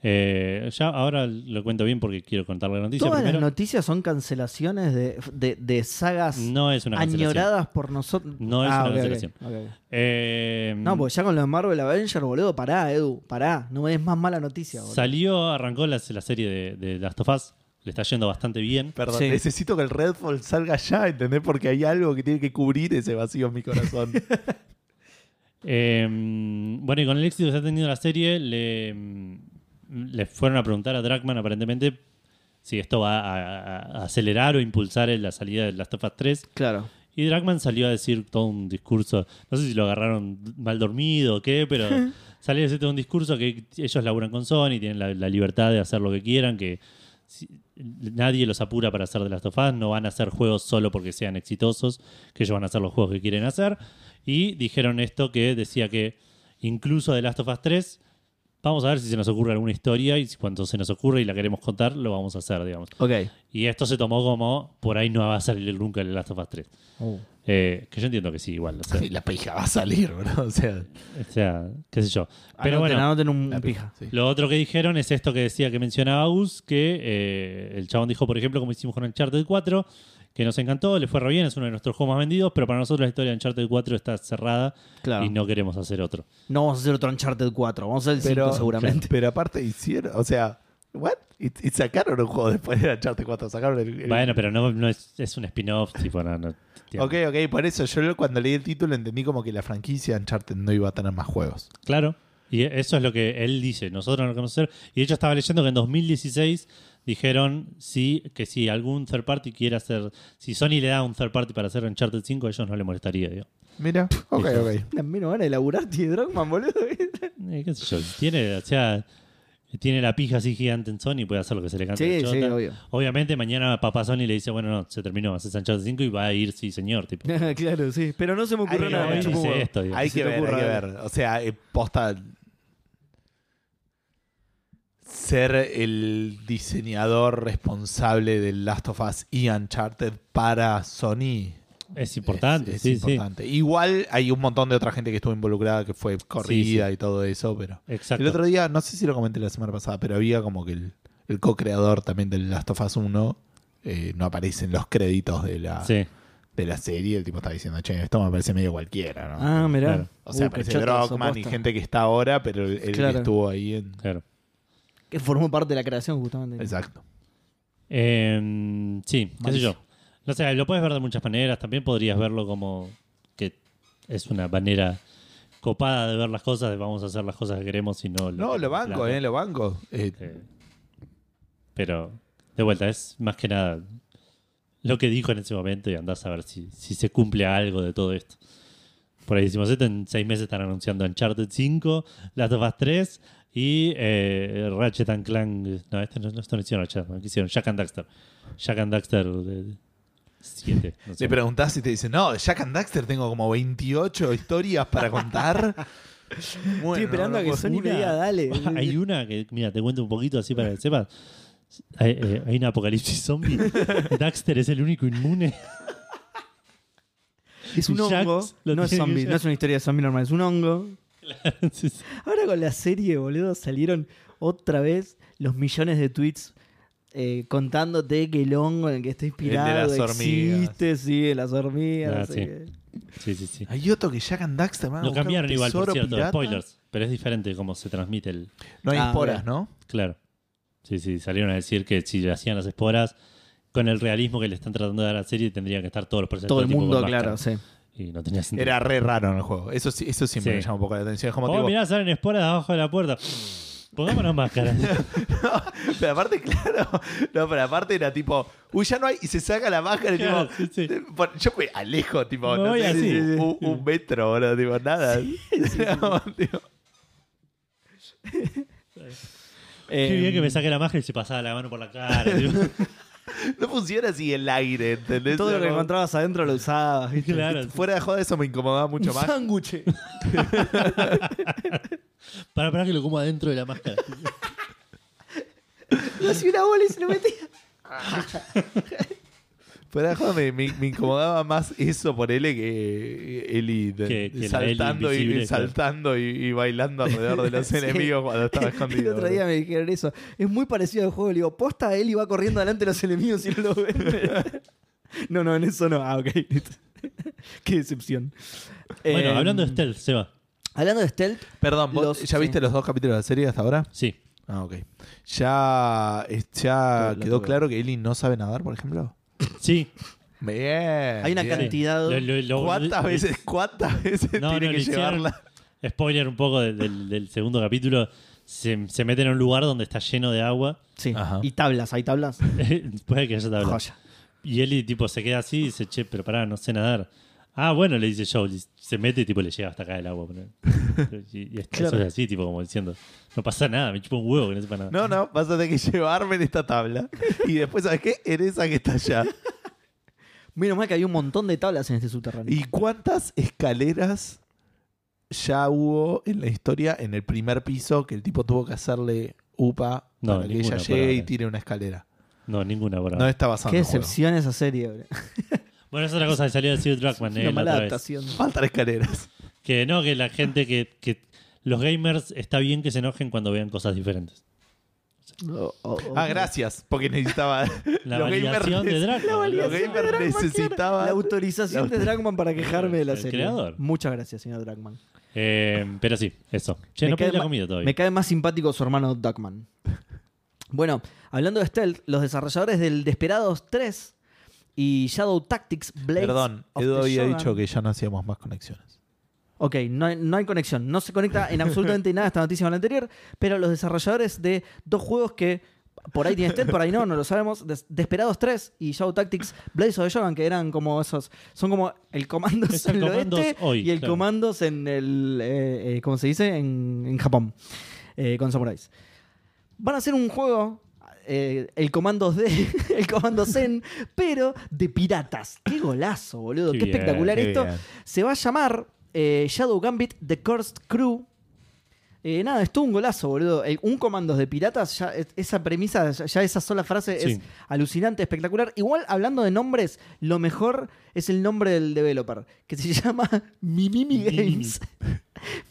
Speaker 1: eh, ya ahora lo cuento bien porque quiero contar la noticia.
Speaker 2: Todas
Speaker 1: Primero,
Speaker 2: las noticias son cancelaciones de, de- de sagas
Speaker 1: no es una cancelación.
Speaker 2: añoradas por nosotros.
Speaker 1: No es
Speaker 2: Ah,
Speaker 1: una
Speaker 2: ok, ok,
Speaker 1: cancelación.
Speaker 2: ok.
Speaker 1: Eh,
Speaker 2: No, pues, porque ya con los Marvel Avengers, boludo, pará, Edu, pará. No me des más mala noticia, boludo.
Speaker 1: Salió, arrancó la, la serie de, de Last of Us. Le está yendo bastante bien.
Speaker 3: Perdón,
Speaker 2: Sí.
Speaker 3: necesito que el Redfall salga ya, ¿entendés? Porque hay algo que tiene que cubrir ese vacío en mi corazón.
Speaker 1: Eh, bueno, y con el éxito que ha tenido la serie, le, le fueron a preguntar a Dragman aparentemente si esto va a, a- a acelerar o impulsar la salida de Last of Us 3.
Speaker 2: Claro.
Speaker 1: Y Dragman salió a decir todo un discurso, no sé si lo agarraron mal dormido o qué, pero salió a decir todo un discurso que ellos laburan con Sony, tienen la, la libertad de hacer lo que quieran, que si- nadie los apura para hacer de las tofás, no van a hacer juegos solo porque sean exitosos, que ellos van a hacer los juegos que quieren hacer. Y dijeron esto que decía que incluso de Last of Us 3, vamos a ver si se nos ocurre alguna historia y si cuando se nos ocurre y la queremos contar, lo vamos a hacer, digamos.
Speaker 2: Ok.
Speaker 1: Y esto se tomó como, por ahí no va a salir nunca el Last of Us 3.
Speaker 2: Uh.
Speaker 1: Eh, que yo entiendo que sí, igual. O sea,
Speaker 3: Sí, la pija va a salir, bro. O sea,
Speaker 1: o sea, qué sé yo. Pero
Speaker 2: anoten,
Speaker 1: bueno,
Speaker 2: anoten un,
Speaker 3: la
Speaker 2: un pija.
Speaker 3: sí.
Speaker 1: lo otro que dijeron es esto que decía que mencionaba Gus, que eh, el chabón dijo, por ejemplo, como hicimos con Uncharted 4, que nos encantó, le fue re bien, es uno de nuestros juegos más vendidos, pero para nosotros la historia de Uncharted 4 está cerrada
Speaker 2: Claro.
Speaker 1: y no queremos hacer otro.
Speaker 2: No vamos a hacer otro Uncharted 4, vamos a hacer el 5
Speaker 3: Pero,
Speaker 2: seguramente.
Speaker 3: pero aparte hicieron, o sea, ¿What? Y, y sacaron un juego después de Uncharted 4. Sacaron el, el-
Speaker 1: Bueno, pero no, no es, es un spin-off, tipo, no, no entiendo.
Speaker 3: Ok, ok, por eso yo cuando leí el título entendí como que la franquicia Uncharted no iba a tener más juegos.
Speaker 1: Claro. Y eso es lo que él dice. Nosotros no lo conocemos. Y de hecho estaba leyendo que en 2016 dijeron sí, que si algún third party quiere hacer, si Sony le da un third party para hacer Uncharted 5, a ellos no le molestaría, digo.
Speaker 3: Mira, ok, ok.
Speaker 2: La menos van a elaborar tiene Drogman, boludo.
Speaker 1: Eh, qué sé yo, tiene, o sea, tiene la pija así gigante en Sony, puede hacer lo que se le cante
Speaker 2: Sí,
Speaker 1: la
Speaker 2: sí,
Speaker 1: chota.
Speaker 2: obvio.
Speaker 1: Obviamente mañana papá Sony le dice, bueno, no, se terminó, haces Uncharted 5 y va a ir, sí, señor, tipo.
Speaker 2: claro, sí. Pero no se me ocurrió
Speaker 3: Ay,
Speaker 2: nada.
Speaker 3: no,
Speaker 2: mucho
Speaker 1: hice
Speaker 2: como-
Speaker 1: esto, digo.
Speaker 3: Hay
Speaker 2: Se
Speaker 3: que
Speaker 2: te
Speaker 3: ver, hay
Speaker 2: ocurra
Speaker 3: que ver.
Speaker 2: algo.
Speaker 3: O sea, eh, posta. Ser el diseñador responsable del Last of Us y Uncharted para Sony.
Speaker 1: Es importante,
Speaker 3: es- es
Speaker 1: sí,
Speaker 3: importante. Igual hay un montón de otra gente que estuvo involucrada que fue corrida y todo eso, pero.
Speaker 1: sí. Exacto.
Speaker 3: El otro día, no sé si lo comenté la semana pasada, pero había como que el, el co-creador también del Last of Us 1 eh, no aparece en los créditos de la,
Speaker 1: Sí.
Speaker 3: de la serie. El tipo está diciendo, che, esto me parece medio cualquiera, ¿no?
Speaker 2: Ah, mirá.
Speaker 1: Claro.
Speaker 3: O sea,
Speaker 2: Uh, qué
Speaker 3: aparece
Speaker 2: choto eso,
Speaker 3: Druckmann y
Speaker 2: posta.
Speaker 3: gente que está ahora, pero él él
Speaker 2: Claro.
Speaker 3: que estuvo ahí en.
Speaker 1: Claro.
Speaker 2: Que formó parte de la creación, justamente.
Speaker 3: Exacto.
Speaker 1: Eh, sí, qué sé
Speaker 2: Malísimo.
Speaker 1: yo. No sé, lo puedes ver de muchas maneras. También podrías verlo como que es una manera copada de ver las cosas, de vamos a hacer las cosas que queremos y no...
Speaker 3: No, lo banco,
Speaker 1: claro.
Speaker 3: ¿eh? Lo banco. Eh,
Speaker 1: Eh, pero, de vuelta, es más que nada lo que dijo en ese momento y andás a ver si, si se cumple algo de todo esto. Por ahí decimos esto, en seis meses están anunciando Uncharted 5, Last of Us 3 y eh, Ratchet and Clank. No, este no, no, esto no hicieron Ratchet, no, ¿qué hicieron Jack and Daxter. Jack and Daxter 7.
Speaker 3: le preguntás y te dicen, no, de Jack and Daxter tengo como 28 historias para contar. Bueno, pues
Speaker 2: Estoy esperando a que
Speaker 3: loco,
Speaker 2: Sony me diga, dale.
Speaker 1: Hay una que, mira, te cuento un poquito así para que sepas. Hay, eh, hay un apocalipsis zombie. Daxter es el único inmune.
Speaker 2: Es un
Speaker 1: Jax
Speaker 2: hongo.
Speaker 1: lo
Speaker 2: No es
Speaker 1: tiene que
Speaker 2: zombie.
Speaker 1: ya-
Speaker 2: No es una historia de zombie normal. Es un hongo.
Speaker 1: Sí, sí.
Speaker 2: Ahora con la serie, boludo, salieron otra vez los millones de tweets eh, contándote que el hongo en el que está inspirado
Speaker 3: El de las hormigas.
Speaker 2: existe, sí, de las hormigas.
Speaker 1: Ah,
Speaker 2: no sé
Speaker 1: sí.
Speaker 2: qué.
Speaker 1: Sí, sí, sí.
Speaker 3: Hay otro que Jack and Daxter, van a
Speaker 1: Lo
Speaker 3: buscar Ah, un
Speaker 1: cambiaron igual, por
Speaker 3: tesoro
Speaker 1: cierto.
Speaker 3: pirata".
Speaker 1: Spoilers. Pero es diferente cómo se transmite el.
Speaker 3: No hay
Speaker 2: Ah,
Speaker 3: esporas,
Speaker 2: ok.
Speaker 3: ¿no?
Speaker 1: Claro. Sí, sí. Salieron a decir que si hacían las esporas, con el realismo que le están tratando de dar a la serie, tendrían que estar todos los personajes.
Speaker 2: Todo el
Speaker 1: tipo
Speaker 2: mundo,
Speaker 1: con
Speaker 2: claro,
Speaker 1: máscara.
Speaker 2: sí.
Speaker 1: Y no tenía sentido.
Speaker 3: Era re raro en el juego. Eso, sí- eso siempre
Speaker 1: Sí.
Speaker 3: me llama un poco la atención. Es como,
Speaker 1: Oh,
Speaker 3: tipo,
Speaker 1: mirá, salen esporas de abajo de la puerta. Pongámonos máscaras.
Speaker 3: Pero aparte, claro, no, pero aparte era tipo, uy, ya no hay, y se saca la máscara y
Speaker 1: Claro,
Speaker 3: tipo,
Speaker 1: sí, sí.
Speaker 3: pon- yo me alejo, tipo,
Speaker 1: Me
Speaker 3: no
Speaker 1: voy
Speaker 3: sé,
Speaker 1: así.
Speaker 3: un, un metro, boludo, tipo, nada. No, tipo,
Speaker 1: Qué
Speaker 2: Eh,
Speaker 1: bien
Speaker 3: mm.
Speaker 1: que me saque la máscara y se pasaba la mano por la cara. tipo.
Speaker 3: no funciona así el aire, ¿entendés?
Speaker 2: Todo lo que
Speaker 3: Como-
Speaker 2: encontrabas adentro lo usabas, ¿viste?
Speaker 1: claro.
Speaker 3: Fuera de joda eso me incomodaba mucho
Speaker 2: Un
Speaker 3: más.
Speaker 2: sándwich.
Speaker 1: Para, para que lo coma dentro de la máscara.
Speaker 2: Lo hacía una bola y se lo metía.
Speaker 3: Fuera de joda me, me- me incomodaba más eso por él que eh, Eli de-
Speaker 1: Que- que la
Speaker 3: saltando,
Speaker 1: Ellie
Speaker 3: y,
Speaker 1: invisible, claro.
Speaker 3: saltando y, y bailando alrededor de los
Speaker 2: Sí.
Speaker 3: enemigos cuando estaba escondido.
Speaker 2: El otro día me dijeron eso. Es muy parecido al juego. Le digo, posta, él iba corriendo adelante de los enemigos y no lo ven. no, no, en eso no. Ah, ok. listo. Qué decepción.
Speaker 1: bueno,
Speaker 2: Eh,
Speaker 1: hablando
Speaker 3: mm.
Speaker 1: de stealth, Seba.
Speaker 2: Hablando de stealth,
Speaker 3: Perdón, ¿vos
Speaker 2: Los-
Speaker 3: ¿ya viste
Speaker 2: sí.
Speaker 3: los dos capítulos de la serie hasta ahora?
Speaker 1: Sí.
Speaker 3: Ah, ok. ¿Ya, es- ya
Speaker 2: Lo- lo
Speaker 3: quedó
Speaker 2: tuve.
Speaker 3: claro que Eli no sabe nadar, por ejemplo?
Speaker 1: Sí.
Speaker 3: Bien.
Speaker 2: hay una
Speaker 3: bien.
Speaker 2: cantidad.
Speaker 1: Lo- lo- lo-
Speaker 3: ¿Cuántas
Speaker 1: lo-
Speaker 3: veces, cuántas veces
Speaker 1: No,
Speaker 3: tiene
Speaker 1: no, le
Speaker 3: que
Speaker 1: hicieron-
Speaker 3: llevarla?
Speaker 1: Spoiler un poco de- del, del segundo capítulo. Se, se meten en un lugar donde está lleno de agua.
Speaker 2: Sí.
Speaker 3: Ajá.
Speaker 2: Y tablas, hay tablas.
Speaker 1: Puede que haya tabla.
Speaker 2: Joya.
Speaker 1: Y Eli tipo se queda así y dice, che, pero pará, no sé nadar. Ah, bueno, le dice Joel. y Se mete y tipo le llega hasta acá el agua. ponele. Y, y esto-
Speaker 2: Claro.
Speaker 1: eso es así, tipo como diciendo, no pasa nada, me chupa un huevo que no sepa nada.
Speaker 3: No, no, vas a tener que llevarme en esta tabla. Y después, ¿sabes qué? En esa que está allá.
Speaker 2: Menos mal que hay un montón de tablas en este subterráneo.
Speaker 3: ¿Y cuántas escaleras ya hubo en la historia en el primer piso que el tipo tuvo que hacerle upa
Speaker 1: No,
Speaker 3: para que ella
Speaker 1: ninguna
Speaker 3: llegue y
Speaker 1: palabra.
Speaker 3: tire una escalera?
Speaker 1: No, ninguna por
Speaker 3: No,
Speaker 1: ahora.
Speaker 3: está basado
Speaker 2: Qué
Speaker 3: en el juego.
Speaker 2: decepción esa serie, bro.
Speaker 1: Bueno, es otra cosa que salió de Steve Druckmann eh,
Speaker 2: Una
Speaker 1: la
Speaker 2: mala
Speaker 1: otra vez.
Speaker 2: adaptación.
Speaker 3: Faltan escaleras.
Speaker 1: Que no, que la gente que, que los gamers está bien que se enojen cuando vean cosas diferentes.
Speaker 2: Oh, oh, oh.
Speaker 3: Ah, gracias, porque necesitaba...
Speaker 1: La
Speaker 3: Los gamers
Speaker 1: validación de
Speaker 3: des-
Speaker 1: Dragon.
Speaker 3: Los
Speaker 2: validación.
Speaker 3: gamers
Speaker 2: Dragman, claro.
Speaker 3: necesitaban...
Speaker 2: La autorización de Dragman para quejarme de la
Speaker 1: Ah, El
Speaker 2: serie.
Speaker 1: creador.
Speaker 2: Muchas gracias, señor Dragman.
Speaker 1: Eh, pero sí, eso. Che,
Speaker 2: Me
Speaker 1: no pedí
Speaker 2: cae
Speaker 1: la
Speaker 2: ma-
Speaker 1: comida todavía.
Speaker 2: Me cae más simpático su hermano Duckman. Bueno, hablando de stealth, los desarrolladores del Desperados 3 y Shadow Tactics Blades
Speaker 3: Perdón,
Speaker 2: of
Speaker 3: Edu
Speaker 2: the
Speaker 3: había
Speaker 2: Shogun-
Speaker 3: dicho que ya no hacíamos más conexiones.
Speaker 2: Ok, no hay, no hay conexión. No se conecta en absolutamente nada esta noticia con la anterior, pero los desarrolladores de dos juegos que por ahí tiene stealth, por ahí no, no lo sabemos. Des- Desperados 3 y Shadow Tactics Blaze of the Shogun, que eran como esos. Son como el Comandos
Speaker 1: Es el
Speaker 2: en el
Speaker 1: Commandos
Speaker 2: oeste
Speaker 1: hoy,
Speaker 2: y el
Speaker 1: claro.
Speaker 2: Comandos en el. eh, eh, ¿Cómo se dice? En, en Japón, eh, con samuráis. Van a hacer un juego. eh, el Comandos D, el Comando Zen, pero de piratas. Qué golazo, boludo.
Speaker 1: Qué
Speaker 2: Qué,
Speaker 1: bien,
Speaker 2: espectacular
Speaker 3: qué
Speaker 2: esto.
Speaker 3: bien.
Speaker 2: Se va a llamar eh, Shadow Gambit The Cursed Crew. Eh, nada, estuvo un golazo, boludo. El- un comandos de piratas, ya es- esa premisa, ya, ya esa sola frase es
Speaker 1: Sí.
Speaker 2: alucinante, espectacular. Igual, hablando de nombres, lo mejor es el nombre del developer, que se llama Mimimi Games.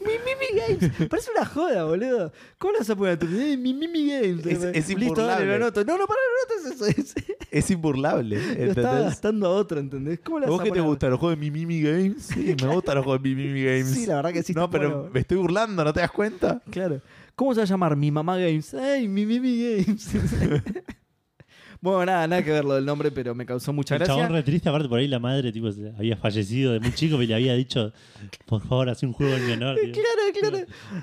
Speaker 2: Mimimi Games. Parece una joda, boludo. ¿Cómo lo vas a poner a tu- eh, Mimimi Games.
Speaker 3: Es- es
Speaker 2: Listo, dale,
Speaker 3: imburlable.
Speaker 2: lo anoto. No, no, para, no anotes eso. Es-
Speaker 3: Es imburlable,
Speaker 2: lo estaba
Speaker 3: ¿entendés?
Speaker 2: gastando a otro, ¿entendés? ¿Cómo lo vas
Speaker 3: ¿Vos
Speaker 2: a
Speaker 3: qué te
Speaker 2: poner?
Speaker 3: gustan los juegos de Mimimi Games? Sí, me gustan los juegos de Mimimi Games.
Speaker 2: Sí, la verdad que sí,
Speaker 3: No,
Speaker 2: está
Speaker 3: pero
Speaker 2: bueno.
Speaker 3: me estoy burlando, ¿no te das cuenta?
Speaker 2: Claro. ¿Cómo se va a llamar? Mi mamá Games. ¡Ay, mi Mimi Games! bueno, nada, nada que ver lo del nombre, pero me causó mucha
Speaker 1: El chabón
Speaker 2: gracia.
Speaker 1: re triste, aparte por ahí la madre tipo, se- había fallecido de muy chico y le había dicho, por favor, haz un juego en mi honor.
Speaker 2: Eh,
Speaker 1: tío.
Speaker 2: Claro,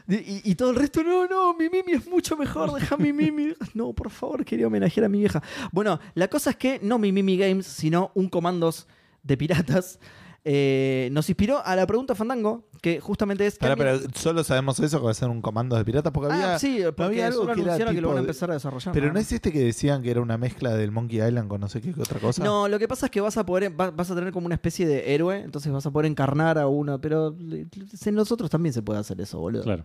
Speaker 2: claro. Y, y todo el resto, no, no, mi Mimi es mucho mejor, deja mi Mimi. No, por favor, quería homenajear a mi vieja. Bueno, la cosa es que no mi Mimi Games, sino un comandos de piratas, eh, nos inspiró a la pregunta Fandango, que justamente es... ¿qué
Speaker 3: Pará,
Speaker 2: anime-
Speaker 3: pero solo sabemos eso con hacer un comando de piratas porque
Speaker 2: Ah,
Speaker 3: había.
Speaker 2: sí, porque
Speaker 3: había algo
Speaker 2: solo
Speaker 3: que era
Speaker 2: anunciaron que lo
Speaker 3: tipo
Speaker 2: van a
Speaker 3: de-
Speaker 2: empezar a desarrollar.
Speaker 3: Pero
Speaker 2: nada
Speaker 3: no
Speaker 2: más.
Speaker 3: es este que decían que era una mezcla del Monkey Island con no sé qué otra cosa.
Speaker 2: No, lo que pasa es que vas a poder, va- vas a tener como una especie de héroe, entonces vas a poder encarnar a uno, pero en nosotros también se puede hacer eso, boludo.
Speaker 1: Claro.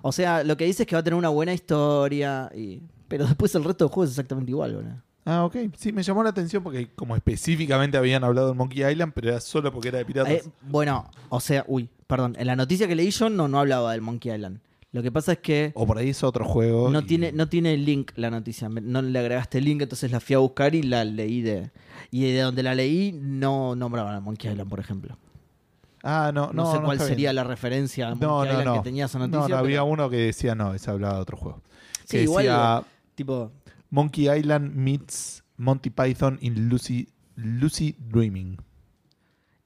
Speaker 2: O sea, lo que dice es que va a tener una buena historia, y, pero después el resto del juego es exactamente igual, boludo.
Speaker 3: Ah, ok. Sí, me llamó la atención porque como específicamente habían hablado del Monkey Island, pero era solo porque era de piratas.
Speaker 2: Eh, bueno, o sea, uy, perdón, en la noticia que leí yo no, no hablaba del Monkey Island. Lo que pasa es que
Speaker 3: o por ahí es otro juego.
Speaker 2: no
Speaker 3: Oh, y-
Speaker 2: tiene, no tiene link la noticia, me- no le agregaste el link, entonces la fui a buscar y la leí de... Y de donde la leí no nombraban a Monkey Island, por ejemplo.
Speaker 3: Ah, no,
Speaker 2: No,
Speaker 3: no.
Speaker 2: sé cuál
Speaker 3: está bien.
Speaker 2: sería la referencia a Monkey
Speaker 3: No, no,
Speaker 2: Island
Speaker 3: no.
Speaker 2: que tenía esa
Speaker 3: No,
Speaker 2: noticia.
Speaker 3: no,
Speaker 2: pero-
Speaker 3: había uno que decía no, ese hablaba de otro juego.
Speaker 2: Sí,
Speaker 3: que
Speaker 2: igual,
Speaker 3: decía
Speaker 2: Tipo,
Speaker 3: Monkey Island meets Monty Python in Lucy, Lucy Dreaming.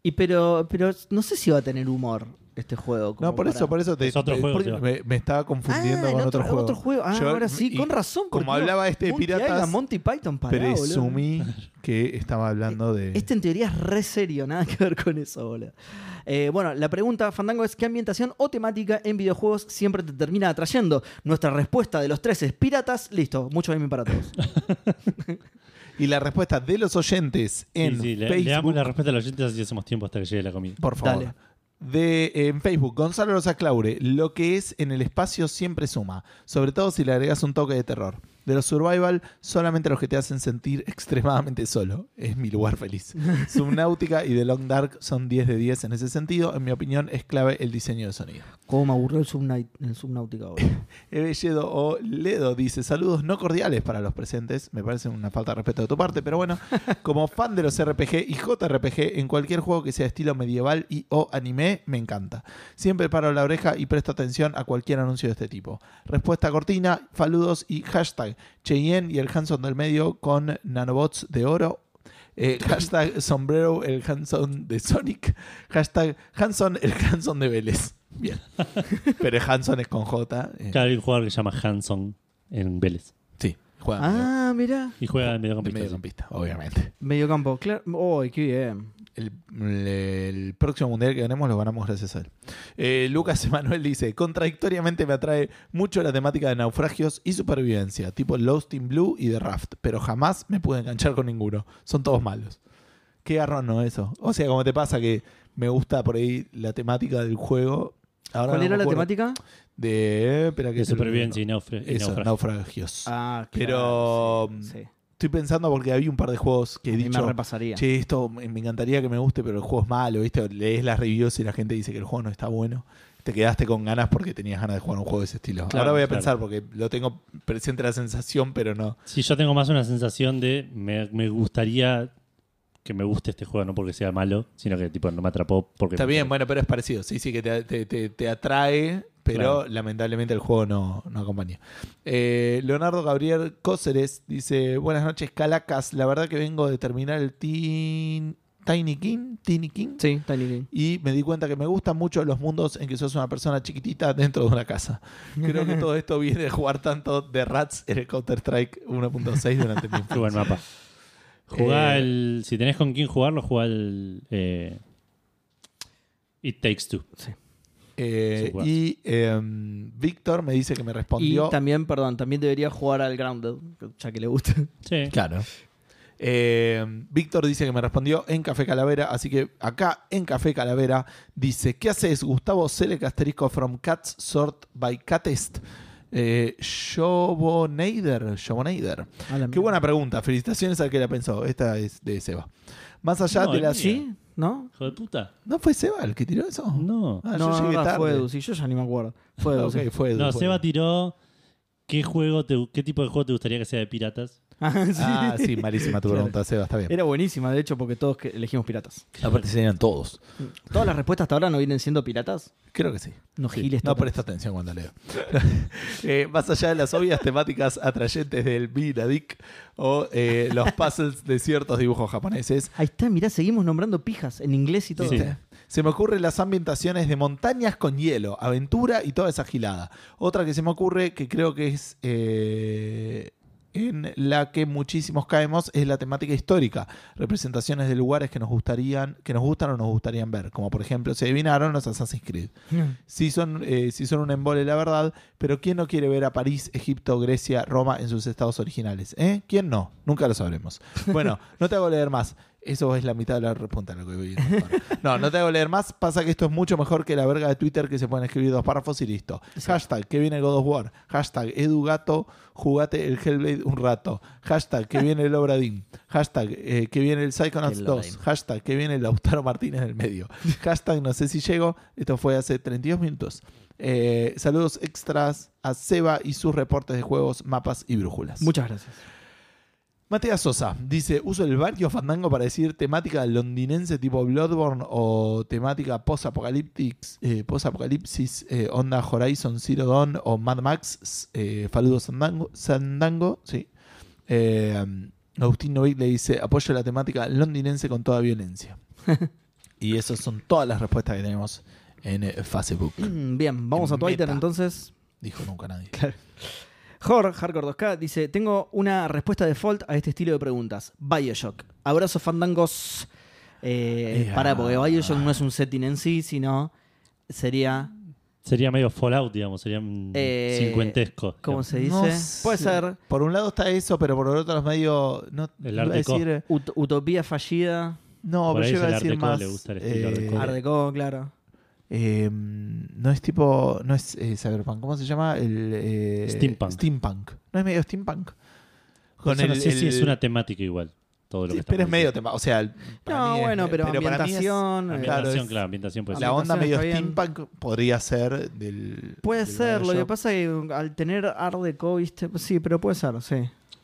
Speaker 2: y pero, pero no sé si va a tener humor este juego. como
Speaker 3: No, por
Speaker 2: para-
Speaker 3: eso, por eso te.
Speaker 1: Es otro
Speaker 3: me-
Speaker 1: juego,
Speaker 3: porque
Speaker 1: tío.
Speaker 3: me, me estaba confundiendo
Speaker 2: Ah, en
Speaker 3: con otro, juego.
Speaker 2: otro juego. Ah,
Speaker 3: Yo-
Speaker 2: ahora sí,
Speaker 3: y
Speaker 2: con razón. porque
Speaker 3: Como
Speaker 2: digo,
Speaker 3: hablaba este de
Speaker 2: Monty
Speaker 3: piratas,
Speaker 2: Island, Monty Python pará, boludo.
Speaker 3: presumí que estaba hablando de.
Speaker 2: Este en teoría es re serio, nada que ver con eso, boludo. Eh, bueno, la pregunta, Fandango, es ¿qué ambientación o temática en videojuegos siempre te termina atrayendo? Nuestra respuesta de los tres es piratas, listo, mucho gaming para todos.
Speaker 3: Y la respuesta de los oyentes en
Speaker 1: Sí, sí, le, le
Speaker 3: Facebook.
Speaker 1: damos la respuesta a los oyentes así hacemos tiempo hasta que llegue la comida.
Speaker 3: Por favor.
Speaker 2: Dale.
Speaker 3: De, eh, en Facebook, Gonzalo Rosa Claure, lo que es en el espacio siempre suma, sobre todo si le agregas un toque de terror. De los survival, solamente los que te hacen sentir extremadamente solo. Es mi lugar feliz. Subnautica y The Long Dark son 10 de 10 en ese sentido. En mi opinión, es clave el diseño de sonido.
Speaker 2: ¿Cómo me aburrió el, Subnai- el Subnautica, boludo?
Speaker 3: Ebelledo o Ledo dice saludos no cordiales para los presentes, me parece una falta de respeto de tu parte, pero bueno, como fan de los RPG y JRPG en cualquier juego que sea estilo medieval y o anime, me encanta. Siempre paro la oreja y presto atención a cualquier anuncio de este tipo. Respuesta cortina, saludos y hashtag Cheyenne y el Hanson del medio con nanobots de oro. Eh, hashtag sombrero el Hanson de Sonic. Hashtag Hanson el Hanson de Vélez. Bien. Pero Hanson es con J. eh.
Speaker 1: Claro, hay un jugador que se llama Hanson en Vélez.
Speaker 3: Sí, juega medio-
Speaker 2: Ah, mirá.
Speaker 1: Y juega en
Speaker 3: de
Speaker 1: mediocampista. sí.
Speaker 3: mediocampista, obviamente.
Speaker 2: Mediocampo, claro. ¡Uy, qué bien!
Speaker 3: El, el próximo mundial que ganemos lo ganamos gracias a él. Eh, Lucas Emanuel dice: Contradictoriamente me atrae mucho la temática de naufragios y supervivencia, tipo Lost in Blue y The Raft, pero jamás me pude enganchar con ninguno. Son todos malos. Qué garrón, ¿no? Eso. O sea, como te pasa que me gusta por ahí la temática del juego. Ahora
Speaker 2: ¿Cuál
Speaker 3: no
Speaker 2: era
Speaker 3: me
Speaker 2: la
Speaker 3: acuerdo.
Speaker 2: temática?
Speaker 3: De. espera que
Speaker 1: De
Speaker 3: te lo
Speaker 1: supervivencia y
Speaker 3: digo.
Speaker 1: naufra- y
Speaker 3: Eso,
Speaker 1: naufragio.
Speaker 3: naufragios.
Speaker 2: Ah,
Speaker 3: Pero, mm,
Speaker 2: claro, sí, sí.
Speaker 3: Estoy pensando porque había un par de juegos que
Speaker 2: A
Speaker 3: he
Speaker 2: mí me
Speaker 3: dicho.
Speaker 2: repasaría.
Speaker 3: Che, esto me me encantaría que me guste, pero el juego es malo, ¿viste? Lees las reviews y la gente dice que el juego no está bueno. Te quedaste con ganas porque tenías ganas de jugar un juego de ese estilo.
Speaker 1: Claro,
Speaker 3: Ahora voy a
Speaker 1: claro.
Speaker 3: pensar porque lo tengo presente la sensación, pero no.
Speaker 1: Sí, yo tengo más una sensación de me, me gustaría que me guste este juego, no porque sea malo, sino que tipo no me atrapó porque
Speaker 3: Está
Speaker 1: me-
Speaker 3: bien, bueno, pero es parecido. Sí, sí, que te, te- te- te atrae, pero
Speaker 1: Claro.
Speaker 3: lamentablemente el juego no, no acompaña. Eh, Leonardo Gabriel Cóceres dice: Buenas noches, Calacas. La verdad que vengo de terminar el Teen- Tiny King. Tiny King.
Speaker 2: Sí, Tiny King.
Speaker 3: Y me di cuenta que me gustan mucho los mundos en que sos una persona chiquitita dentro de una casa. Creo que todo esto viene de jugar tanto de Rats en el Counter-Strike 1.6 durante mi
Speaker 1: Qué
Speaker 3: infancia.
Speaker 1: buen mapa. Jugá
Speaker 3: Eh,
Speaker 1: el. Si tenés con quién jugarlo, jugá el. eh, It Takes Two.
Speaker 3: Eh,
Speaker 1: Sí, jugar.
Speaker 3: y eh, Víctor me dice que me respondió.
Speaker 2: Y también, perdón, también debería jugar al Grounded, ya que le gusta.
Speaker 1: Sí.
Speaker 3: Claro. Em, Víctor dice que me respondió en Café Calavera, así que acá en Café Calavera dice: ¿Qué haces, Gustavo Selec asterisco from Cats Sort by Catest? Eh, Joboneider, Joboneider. Qué buena pregunta, felicitaciones al que la pensó. Esta es de Seba. Más allá
Speaker 1: No,
Speaker 3: de
Speaker 1: es
Speaker 3: la.
Speaker 1: mía.
Speaker 2: ¿Sí? ¿No?
Speaker 1: Hijo de puta.
Speaker 3: ¿No fue Seba el que tiró eso?
Speaker 1: No.
Speaker 3: Ah, yo
Speaker 2: no, no,
Speaker 3: llegué
Speaker 2: no,
Speaker 3: tarde. Ah,
Speaker 2: fue Edu, sí, yo ya ni me acuerdo. Fue Edu,
Speaker 3: Ok,
Speaker 2: sí.
Speaker 3: fue Edu,
Speaker 1: No,
Speaker 3: fue
Speaker 1: Seba
Speaker 3: Edu.
Speaker 1: tiró. ¿Qué juego te, qué tipo de juego te gustaría que sea de piratas?
Speaker 2: Ah, sí.
Speaker 3: Ah, sí, malísima tu
Speaker 2: Claro.
Speaker 3: pregunta, Seba, está bien.
Speaker 2: Era buenísima, de hecho, porque todos que- elegimos piratas.
Speaker 3: Ah, Aparte serían todos.
Speaker 2: Mm. ¿Todas las respuestas hasta ahora no vienen siendo piratas?
Speaker 3: Creo que sí.
Speaker 2: No,
Speaker 3: Sí,
Speaker 2: giles.
Speaker 3: no
Speaker 2: total.
Speaker 3: presta atención cuando leo. Eh, más allá de las obvias temáticas atrayentes del Binadic o eh, los puzzles de ciertos dibujos japoneses,
Speaker 2: Ahí está, mirá, seguimos nombrando pijas en inglés y todo.
Speaker 1: Sí.
Speaker 3: ¿viste? se me ocurren las ambientaciones de montañas con hielo, aventura y toda esa gilada. Otra que se me ocurre, que creo que es eh, en la que muchísimos caemos, es la temática histórica. Representaciones de lugares que nos gustarían, que nos gustan o nos gustarían ver. Como por ejemplo, se adivinaron los Assassin's Creed. Sí son, eh, sí son un embole, la verdad, pero ¿quién no quiere ver a París, Egipto, Grecia, Roma en sus estados originales? ¿Eh? ¿Quién no? Nunca lo sabremos. Bueno, no te hago leer más. Eso es la mitad de la repunta lo que voy a contar. No, no te hago leer más. Pasa que esto es mucho mejor que la verga de Twitter que se pueden escribir dos párrafos y listo. Hashtag que viene God of War. Hashtag Edugato, jugate el Hellblade un rato. Hashtag que viene el Obradín. Hashtag eh, que viene el Psychonauts
Speaker 2: El
Speaker 3: 2.
Speaker 2: Obradín.
Speaker 3: Hashtag que viene el Lautaro Martínez en el medio. Hashtag no sé si llego. Esto fue hace 32 minutos. Eh, saludos extras a Seba y sus reportes de juegos, mapas y brújulas.
Speaker 2: Muchas gracias.
Speaker 3: Matías Sosa dice: Uso el barrio fandango para decir temática londinense tipo Bloodborne o temática post-apocalipsis, eh, post-apocalipsis, eh, onda Horizon Zero Dawn o Mad Max, eh, Faludo Sandango, Sandango, sí. Eh, Agustín Novik le dice: Apoyo la temática londinense con toda violencia. y esas son todas las respuestas que tenemos en eh, Facebook.
Speaker 2: Mm, Bien, vamos a
Speaker 3: En
Speaker 2: Twitter
Speaker 3: meta.
Speaker 2: entonces.
Speaker 3: Dijo nunca nadie.
Speaker 2: Jor, Hardcore 2K, dice: Tengo una respuesta default a este estilo de preguntas. Bioshock. Abrazos fandangos. Eh,
Speaker 3: Ea.
Speaker 2: Pará, porque Bioshock no es
Speaker 3: ah.
Speaker 2: un setting en sí, sino sería.
Speaker 1: Sería medio Fallout, digamos. Sería un
Speaker 2: Eh,
Speaker 1: cincuentesco.
Speaker 2: ¿Cómo se dice?
Speaker 3: No
Speaker 2: Puede
Speaker 3: sé.
Speaker 2: ser.
Speaker 3: Por un lado está eso, pero por el otro es medio. No,
Speaker 1: El
Speaker 3: iba a
Speaker 1: Art Deco.
Speaker 3: decir, eh,
Speaker 2: Ut- utopía fallida.
Speaker 3: No,
Speaker 1: Por
Speaker 3: pero
Speaker 1: ahí es
Speaker 3: yo iba a
Speaker 1: el Art
Speaker 3: decir
Speaker 1: Deco,
Speaker 3: más.
Speaker 1: le gusta el estilo Art
Speaker 3: eh,
Speaker 1: Deco.
Speaker 2: Art Deco, claro.
Speaker 3: eh, no es tipo. No es eh, Cyberpunk. ¿Cómo se llama? El, eh,
Speaker 1: Steampunk.
Speaker 3: Steampunk. No es medio Steampunk.
Speaker 1: Con no sé si
Speaker 3: el-
Speaker 1: es una temática igual. Todo lo que
Speaker 3: Sí,
Speaker 1: estamos
Speaker 3: pero es medio
Speaker 1: diciendo.
Speaker 3: tema. O sea, el- para
Speaker 2: No,
Speaker 3: mí es-
Speaker 2: bueno, pero,
Speaker 3: para mí es-
Speaker 2: ambientación. eh,
Speaker 3: claro,
Speaker 1: Ambientación,
Speaker 3: es-
Speaker 1: claro, ambientación puede ser.
Speaker 3: la onda medio
Speaker 2: Ambientación está bien.
Speaker 3: steampunk podría ser del.
Speaker 2: Puede
Speaker 3: del
Speaker 2: ser, lo que
Speaker 3: Bioshock.
Speaker 2: pasa es que al tener Art Deco, viste, sí, pero puede ser, sí.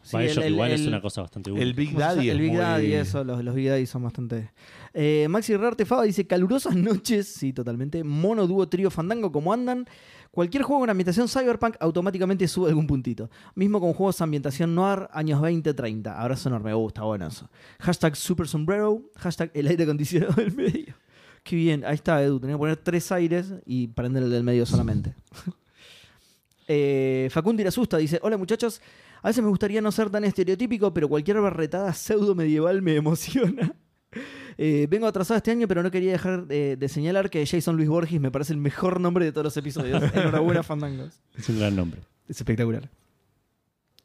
Speaker 2: Sí, el-
Speaker 1: Bioshock
Speaker 2: el-
Speaker 1: igual es
Speaker 2: el-
Speaker 1: una cosa bastante
Speaker 3: El
Speaker 1: única.
Speaker 3: Big
Speaker 2: ¿cómo se
Speaker 3: Daddy.
Speaker 2: llama? El
Speaker 3: es
Speaker 2: Big
Speaker 3: muy-
Speaker 2: Daddy, eso, los, los Big Daddy son bastante. Eh, Maxi Rarte Fava dice: calurosas noches, sí, totalmente. Mono, dúo, trío, fandango, como andan. Cualquier juego con ambientación cyberpunk automáticamente sube algún puntito. Mismo con juegos de ambientación noir, años 20, 30. Abrazo enorme, me gusta, bueno eso. Hashtag super sombrero, hashtag el aire acondicionado del medio. Qué bien, ahí está Edu, tenés que poner tres aires y prender el del medio solamente. Eh, Facundo Irasusta dice, hola muchachos, a veces me gustaría no ser tan estereotípico, pero cualquier barretada pseudo medieval me emociona. Eh, vengo atrasado este año, pero no quería dejar eh, de señalar que Jason Luis Borges me parece el mejor nombre de todos los episodios. Enhorabuena, fandangos.
Speaker 1: Es un gran nombre.
Speaker 2: Es espectacular.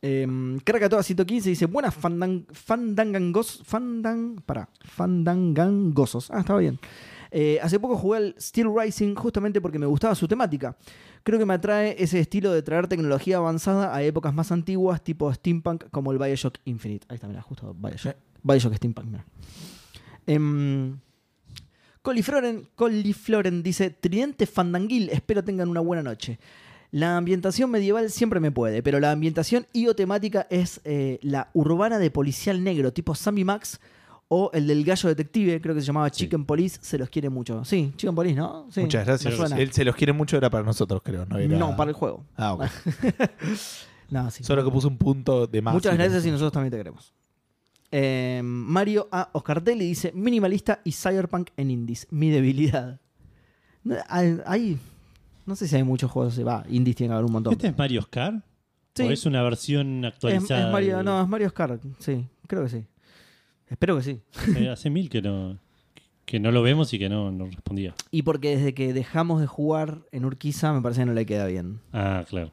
Speaker 2: Eh, Krakatoa 115 dice, buenas fandan- fandangangos, fandang, pará, fandangangosos. Ah, estaba bien. Eh, hace poco jugué al Steel Rising justamente porque me gustaba su temática. Creo que me atrae ese estilo de traer tecnología avanzada a épocas más antiguas, tipo steampunk, como el Bioshock Infinite. Ahí está, mirá, justo Bioshock.
Speaker 3: Eh.
Speaker 2: Bioshock Steampunk, mirá. Em, Colifloren, Colifloren dice, Tridente Fandanguil, espero tengan una buena noche. La ambientación medieval siempre me puede, pero la ambientación y o temática es eh, la urbana de policial negro, tipo Sammy Max, O el del gallo detective, creo que se llamaba Chicken Police, se los quiere mucho. Sí, Chicken Police, ¿no? Sí,
Speaker 3: Muchas gracias.
Speaker 2: me suena.
Speaker 3: Él se los quiere mucho, era para nosotros, creo. No, era-
Speaker 2: No, para el juego.
Speaker 3: Ah, ok.
Speaker 2: No, sí.
Speaker 3: Solo que puso un punto de más.
Speaker 2: Muchas gracias y nosotros también te queremos. Eh, Mario A. Oscartelli dice: minimalista y cyberpunk en indies. Mi debilidad. No, hay, hay- no sé si hay muchos juegos así. Va, indies tiene que haber un montón.
Speaker 1: ¿Este es Mario Oscar?
Speaker 2: Sí.
Speaker 1: ¿O es una versión
Speaker 2: Es-
Speaker 1: actualizada?
Speaker 2: es Mario,
Speaker 1: de-
Speaker 2: no, es Mario Oscar. Sí, creo que sí. Espero que sí.
Speaker 1: Eh, hace mil que no, que no lo vemos y que no, no respondía.
Speaker 2: Y porque desde que dejamos de jugar en Urquiza, me parece que no le queda bien.
Speaker 1: Ah, claro.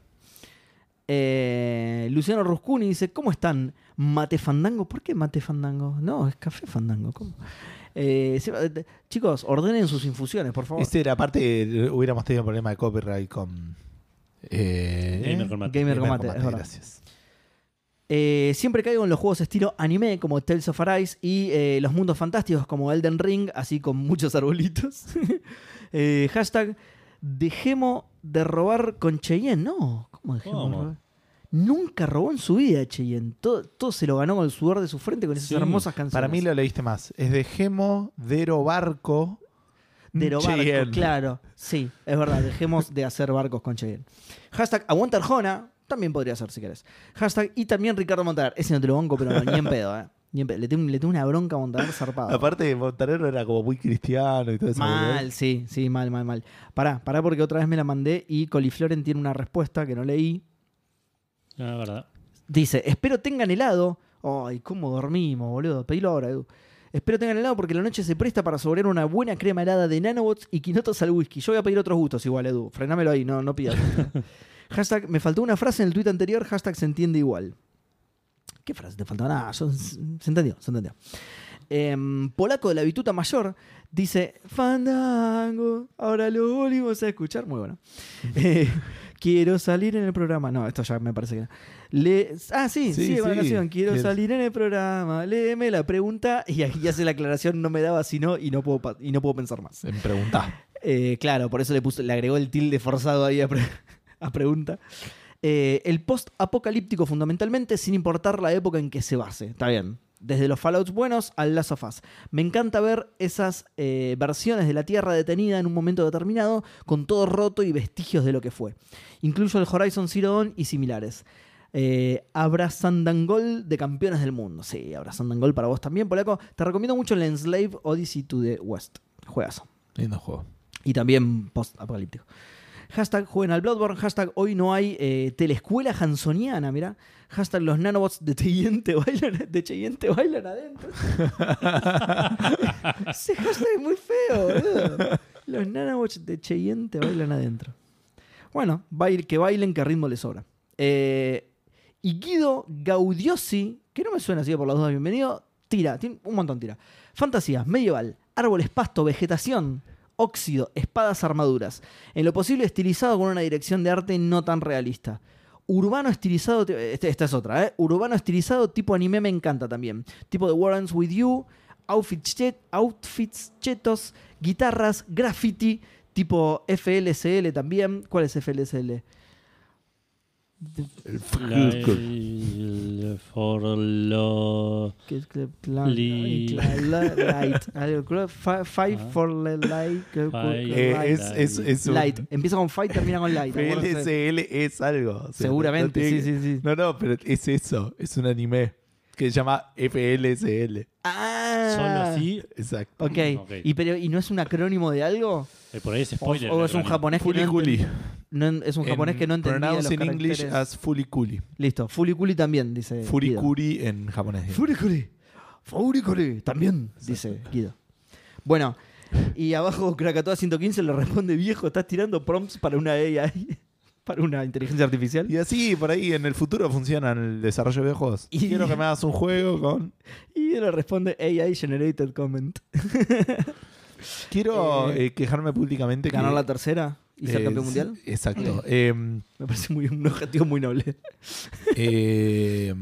Speaker 2: Eh, Luciano Ruscuni dice: ¿Cómo están? ¿Mate Fandango? ¿Por qué mate Fandango? No, es café Fandango. ¿Cómo? Eh, se- eh, chicos, ordenen sus infusiones, por favor.
Speaker 3: Este era, aparte, eh, hubiéramos tenido un problema de copyright con. Eh,
Speaker 1: Gamer con mate.
Speaker 2: Gamer
Speaker 3: Gamer
Speaker 2: con mate,
Speaker 3: Mate,
Speaker 2: es verdad.
Speaker 3: gracias.
Speaker 2: Eh, siempre caigo en los juegos estilo anime como Tales of Arise y eh, los mundos fantásticos como Elden Ring, así con muchos arbolitos. Eh, hashtag dejemos de robar con Cheyenne. No, ¿cómo dejemos de
Speaker 1: ¿Cómo?
Speaker 2: robar? Nunca robó en su vida Cheyenne. Todo, todo se lo ganó con el sudor de su frente con esas
Speaker 1: Sí,
Speaker 2: hermosas canciones.
Speaker 3: Para mí lo leíste más. Es de Gemo, Dero Barco.
Speaker 2: De lo barco,
Speaker 3: Cheyenne.
Speaker 2: claro. Sí, es verdad. Dejemos de hacer barcos con Cheyenne. Hashtag aguanta Arjona. También podría ser si querés. Hashtag y también Ricardo Montaner. Ese no te lo banco, pero ni en pedo, ¿eh? Ni en pedo. Le, tengo, le tengo una bronca a Montaner zarpada.
Speaker 3: Aparte, Montanero era como muy cristiano y todo eso.
Speaker 2: Mal, sí, sí, mal, mal, mal. Pará, pará porque otra vez me la mandé y Colifloren tiene una respuesta que no leí.
Speaker 1: Ah, verdad.
Speaker 2: Dice, espero tengan helado. Ay, cómo dormimos, boludo. Pedilo ahora, Edu. Espero tengan helado porque la noche se presta para sobrear una buena crema helada de nanobots y quinotos al whisky. Yo voy a pedir otros gustos igual, Edu. Frenámelo ahí, no, no pidas. hashtag, me faltó una frase en el tuit anterior, hashtag se entiende igual. ¿Qué frase? Te faltaba nada. yo- se entendió, se entendió. Em, Polaco de la Bituta Mayor dice, Fandango, ahora lo volvimos a escuchar. Muy bueno. Eh, quiero salir en el programa. No, esto ya me parece que no. Le- ah, sí, sí,
Speaker 3: Sí,
Speaker 2: es una
Speaker 3: sí.
Speaker 2: canción. Quiero
Speaker 3: Quiero-
Speaker 2: salir en el programa. Léeme la pregunta. Y aquí hace la aclaración, no me daba sino y no puedo, pa- y no puedo pensar más.
Speaker 3: Me preguntá.
Speaker 2: Eh, claro, por eso le, puso, le agregó el tilde forzado ahí a, pre- a pregunta. Eh, el post apocalíptico fundamentalmente, sin importar la época en que se base. Está bien. Desde los Fallouts buenos al Last of Us. Me encanta ver esas eh, versiones de la Tierra detenida en un momento determinado, con todo roto y vestigios de lo que fue. Incluyo el Horizon Zero Dawn y similares. Eh, Abrazandangol de Campeones del Mundo. Sí, Abrazandangol para vos también, Polaco. Te recomiendo mucho el Enslave Odyssey to the West. Juegazo.
Speaker 3: Lindo juego.
Speaker 2: Y también post-apocalíptico. Hashtag jueguen al Bloodborne. Hashtag hoy no hay eh, teleescuela hansoniana, mira. Hashtag los nanobots de Cheyenne te bailan, de Cheyenne te bailan adentro. Ese hashtag es muy feo, boludo. Los nanobots de Cheyenne te bailan adentro. Bueno, bail- que bailen, que ritmo les sobra. Eh, y Guido Gaudiosi, que no me suena así por las dudas, bienvenido, tira, tiene un montón tira. Fantasías, medieval, árboles, pasto, vegetación, óxido, espadas, armaduras. En lo posible estilizado con una dirección de arte no tan realista. Urbano estilizado, ti- este- esta, es otra, ¿eh? Urbano estilizado tipo anime me encanta también. Tipo de Warrens With You, outfits, che- outfits chetos, guitarras, graffiti, tipo FLCL también. ¿Cuál es FLCL?
Speaker 1: La- el- for lo-
Speaker 2: Que es que plan-
Speaker 1: Li-
Speaker 2: la- la- light. Algo creo- fi- Fight
Speaker 1: Ah.
Speaker 2: for the light. creo-
Speaker 1: Fight.
Speaker 2: creo- creo-
Speaker 1: Eh,
Speaker 2: light.
Speaker 3: es, es, es un-
Speaker 2: Light. Empieza con fight, termina con light.
Speaker 3: PLSL es algo. o sea,
Speaker 2: Seguramente,
Speaker 3: no tiene
Speaker 2: sí,
Speaker 3: que-
Speaker 2: sí, sí.
Speaker 3: No, no, pero es eso. Es un anime que se llama FLSL.
Speaker 2: Ah.
Speaker 1: Solo así.
Speaker 3: Exacto.
Speaker 2: Ok.
Speaker 1: Ok.
Speaker 2: ¿Y, pero, ¿Y no es un acrónimo de algo?
Speaker 1: eh, por ahí es
Speaker 2: ¿O,
Speaker 1: spoiler.
Speaker 2: o
Speaker 1: el
Speaker 2: es un
Speaker 1: acrónimo.
Speaker 2: japonés que
Speaker 3: Fuli
Speaker 2: no,
Speaker 3: Culi.
Speaker 2: no en- es un japonés que no entendía los
Speaker 3: Pronounce in English
Speaker 2: caracteres. Eh,
Speaker 3: as Fuli Culi.
Speaker 2: Listo. Fuliculi también, dice Guido.
Speaker 3: Furikuri en japonés. digo.
Speaker 2: Furikuri. Furikuri. También, dice Guido. Bueno, y abajo Krakatoa 115 le responde, viejo, estás tirando prompts para una AI, para una inteligencia artificial.
Speaker 3: Y así, por ahí, en el futuro funciona el desarrollo de videojuegos.
Speaker 2: Y-
Speaker 3: Quiero que me hagas un juego con...
Speaker 2: Y le responde AI Generated Comment.
Speaker 3: Quiero
Speaker 2: Eh,
Speaker 3: eh, quejarme públicamente que...
Speaker 2: Ganar la tercera y ser
Speaker 3: eh,
Speaker 2: campeón mundial.
Speaker 3: Exacto. Em,
Speaker 2: Me parece muy, un objetivo muy noble.
Speaker 3: Eh,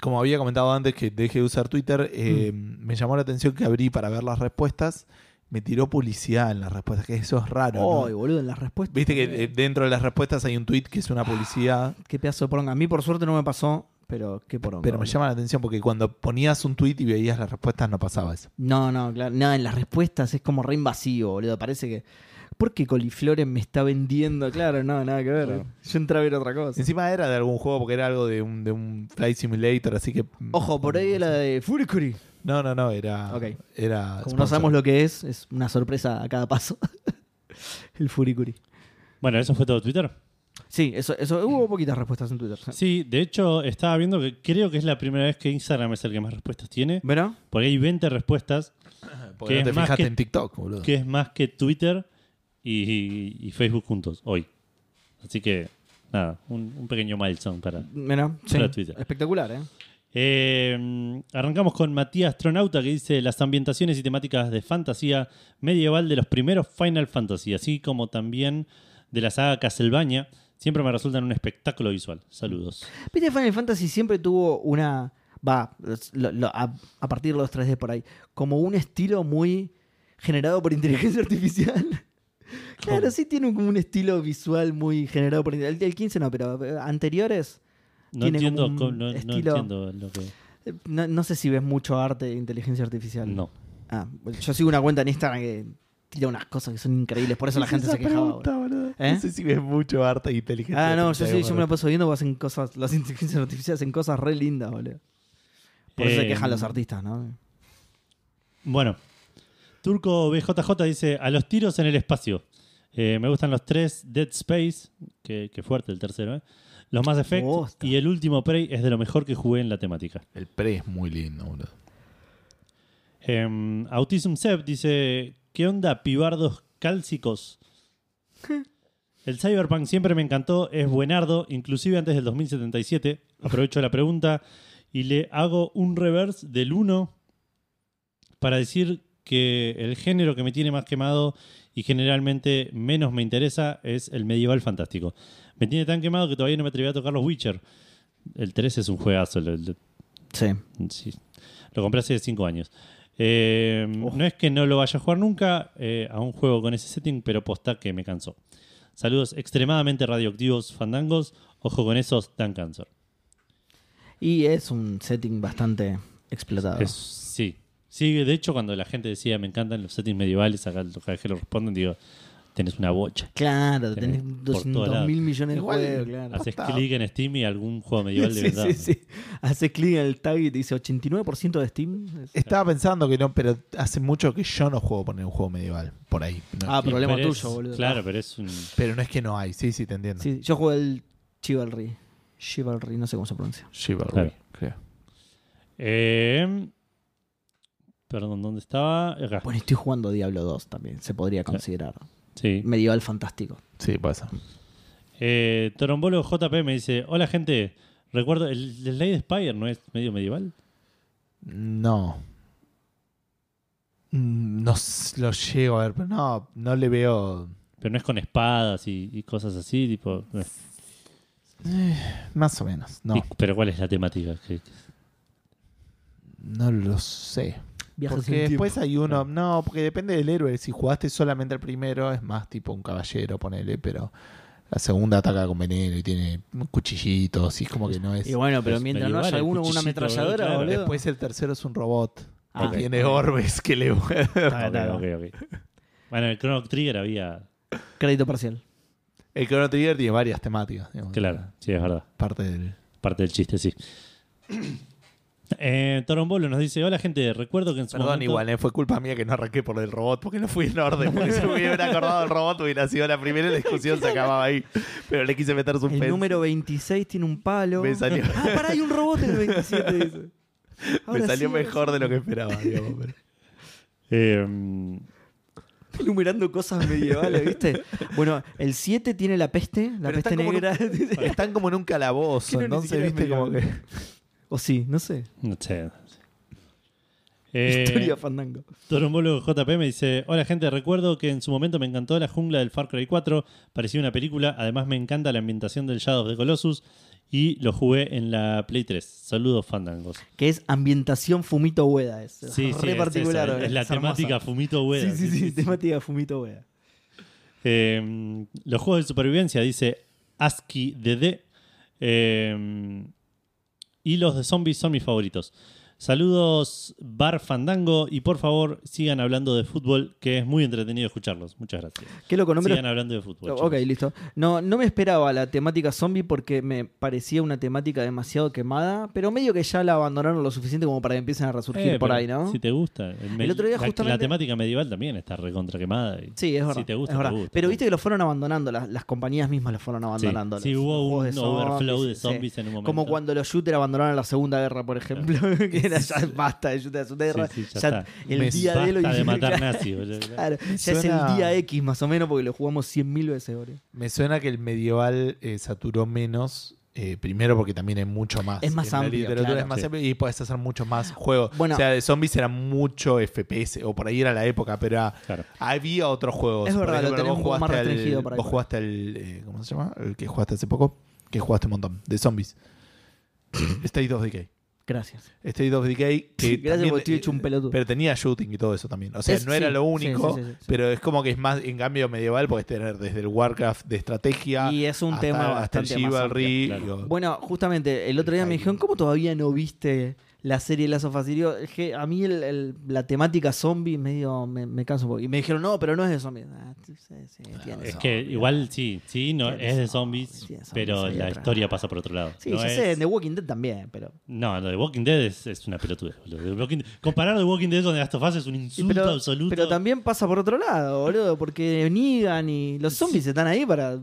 Speaker 3: como había comentado antes que dejé de usar Twitter, eh,
Speaker 2: Mm.
Speaker 3: me llamó la atención que abrí para ver las respuestas. Me tiró publicidad en las respuestas, que eso es raro. ¿no? eh,
Speaker 2: Ay, boludo, en las respuestas.
Speaker 3: Viste que eh, dentro de las respuestas hay un tweet que es una publicidad.
Speaker 2: Qué pedazo de poronga. A mí, por suerte, no me pasó. pero qué poronga.
Speaker 3: Pero me
Speaker 2: boludo.
Speaker 3: llama la atención porque cuando ponías un tweet y veías las respuestas no pasaba eso.
Speaker 2: No, no, claro. No, en las respuestas es como re invasivo, boludo. Parece que. ¿Por qué Coliflores me está vendiendo? Claro, no, nada que ver.
Speaker 3: Claro.
Speaker 2: Yo entré a ver otra cosa.
Speaker 3: Encima era de algún juego porque era algo de un, de un Flight Simulator, así que. mm,
Speaker 2: Ojo, por ahí la de Furikuri.
Speaker 3: No, no, no, era.
Speaker 2: Ok.
Speaker 3: Era.
Speaker 2: Como no sabemos lo que es, es una sorpresa a cada paso. El Furikuri.
Speaker 1: Bueno, eso fue todo Twitter.
Speaker 2: Sí, eso, eso hubo poquitas respuestas en Twitter.
Speaker 1: Sí, de hecho, estaba viendo que creo que es la primera vez que Instagram es el que más respuestas tiene.
Speaker 2: ¿Verdad?
Speaker 1: Porque hay 20 respuestas,
Speaker 3: Porque
Speaker 1: que
Speaker 3: no te
Speaker 1: es más
Speaker 3: fijaste
Speaker 1: que-
Speaker 3: en TikTok, boludo.
Speaker 1: que es más que Twitter y, y- y Facebook juntos, hoy. Así que, nada, un, un pequeño milestone para...
Speaker 2: Mira, sí.
Speaker 1: Para Twitter.
Speaker 2: Espectacular, ¿eh?
Speaker 1: Eh, arrancamos con Matías Astronauta que dice las ambientaciones y temáticas de fantasía medieval de los primeros Final Fantasy, así como también de la saga Castlevania, siempre me resultan un espectáculo visual. Saludos.
Speaker 2: Viste, Final Fantasy siempre tuvo una. Va, lo- lo- a, a partir de los 3D por ahí. Como un estilo muy generado por inteligencia artificial. claro,
Speaker 1: ¿Cómo?
Speaker 2: sí tiene un- como un estilo visual muy generado por inteligencia El 15 no, pero eh, anteriores.
Speaker 1: No
Speaker 2: Tiene
Speaker 1: entiendo,
Speaker 2: como un
Speaker 1: cómo- no, no
Speaker 2: estilo-
Speaker 1: entiendo lo que.
Speaker 2: eh, No, no sé si ves mucho arte de inteligencia artificial.
Speaker 1: No.
Speaker 2: Ah, bueno, yo sigo una cuenta en Instagram que tira unas cosas que son increíbles. Por eso la gente se quejaba. boludo. ¿Eh?
Speaker 3: No sé si ves mucho arte e inteligencia.
Speaker 2: Ah, no, yo,
Speaker 3: artificial,
Speaker 2: sí, yo me la
Speaker 3: boludo.
Speaker 2: paso viendo, hacen cosas. Las inteligencias artificiales hacen cosas re lindas, boludo. Por eso se
Speaker 1: Eh,
Speaker 2: quejan los artistas, ¿no?
Speaker 1: Bueno, Turco BJJ dice a los tiros en el espacio. Eh, me gustan los tres Dead Space, que, que fuerte el tercero, ¿eh? los Mass Effect
Speaker 2: Posta.
Speaker 1: y el último Prey es de lo mejor que jugué en la temática.
Speaker 3: El pre es muy lindo, boludo.
Speaker 1: Em, Autism Seb dice: ¿Qué onda, pibardos cálcicos? El Cyberpunk siempre me encantó, es buenardo, inclusive antes del 2077. Aprovecho la pregunta y le hago un reverse del 1 para decir que el género que me tiene más quemado y generalmente menos me interesa es el medieval fantástico. Me tiene tan quemado que todavía no me atreví a tocar los Witcher. El 3 es un juegazo, lo- lo-
Speaker 2: Sí.
Speaker 1: Sí. Lo compré hace 5 años. Eh,
Speaker 2: Oh.
Speaker 1: No es que no lo vaya a jugar nunca eh, a un juego con ese setting, pero posta que me cansó. Saludos extremadamente radioactivos, fandangos. Ojo con esos, dan cáncer.
Speaker 2: Y es un setting bastante explotado.
Speaker 1: Es- sí. Sí, de hecho, cuando la gente decía me encantan los settings medievales, acá los que lo responden, digo, tenés una bocha.
Speaker 2: Claro, tenés
Speaker 1: Tenés por
Speaker 2: 200
Speaker 1: todos lados.
Speaker 2: mil millones de
Speaker 3: Igual,
Speaker 2: juegos, claro.
Speaker 1: Haces
Speaker 3: Posta.
Speaker 1: clic en Steam y algún juego medieval de
Speaker 2: Sí,
Speaker 1: verdad.
Speaker 2: sí, sí. Haces clic en el tag y te dice 89% de Steam. Es-
Speaker 3: Estaba pensando que no, pero hace mucho que yo no juego poner un juego medieval por ahí. No,
Speaker 2: Ah,
Speaker 1: Y-
Speaker 2: problema
Speaker 1: pero es-
Speaker 2: tuyo, boludo.
Speaker 1: Claro, pero es un.
Speaker 3: Pero no es que no hay, sí, sí, te entiendo.
Speaker 2: Sí, yo jugué el Chivalry. Chivalry, no sé cómo se pronuncia.
Speaker 3: Chivalry,
Speaker 1: Claro.
Speaker 3: creo.
Speaker 1: Eh, perdón, ¿dónde estaba? Acá.
Speaker 2: Bueno, estoy jugando Diablo 2 también, se podría considerar.
Speaker 1: Sí.
Speaker 2: Medieval fantástico.
Speaker 3: Sí, pasa.
Speaker 1: Eh, Torombolo JP me dice: Hola, gente. Recuerdo, el Slade Spire no es medio medieval.
Speaker 3: No. Mm, No s- lo llego a ver, pero no, no le veo.
Speaker 1: Pero no es con espadas y, y cosas así, tipo. eh.
Speaker 3: Más o menos, no.
Speaker 1: Y- pero ¿cuál es la temática? Que- que-
Speaker 3: No lo sé.
Speaker 2: Viajes en
Speaker 3: Porque
Speaker 2: el tiempo.
Speaker 3: después hay uno. No, porque depende del héroe. Si jugaste solamente el primero, es más tipo un caballero, ponele, pero la segunda ataca con veneno y tiene cuchillitos y es como que no es.
Speaker 2: Y bueno, pero
Speaker 1: Es
Speaker 2: mientras no
Speaker 1: medieval,
Speaker 2: haya
Speaker 1: el
Speaker 2: alguno con una
Speaker 1: cuchillito, boludo,
Speaker 2: ametralladora,
Speaker 1: claro.
Speaker 2: boludo.
Speaker 3: Después el tercero es un robot
Speaker 2: Ah,
Speaker 3: que tiene orbes que le.
Speaker 2: está, está, está.
Speaker 1: Ok, ok, ok. Bueno, en el Chrono Trigger había.
Speaker 2: Crédito parcial.
Speaker 3: el Chrono Trigger tiene varias temáticas. digamos.
Speaker 1: Claro, sí, es verdad.
Speaker 3: Parte del.
Speaker 1: Parte del chiste, sí. Eh, Torombolo nos dice: Hola, gente. Recuerdo que en su
Speaker 3: Perdón,
Speaker 1: momento.
Speaker 3: igual, eh, fue culpa mía que no arranqué por el robot, porque no fui en orden, porque si me hubiera acordado el robot hubiera sido la primera y la discusión se acababa ahí. Pero le quise meter
Speaker 2: El
Speaker 3: suspense.
Speaker 2: número 26 tiene un palo.
Speaker 3: Me salió.
Speaker 2: Ah, pará, hay un robot en el 27, dice.
Speaker 3: me
Speaker 2: Ahora
Speaker 3: salió
Speaker 2: sí, ahora
Speaker 3: mejor de lo que esperaba, digamos, pero-
Speaker 1: Eh,
Speaker 2: sí. Enumerando cosas medievales, ¿viste? Bueno, el 7 tiene la peste, la
Speaker 3: Pero
Speaker 2: peste
Speaker 3: están como
Speaker 2: negra. dice.
Speaker 3: Están como en un calabozo,
Speaker 2: Que no, ni
Speaker 3: entonces
Speaker 2: siquiera
Speaker 3: viste
Speaker 2: es medio-
Speaker 3: como que.
Speaker 2: o sí, no sé.
Speaker 1: no sé. Eh,
Speaker 2: Historia fandango.
Speaker 1: Torombolo JP me dice: Hola, gente. Recuerdo que en su momento me encantó la jungla del Far Cry 4. Parecía una película. Además, me encanta la ambientación del Shadow of the Colossus. Y lo jugué en la Play 3. Saludos, fandangos.
Speaker 2: Que es ambientación Fumito Hueda. Es
Speaker 1: Sí, sí,
Speaker 2: re
Speaker 1: es
Speaker 2: particular.
Speaker 1: eso, es, es la
Speaker 2: hermosa.
Speaker 1: temática Fumito Ueda.
Speaker 2: Sí, sí, sí, temática Fumito Hueda.
Speaker 1: Eh, los juegos de supervivencia, dice ASCII DD. Eh, Y los de zombies son mis favoritos. Saludos, Bar Fandango, y por favor sigan hablando de fútbol, que es muy entretenido escucharlos. Muchas gracias.
Speaker 2: Qué loco, no me lo-
Speaker 1: Sigan hablando de fútbol.
Speaker 2: Ok,
Speaker 1: chicos.
Speaker 2: listo. No, no me esperaba la temática zombie porque me parecía una temática demasiado quemada, pero medio que ya la abandonaron lo suficiente como para que empiecen a resurgir
Speaker 1: Eh,
Speaker 2: por
Speaker 1: pero
Speaker 2: ahí, ¿no?
Speaker 1: Si te gusta. me-
Speaker 2: El otro día
Speaker 1: la,
Speaker 2: justamente-
Speaker 1: la temática medieval también está recontra quemada. y
Speaker 2: Sí, es verdad.
Speaker 1: Si te gusta,
Speaker 2: es
Speaker 1: te
Speaker 2: verdad.
Speaker 1: gusta.
Speaker 2: Pero viste que lo fueron abandonando, las, las compañías mismas lo fueron
Speaker 1: Sí,
Speaker 2: abandonando.
Speaker 1: sí,
Speaker 2: los- los
Speaker 1: hubo
Speaker 2: juegos
Speaker 1: un
Speaker 2: de zombies,
Speaker 1: overflow de
Speaker 2: sí.
Speaker 1: zombies en un momento.
Speaker 2: Como cuando los shooters abandonaron la Segunda Guerra, por ejemplo. que era ya basta de shooters de la Segunda Guerra.
Speaker 1: Sí, sí, ya
Speaker 2: ya
Speaker 1: está.
Speaker 2: el
Speaker 3: Me
Speaker 2: día de lo
Speaker 1: Basta de matar nazis. boludo.
Speaker 2: Claro, ya es
Speaker 3: Suena-
Speaker 2: el día X más o menos porque lo jugamos 100.000 veces, boludo.
Speaker 3: Me suena que el medieval eh, saturó menos. eh, primero porque también hay mucho más.
Speaker 2: Es más
Speaker 3: En la
Speaker 2: amplio,
Speaker 3: literatura
Speaker 2: claro.
Speaker 3: es más
Speaker 1: Sí.
Speaker 3: amplio y puedes hacer muchos más juegos.
Speaker 2: Bueno.
Speaker 3: o sea, de zombies era mucho FPS, o por ahí era la época, pero era-
Speaker 1: Claro.
Speaker 3: había otros juegos.
Speaker 2: Es
Speaker 3: Por
Speaker 2: verdad, lo
Speaker 3: ejemplo,
Speaker 2: tenemos como
Speaker 3: vos
Speaker 2: más
Speaker 3: jugaste al-
Speaker 2: restringido para
Speaker 3: Vos
Speaker 2: ahí.
Speaker 3: jugaste el. eh, ¿Cómo se llama? El que jugaste hace poco. Que jugaste un montón. De zombies. State of Decay.
Speaker 2: Gracias.
Speaker 3: State of Decay. Que
Speaker 2: Gracias
Speaker 3: también-
Speaker 2: porque estoy hecho un pelotudo.
Speaker 3: Pero tenía shooting y todo eso también. O sea,
Speaker 2: Es-
Speaker 3: no era
Speaker 2: sí,
Speaker 3: lo único.
Speaker 2: sí, sí, sí, sí.
Speaker 3: Pero es como que es más, en cambio, medieval, puedes tener desde el Warcraft de estrategia.
Speaker 2: Y es un
Speaker 3: hasta-
Speaker 2: tema
Speaker 3: Hasta el
Speaker 2: bastante más
Speaker 3: Chivalry.
Speaker 1: amplio, claro.
Speaker 3: digo,
Speaker 2: Bueno, justamente, el otro día me
Speaker 3: Ahí.
Speaker 2: dijeron, ¿cómo todavía no viste la serie Last of Us? Y digo, es que a mí el- el- la temática zombie medio me, me cansa un poco. Y me dijeron, no, pero no es de zombies. Ah, sí, sí, sí, tiene
Speaker 1: Es
Speaker 2: zombies.
Speaker 1: que igual sí, sí, no,
Speaker 2: Tiene
Speaker 1: es de
Speaker 2: zombies,
Speaker 1: zombies,
Speaker 2: tiene zombies
Speaker 1: pero
Speaker 2: ahí
Speaker 1: la
Speaker 2: atrás.
Speaker 1: historia pasa por otro lado.
Speaker 2: Sí,
Speaker 1: No
Speaker 2: ya
Speaker 1: es-
Speaker 2: sé, en The Walking Dead también, pero...
Speaker 1: No, lo de Walking Dead es, es una pelotuda. boludo. The Walking- comparar The Walking Dead con The Last of Us es un insulto
Speaker 2: Pero,
Speaker 1: absoluto.
Speaker 2: pero también pasa por otro lado, boludo, porque Negan y los zombies están ahí para,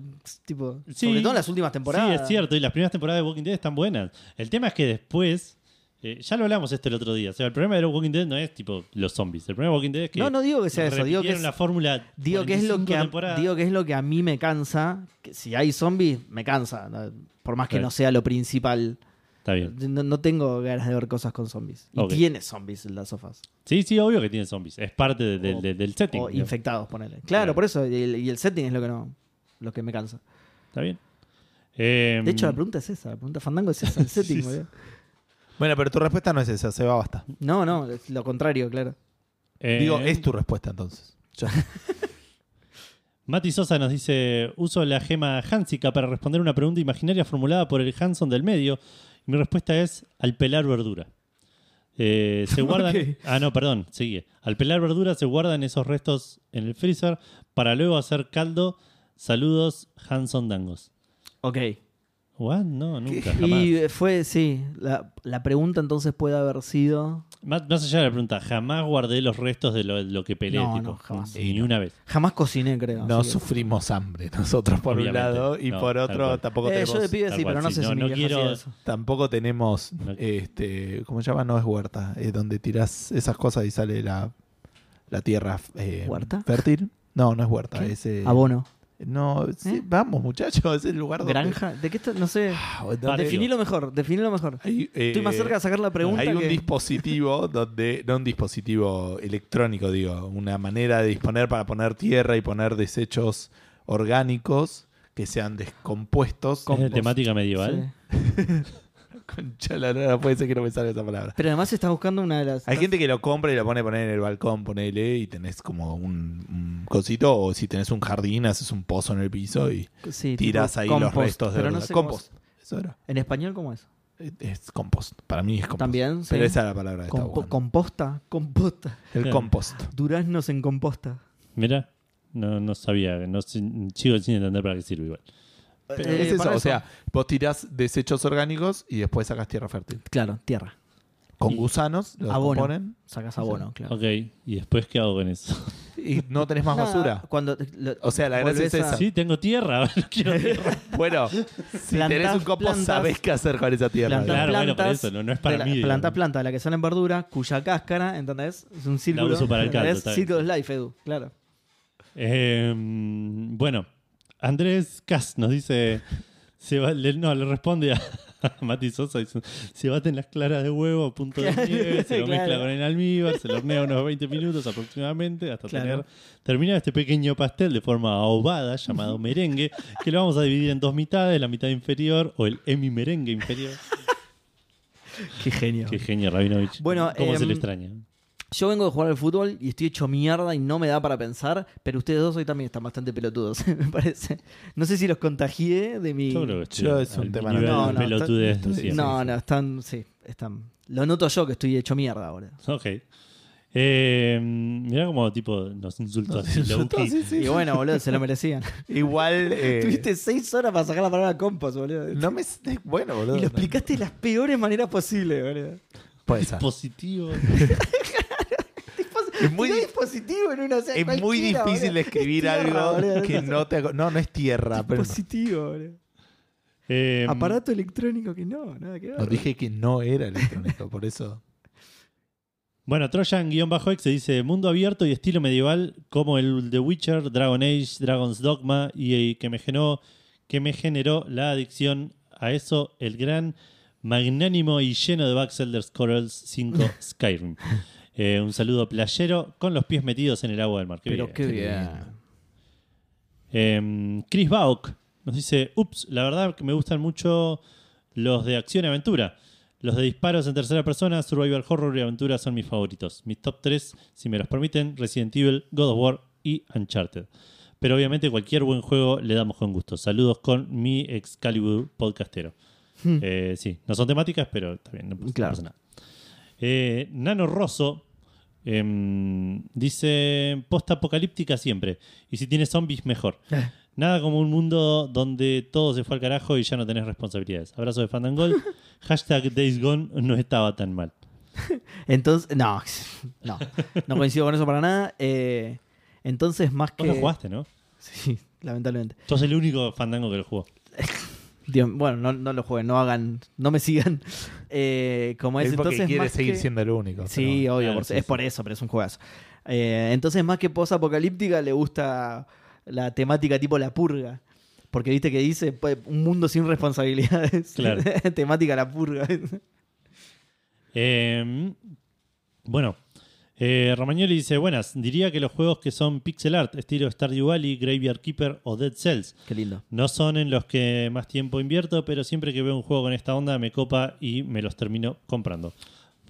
Speaker 2: tipo,
Speaker 1: Sí.
Speaker 2: sobre todo en las últimas temporadas.
Speaker 1: Sí, es cierto. Y las primeras temporadas de Walking Dead están buenas. El tema es que después. eh, ya lo hablamos esto el otro día. O sea, el problema de The Walking Dead no es tipo los zombies. El problema de Walking Dead es que.
Speaker 2: No, no digo que sea eso, digo que
Speaker 1: repitieron
Speaker 2: es-
Speaker 1: la fórmula.
Speaker 2: Digo que, es lo
Speaker 1: 45
Speaker 2: que a,
Speaker 1: temporadas.
Speaker 2: digo que es lo que a mí me cansa. Que si hay zombies, me cansa. ¿no? Por más que
Speaker 1: Claro.
Speaker 2: no sea lo principal.
Speaker 1: Está bien.
Speaker 2: No, no tengo ganas de ver cosas con zombies. Y
Speaker 1: Ok.
Speaker 2: tiene zombies en las sofás.
Speaker 1: Sí, sí, obvio que tiene zombies. Es parte de- del-
Speaker 2: O-
Speaker 1: del- del setting.
Speaker 2: O
Speaker 1: digamos.
Speaker 2: infectados, ponele. Claro,
Speaker 1: Claro.
Speaker 2: por eso. Y el, y el setting es lo que no. Lo que me cansa.
Speaker 1: Está bien. Eh,
Speaker 2: De hecho, la pregunta es esa. La pregunta fandango es esa. El setting, boludo.
Speaker 3: Bueno, pero tu respuesta no es esa, se va basta.
Speaker 2: No, no. es lo contrario, claro.
Speaker 1: eh,
Speaker 3: Digo, es tu respuesta entonces. Ya.
Speaker 1: Mati Sosa nos dice: Uso la gema Hansica para responder una pregunta imaginaria formulada por el Hanson del medio. Mi respuesta es: al pelar verdura. Eh, se guardan.
Speaker 2: Ok.
Speaker 1: Ah, no, perdón, sigue. Al pelar verdura se guardan esos restos en el freezer para luego hacer caldo. Saludos, Hanson Dangos.
Speaker 2: Ok.
Speaker 1: ¿What? No, nunca, jamás.
Speaker 2: Y eh, fue, sí. La, la pregunta entonces puede haber sido.
Speaker 1: Más, más allá de la pregunta, jamás guardé los restos de lo, lo que peleé.
Speaker 2: No,
Speaker 1: tipo,
Speaker 2: no, jamás.
Speaker 1: Ni una vez.
Speaker 2: Jamás cociné, creo.
Speaker 3: No
Speaker 2: así que-
Speaker 3: sufrimos hambre nosotros por
Speaker 1: Obviamente,
Speaker 3: un lado y
Speaker 1: no,
Speaker 3: por
Speaker 1: tal
Speaker 3: otro
Speaker 1: cual.
Speaker 3: tampoco
Speaker 2: Eh,
Speaker 3: tenemos,
Speaker 2: yo de pibe
Speaker 1: Tal
Speaker 2: sí,
Speaker 1: cual,
Speaker 2: pero no
Speaker 1: sí,
Speaker 2: sé
Speaker 1: no-
Speaker 2: si mi
Speaker 1: no
Speaker 2: vieja
Speaker 1: quiero-
Speaker 2: hacía eso.
Speaker 3: tampoco tenemos
Speaker 1: No.
Speaker 3: este, ¿cómo se llama? No es huerta, es donde tirás esas cosas y sale la, la tierra eh,
Speaker 2: ¿Huerta?
Speaker 3: fértil. No, no es huerta,
Speaker 2: ¿Qué?
Speaker 3: es eh,
Speaker 2: Abono.
Speaker 3: No, sí,
Speaker 2: ¿Eh?
Speaker 3: vamos, muchachos, es el lugar donde.
Speaker 2: ¿Granja? ¿De qué está? No sé.
Speaker 3: Ah, donde-
Speaker 1: Patio.
Speaker 2: Definilo mejor, definilo mejor.
Speaker 3: Hay, eh,
Speaker 2: Estoy más cerca de sacar la pregunta.
Speaker 3: Hay un
Speaker 2: que-
Speaker 3: dispositivo donde, no un dispositivo electrónico, digo, una manera de disponer para poner tierra y poner desechos orgánicos que sean descompuestos.
Speaker 1: ¿Es de temática medieval?
Speaker 2: Sí.
Speaker 3: Concha la lora, puede ser que no me salga esa palabra.
Speaker 2: Pero además estás buscando una de las.
Speaker 3: Hay gente que lo compra y lo pone a poner en el balcón, ponele, y tenés como un, un cosito, o si tenés un jardín, haces un pozo en el piso y
Speaker 2: Sí, tipo
Speaker 3: tirás ahí los
Speaker 2: compost,
Speaker 3: restos de
Speaker 2: pero no
Speaker 3: verdura.
Speaker 2: sé cómo
Speaker 3: compost. Eso era.
Speaker 2: es. ¿En español cómo es?
Speaker 3: Es- Es compost. Para mí es compost.
Speaker 2: También, sí.
Speaker 3: Pero esa era la palabra que estaba
Speaker 2: Compo-
Speaker 3: buscando.
Speaker 2: composta, composta.
Speaker 3: El compost.
Speaker 2: Duraznos en composta.
Speaker 1: Mira, no, no sabía. No, sé- sigo sin entender para qué sirve igual.
Speaker 3: Pero
Speaker 2: Eh,
Speaker 3: es eso,
Speaker 2: para
Speaker 3: o sea, vos tirás desechos orgánicos y después sacas tierra fértil.
Speaker 2: Claro, tierra.
Speaker 3: Con gusanos los
Speaker 2: Abono.
Speaker 3: componen
Speaker 2: Sacas abono, claro.
Speaker 1: Ok, ¿y después qué hago con eso?
Speaker 3: y no tenés más
Speaker 2: Nada,
Speaker 3: basura.
Speaker 2: Cuando te- lo-
Speaker 3: O sea, la gracia
Speaker 2: volvés
Speaker 3: es
Speaker 2: a-
Speaker 3: esa.
Speaker 1: Sí, tengo tierra, no quiero tierra.
Speaker 3: Bueno, si
Speaker 2: Plantás
Speaker 3: tenés un compost,
Speaker 2: plantas-
Speaker 3: sabés qué hacer con esa tierra.
Speaker 2: plantás
Speaker 1: Claro, bueno, por
Speaker 2: plantas
Speaker 1: eso, no- no es para
Speaker 2: de la-
Speaker 1: mí, digamos.
Speaker 2: Planta planta, la que sale en verdura, cuya cáscara, ¿entendés? Es un círculo.
Speaker 1: uso para el caldo,
Speaker 2: ¿entendés?
Speaker 1: está bien.
Speaker 2: Círculos life, Edu, claro.
Speaker 1: Eh, bueno, Andrés Cas nos dice. Se va- le, no, le responde a, a Mati Sosa. dice, se baten las claras de huevo a punto de
Speaker 2: Claro,
Speaker 1: nieve, se lo
Speaker 2: claro.
Speaker 1: mezcla con el almíbar, se lo hornea unos 20 minutos aproximadamente hasta
Speaker 2: Claro.
Speaker 1: tener terminado este pequeño pastel de forma ovada llamado merengue, que lo vamos a dividir en dos mitades, la mitad inferior o el hemi merengue inferior.
Speaker 2: Qué genio.
Speaker 1: Qué genio, Rabinovich.
Speaker 2: Bueno,
Speaker 1: ¿Cómo se
Speaker 2: em,
Speaker 1: le extraña?
Speaker 2: Yo vengo de jugar al fútbol y estoy hecho mierda y no me da para pensar, pero ustedes dos hoy también están bastante pelotudos, me parece. No sé si los contagié de mi.
Speaker 1: Yo creo que estoy
Speaker 3: Yo es un
Speaker 1: al
Speaker 3: tema
Speaker 1: nivel
Speaker 2: no-
Speaker 1: de
Speaker 2: no, está-
Speaker 1: pelotudez de
Speaker 3: estoy-
Speaker 1: siempre.
Speaker 2: no, no, están. Sí, están. Lo noto yo que estoy hecho mierda ahora.
Speaker 1: Ok. Eh, mirá como tipo nos insultó así, Loki.
Speaker 3: Sí, sí.
Speaker 2: Y bueno, boludo, se lo merecían.
Speaker 3: Igual. eh,
Speaker 2: Tuviste seis horas para sacar la palabra compas, boludo.
Speaker 3: No me. Bueno, boludo.
Speaker 2: y lo
Speaker 3: no.
Speaker 2: explicaste de las peores maneras posibles, boludo.
Speaker 3: Puede ser.
Speaker 1: Positivo.
Speaker 3: Es muy
Speaker 2: Tiró
Speaker 3: di-
Speaker 2: dispositivo en una o sea,
Speaker 3: Es muy
Speaker 2: cualquiera,
Speaker 3: difícil
Speaker 2: boludo.
Speaker 3: describir
Speaker 2: Es tierra,
Speaker 3: algo
Speaker 2: boludo,
Speaker 3: que no te. hago- No, no es tierra, pero. no.
Speaker 2: Ah, Dispositivo, boludo.
Speaker 1: Eh,
Speaker 2: Aparato electrónico que no, nada que ver.
Speaker 3: Em, No, dije que no era electrónico, por eso.
Speaker 1: Bueno, Trojan-Exe dice: Mundo abierto y estilo medieval como el The Witcher, Dragon Age, Dragon's Dogma y, y que, me generó, que me generó la adicción a eso, el gran, magnánimo y lleno de bugs Elder Scrolls 5 Skyrim. Eh, un saludo playero con los pies metidos en el agua del mar. Qué bien. Eh, Chris Bauk nos dice, ups, la verdad que me gustan mucho los de acción y aventura. Los de disparos en tercera persona, survival horror y aventura son mis favoritos. Mis top 3, si me los permiten, Resident Evil, God of War y Uncharted. Pero obviamente cualquier buen juego le damos con gusto. Saludos con mi Excalibur podcastero. Eh, sí, no son temáticas, pero está bien, no pasa, no
Speaker 2: Claro.
Speaker 1: pasa nada. Eh, Nano Rosso em, dice post apocalíptica siempre. Y si tiene zombies, mejor. Nada como un mundo donde todo se fue al carajo y ya no tenés responsabilidades. Abrazo de Fandangol. Hashtag Days Gone no estaba tan mal.
Speaker 2: Entonces, no, no, no coincido con eso para nada. Eh, entonces, más que.
Speaker 1: Vos lo jugaste, ¿no?
Speaker 2: Sí, lamentablemente.
Speaker 1: Sos el único Fandango que lo jugó.
Speaker 2: Dios, bueno, no, no lo jueguen, no hagan, no me sigan. Eh, como es,
Speaker 3: Es porque
Speaker 2: entonces.
Speaker 3: quiere
Speaker 2: Más
Speaker 3: seguir
Speaker 2: que-
Speaker 3: siendo el único.
Speaker 2: Sí,
Speaker 3: pero-
Speaker 2: obvio,
Speaker 1: Claro,
Speaker 2: por-
Speaker 1: sí,
Speaker 2: es
Speaker 1: sí.
Speaker 2: por eso, pero es un juegazo. Eh, entonces, más que post apocalíptica, le gusta la temática tipo la purga. Porque viste que dice pues, un mundo sin responsabilidades.
Speaker 1: Claro.
Speaker 2: temática la purga.
Speaker 1: Eh, bueno, eh, Romagnoli dice: Buenas, diría que los juegos que son pixel art, estilo Stardew Valley, Graveyard Keeper o Dead Cells,
Speaker 2: Qué lindo.
Speaker 1: no son en los que más tiempo invierto, pero siempre que veo un juego con esta onda me copa y me los termino comprando.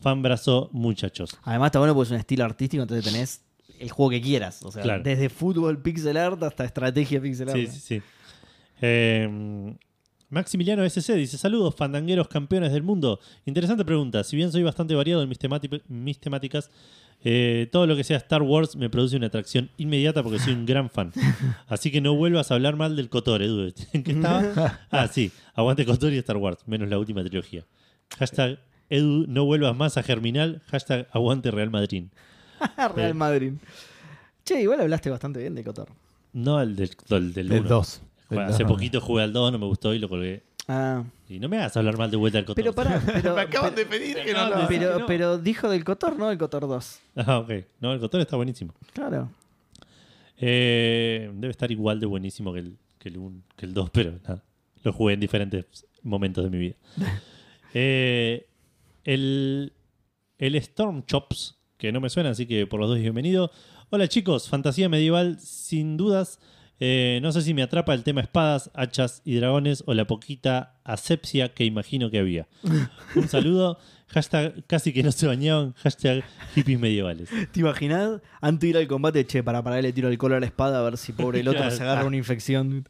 Speaker 1: Fanbrazo, muchachos.
Speaker 2: Además, está bueno porque es un estilo artístico, entonces tenés el juego que quieras. O sea,
Speaker 1: Claro.
Speaker 2: desde fútbol pixel art hasta estrategia pixel art.
Speaker 1: Sí, sí, sí. Eh, Maximiliano SC dice: Saludos, fandangueros campeones del mundo. Interesante pregunta. Si bien soy bastante variado en mis, temati- mis temáticas, eh, todo lo que sea Star Wars me produce una atracción inmediata porque soy un gran fan. Así que no vuelvas a hablar mal del Cotor, Edu. ¿En qué estaba? Ah, sí. Aguante Cotor y Star Wars, menos la última trilogía. Hashtag Edu, no vuelvas más a Germinal. Hashtag aguante Real Madrid.
Speaker 2: Real Madrid. Che, igual hablaste bastante bien de Cotor.
Speaker 1: No el del 1.
Speaker 3: Del 2.
Speaker 1: Hace poquito jugué al 2, no me gustó y lo colgué.
Speaker 2: Ah,
Speaker 1: Y no me hagas hablar mal de vuelta al Cotor.
Speaker 2: pero pará. Pero,
Speaker 3: Me acaban de
Speaker 2: pero,
Speaker 3: pedir que no lo
Speaker 1: de-
Speaker 2: pero-
Speaker 1: no.
Speaker 2: pero dijo del Cotor, no del Cotor 2.
Speaker 1: Ah, ok. No, el Cotor está buenísimo.
Speaker 2: Claro.
Speaker 1: Eh, debe estar igual de buenísimo que el, que el, un- que el 2, pero nada. Lo jugué en diferentes momentos de mi vida. Eh, el, el Storm Chops, que no me suena, así que por los dos bienvenido. Hola chicos, fantasía medieval sin dudas. Eh, no sé si me atrapa el tema espadas, hachas y dragones o la poquita asepsia que imagino que había. Un saludo. Hashtag casi que no se bañaban. Hashtag hippies medievales.
Speaker 2: ¿Te imaginas? Antes de ir al combate, che, para parar le tiro el color a la espada a ver si pobre el otro
Speaker 1: Claro.
Speaker 2: se agarra una infección.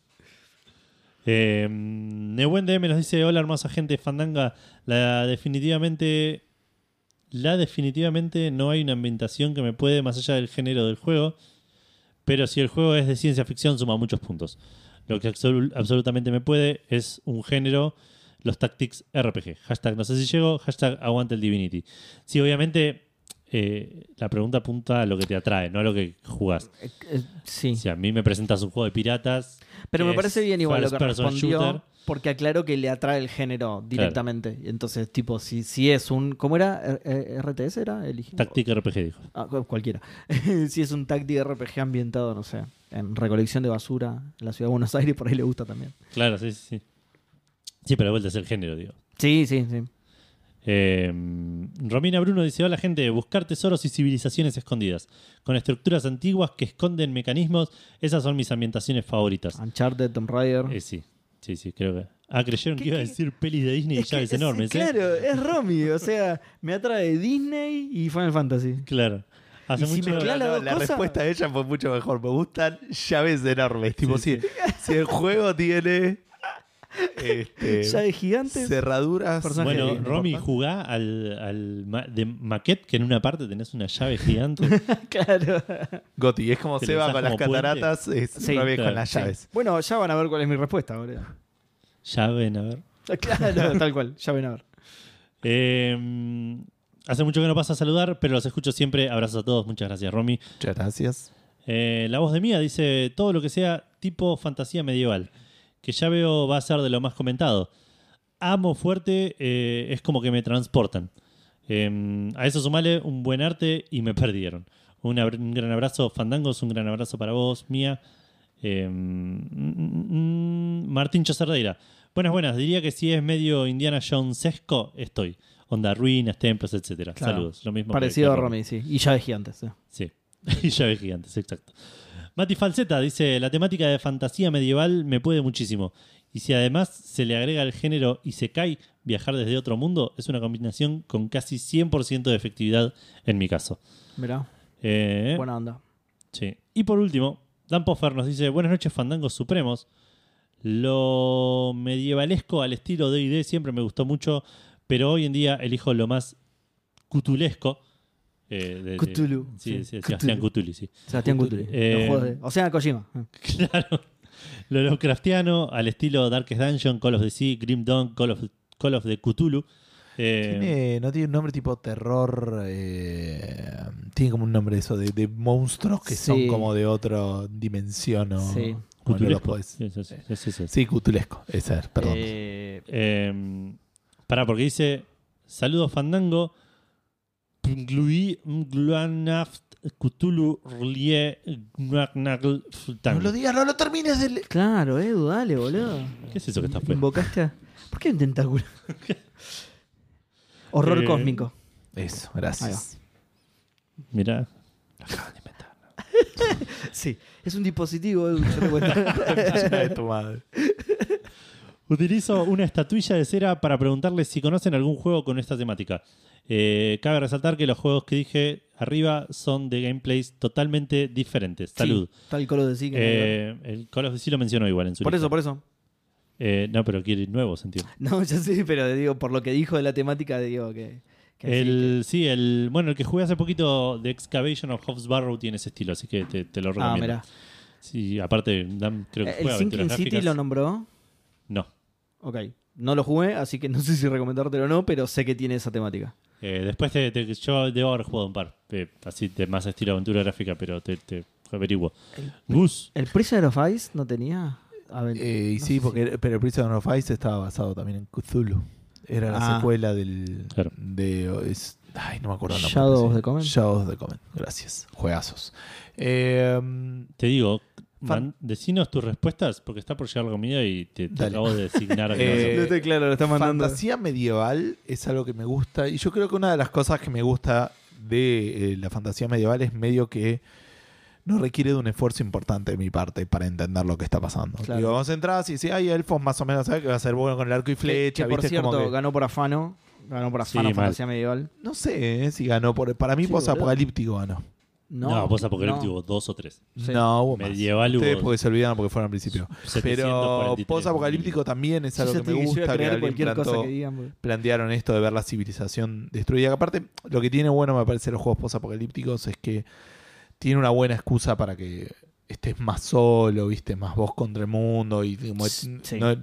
Speaker 1: Eh, Nebuen DM nos dice: Hola, hermosa gente de Fandanga. La definitivamente. La definitivamente no hay una ambientación que me puede más allá del género del juego. Pero si el juego es de ciencia ficción, suma muchos puntos. Lo que absolu- absolutamente me puede es un género. Los Tactics RPG. Hashtag no sé si llego. Hashtag aguante el Divinity. Sí, obviamente. eh, la pregunta apunta a lo que te atrae, no a lo que jugás.
Speaker 2: Eh, eh, sí.
Speaker 1: Si a mí me presentas un juego de piratas.
Speaker 2: Pero
Speaker 1: que
Speaker 2: me parece
Speaker 1: es
Speaker 2: bien igual lo
Speaker 1: first
Speaker 2: que
Speaker 1: person
Speaker 2: respondió.
Speaker 1: shooter,
Speaker 2: Porque aclaró que le atrae el género directamente. Entonces, tipo, si, si es un. ¿Cómo era? R- eh, ¿RTS era? Elige-
Speaker 1: Táctica RPG, dijo.
Speaker 2: Ah, cu- cualquiera. si es un táctico RPG ambientado, no sé, en recolección de basura en la ciudad de Buenos Aires, por ahí le gusta también.
Speaker 1: Claro, sí, sí. Sí, sí pero de vuelta es el género, digo.
Speaker 2: Sí, sí, sí.
Speaker 1: Eh, Romina Bruno dice: Hola, gente, buscar tesoros y civilizaciones escondidas, con estructuras
Speaker 2: Ah,
Speaker 1: antiguas que esconden mecanismos, esas son mis ambientaciones favoritas.
Speaker 2: Uncharted, Tomb Raider.
Speaker 1: Eh, sí, Sí, sí, creo que. Ah, creyeron
Speaker 2: ¿Qué-
Speaker 1: que iba a
Speaker 2: qué?
Speaker 1: decir pelis de Disney y
Speaker 2: que
Speaker 1: ya es enorme, ¿eh?
Speaker 2: Claro, es Romy. O sea, me atrae Disney y Final Fantasy.
Speaker 1: Claro. Hace
Speaker 2: Y si
Speaker 1: mucho.
Speaker 2: mezclas- Claro, las dos
Speaker 3: la
Speaker 2: cosas-
Speaker 3: respuesta de ella fue mucho mejor. Me gustan llaves enormes. Tipo,
Speaker 1: Sí,
Speaker 3: si, si el juego tiene
Speaker 1: Eh,
Speaker 3: este,
Speaker 2: Ya de gigantes.
Speaker 3: cerraduras.
Speaker 2: Personaje
Speaker 1: Bueno,
Speaker 2: de-
Speaker 1: Romy, jugá al, al ma- de maquet que en una parte tenés una llave gigante.
Speaker 2: Claro.
Speaker 3: Goti, es como
Speaker 1: Que
Speaker 3: Seba
Speaker 1: lo
Speaker 3: con
Speaker 1: usás
Speaker 3: las
Speaker 1: como puente.
Speaker 3: cataratas, es
Speaker 2: Sí,
Speaker 3: Romy
Speaker 1: claro,
Speaker 3: con las
Speaker 1: sí.
Speaker 3: llaves.
Speaker 2: Bueno, ya van a ver cuál es mi respuesta, boludo.
Speaker 1: ya ven, a ver.
Speaker 2: Claro, tal cual. Ya ven a ver.
Speaker 1: Eh, hace mucho que no paso a saludar, pero los escucho siempre. Abrazos a todos. Muchas gracias, Romy.
Speaker 3: Muchas gracias.
Speaker 1: Eh, la voz de Mía dice todo lo que sea tipo fantasía medieval, que ya veo va a ser de lo más comentado. Amo fuerte, eh, es como que me transportan. Eh, a eso sumale un buen arte y me perdieron. Un, abr- un gran abrazo, Fandangos, un gran abrazo para vos, Mía. Eh, mm, mm, mm, Martín Chocerdeira. Buenas, buenas. Diría que si es medio Indiana Jonesesco, estoy. Onda, ruinas, templos, etcétera.
Speaker 2: Claro.
Speaker 1: Saludos. Lo mismo que-
Speaker 2: Parecido
Speaker 1: que
Speaker 2: a Romy, sí. Y ya de gigantes. eh. sí.
Speaker 1: Sí, y llaves gigantes, exacto. Mati Falseta dice, la temática de fantasía medieval me puede muchísimo. Y si además se le agrega el género y se cae, viajar desde otro mundo es una combinación con casi 100% de efectividad en mi caso.
Speaker 2: Mirá,
Speaker 1: Eh,
Speaker 2: buena onda.
Speaker 1: Sí. Y por último, Dan Poffer nos dice: Buenas noches, fandangos supremos. Lo medievalesco al estilo DD siempre me gustó mucho, pero hoy en día elijo lo más cutulesco. eh, de- de-
Speaker 2: Cthulhu,
Speaker 1: Sí,
Speaker 2: sí.
Speaker 1: sí, Sebastián
Speaker 2: Cthulhu.
Speaker 1: Cthulhu, sí.
Speaker 2: Sebastián Cutuli.
Speaker 1: Eh,
Speaker 2: Los juegos de- O sea, Kojima.
Speaker 1: Claro. Lo Lovecraftiano al estilo Darkest Dungeon, Call of the Sea, Grim Dawn, Call of, Call of the Cthulhu. Eh,
Speaker 3: Tiene- no tiene un nombre tipo terror. eh, tiene como un nombre de eso, de, de monstruos que
Speaker 2: Sí.
Speaker 3: son como de otra dimensión. O, o
Speaker 2: Sí.
Speaker 3: no los
Speaker 1: cthulesco.
Speaker 3: podés-
Speaker 1: Sí, sí, sí, sí, sí.
Speaker 3: Sí, cutulesco. Ese, es, perdón.
Speaker 2: Eh,
Speaker 1: Eh, pará, porque dice: Saludos, Fandango. Glui, Gluanaft, Cthulhu, Rlie, Gnagnagl, Fultang.
Speaker 3: no lo digas, no lo termines. del-
Speaker 2: Claro, Edu, dale, boludo.
Speaker 1: ¿Qué es eso que está afuera?
Speaker 2: Invocaste a... ¿Por qué un tentáculo? Horror
Speaker 1: Eh,
Speaker 2: cósmico.
Speaker 3: Eso, gracias.
Speaker 1: Mirá.
Speaker 2: Sí, es un dispositivo, Edu. yo te cuento.
Speaker 3: de tu madre.
Speaker 1: Utilizo una estatuilla de cera para preguntarles si conocen algún juego con esta temática. Eh, cabe resaltar que los juegos que dije arriba son de gameplays totalmente diferentes. Salud.
Speaker 2: Sí, tal colo de sí que
Speaker 1: Eh, el Call of Duty lo mencionó igual en su
Speaker 2: Por
Speaker 1: lista.
Speaker 2: eso, por eso.
Speaker 1: Eh, no, pero quiere nuevos, entiendo.
Speaker 2: No, yo sí, pero digo, por lo que dijo de la temática, digo que. que Ah,
Speaker 1: El, sí, el bueno, el que jugué hace poquito de Excavation of Hobbs Barrow tiene ese estilo, así que te, te lo
Speaker 2: existe. Ah,
Speaker 1: recomiendo.
Speaker 2: mirá.
Speaker 1: sí, aparte, Dan creo que
Speaker 2: El
Speaker 1: juega
Speaker 2: Sinking
Speaker 1: aventuras
Speaker 2: City
Speaker 1: gráficas.
Speaker 2: lo nombró.
Speaker 1: No.
Speaker 2: Ok. No lo jugué, así que no sé si recomendártelo o no, pero sé que tiene esa temática.
Speaker 1: Eh, después te, te- yo debo haber jugado un par, eh, así de más estilo aventura gráfica, pero te, te averiguo. Gus,
Speaker 2: ¿El Prisoner of Ice no tenía? A ver,
Speaker 3: Eh, y
Speaker 2: no
Speaker 3: sí,
Speaker 2: sé
Speaker 3: porque pero Prison of Ice estaba basado también en Cthulhu. Era la
Speaker 2: Ah.
Speaker 3: secuela del.
Speaker 1: Claro.
Speaker 3: De, es- ay, no me acuerdo el nombre.
Speaker 2: Shadow
Speaker 3: pero
Speaker 2: of
Speaker 3: sí.
Speaker 2: the Coven.
Speaker 3: Shadow of the Coven. Gracias. Juegazos. Eh,
Speaker 1: te digo,
Speaker 3: Fan-
Speaker 1: man- decinos tus respuestas, porque está por llegar la comida y te, te
Speaker 3: Dale.
Speaker 1: acabo de designar. a qué vas a-
Speaker 3: Eh,
Speaker 2: No estoy claro, lo está mandando.
Speaker 3: fantasía medieval es algo que me gusta. Y yo creo que una de las cosas que me gusta de eh, la fantasía medieval es medio que no requiere de un esfuerzo importante de mi parte para entender lo que está pasando.
Speaker 2: Claro.
Speaker 3: Digo, vos entras y decís, hay elfos más o menos, ¿sabes? Que va a ser bueno con el arco y flecha.
Speaker 2: que, por
Speaker 3: ¿viste? Es
Speaker 2: cierto,
Speaker 3: como que-
Speaker 2: ganó por afano. Ganó por afano
Speaker 1: Sí, mal.
Speaker 2: fantasía medieval.
Speaker 3: No sé eh, si ganó. Por, para mí,
Speaker 2: Sí,
Speaker 3: post apocalíptico ganó.
Speaker 1: no,
Speaker 2: No,
Speaker 1: no, vos
Speaker 2: no.
Speaker 1: apocalíptico, dos o tres.
Speaker 2: Sí.
Speaker 3: No, hubo más.
Speaker 1: Medieval hubo-
Speaker 3: Ustedes porque se olvidaron porque fueron al principio. pues, Pero
Speaker 1: 743.
Speaker 3: post apocalíptico también es
Speaker 2: Yo
Speaker 3: algo
Speaker 2: ya
Speaker 3: que
Speaker 2: te
Speaker 3: me
Speaker 2: digo, yo voy a
Speaker 3: gusta. Que
Speaker 2: creer
Speaker 3: alguien
Speaker 2: cualquier cosa
Speaker 3: plantó-
Speaker 2: que digan. boludo.
Speaker 3: plantearon esto de ver la civilización destruida. Que aparte, lo que tiene bueno, me parece, los juegos posapocalípticos es que tiene una buena excusa para que estés más solo, viste, más vos contra el mundo. Y como-
Speaker 2: Sí.
Speaker 3: no-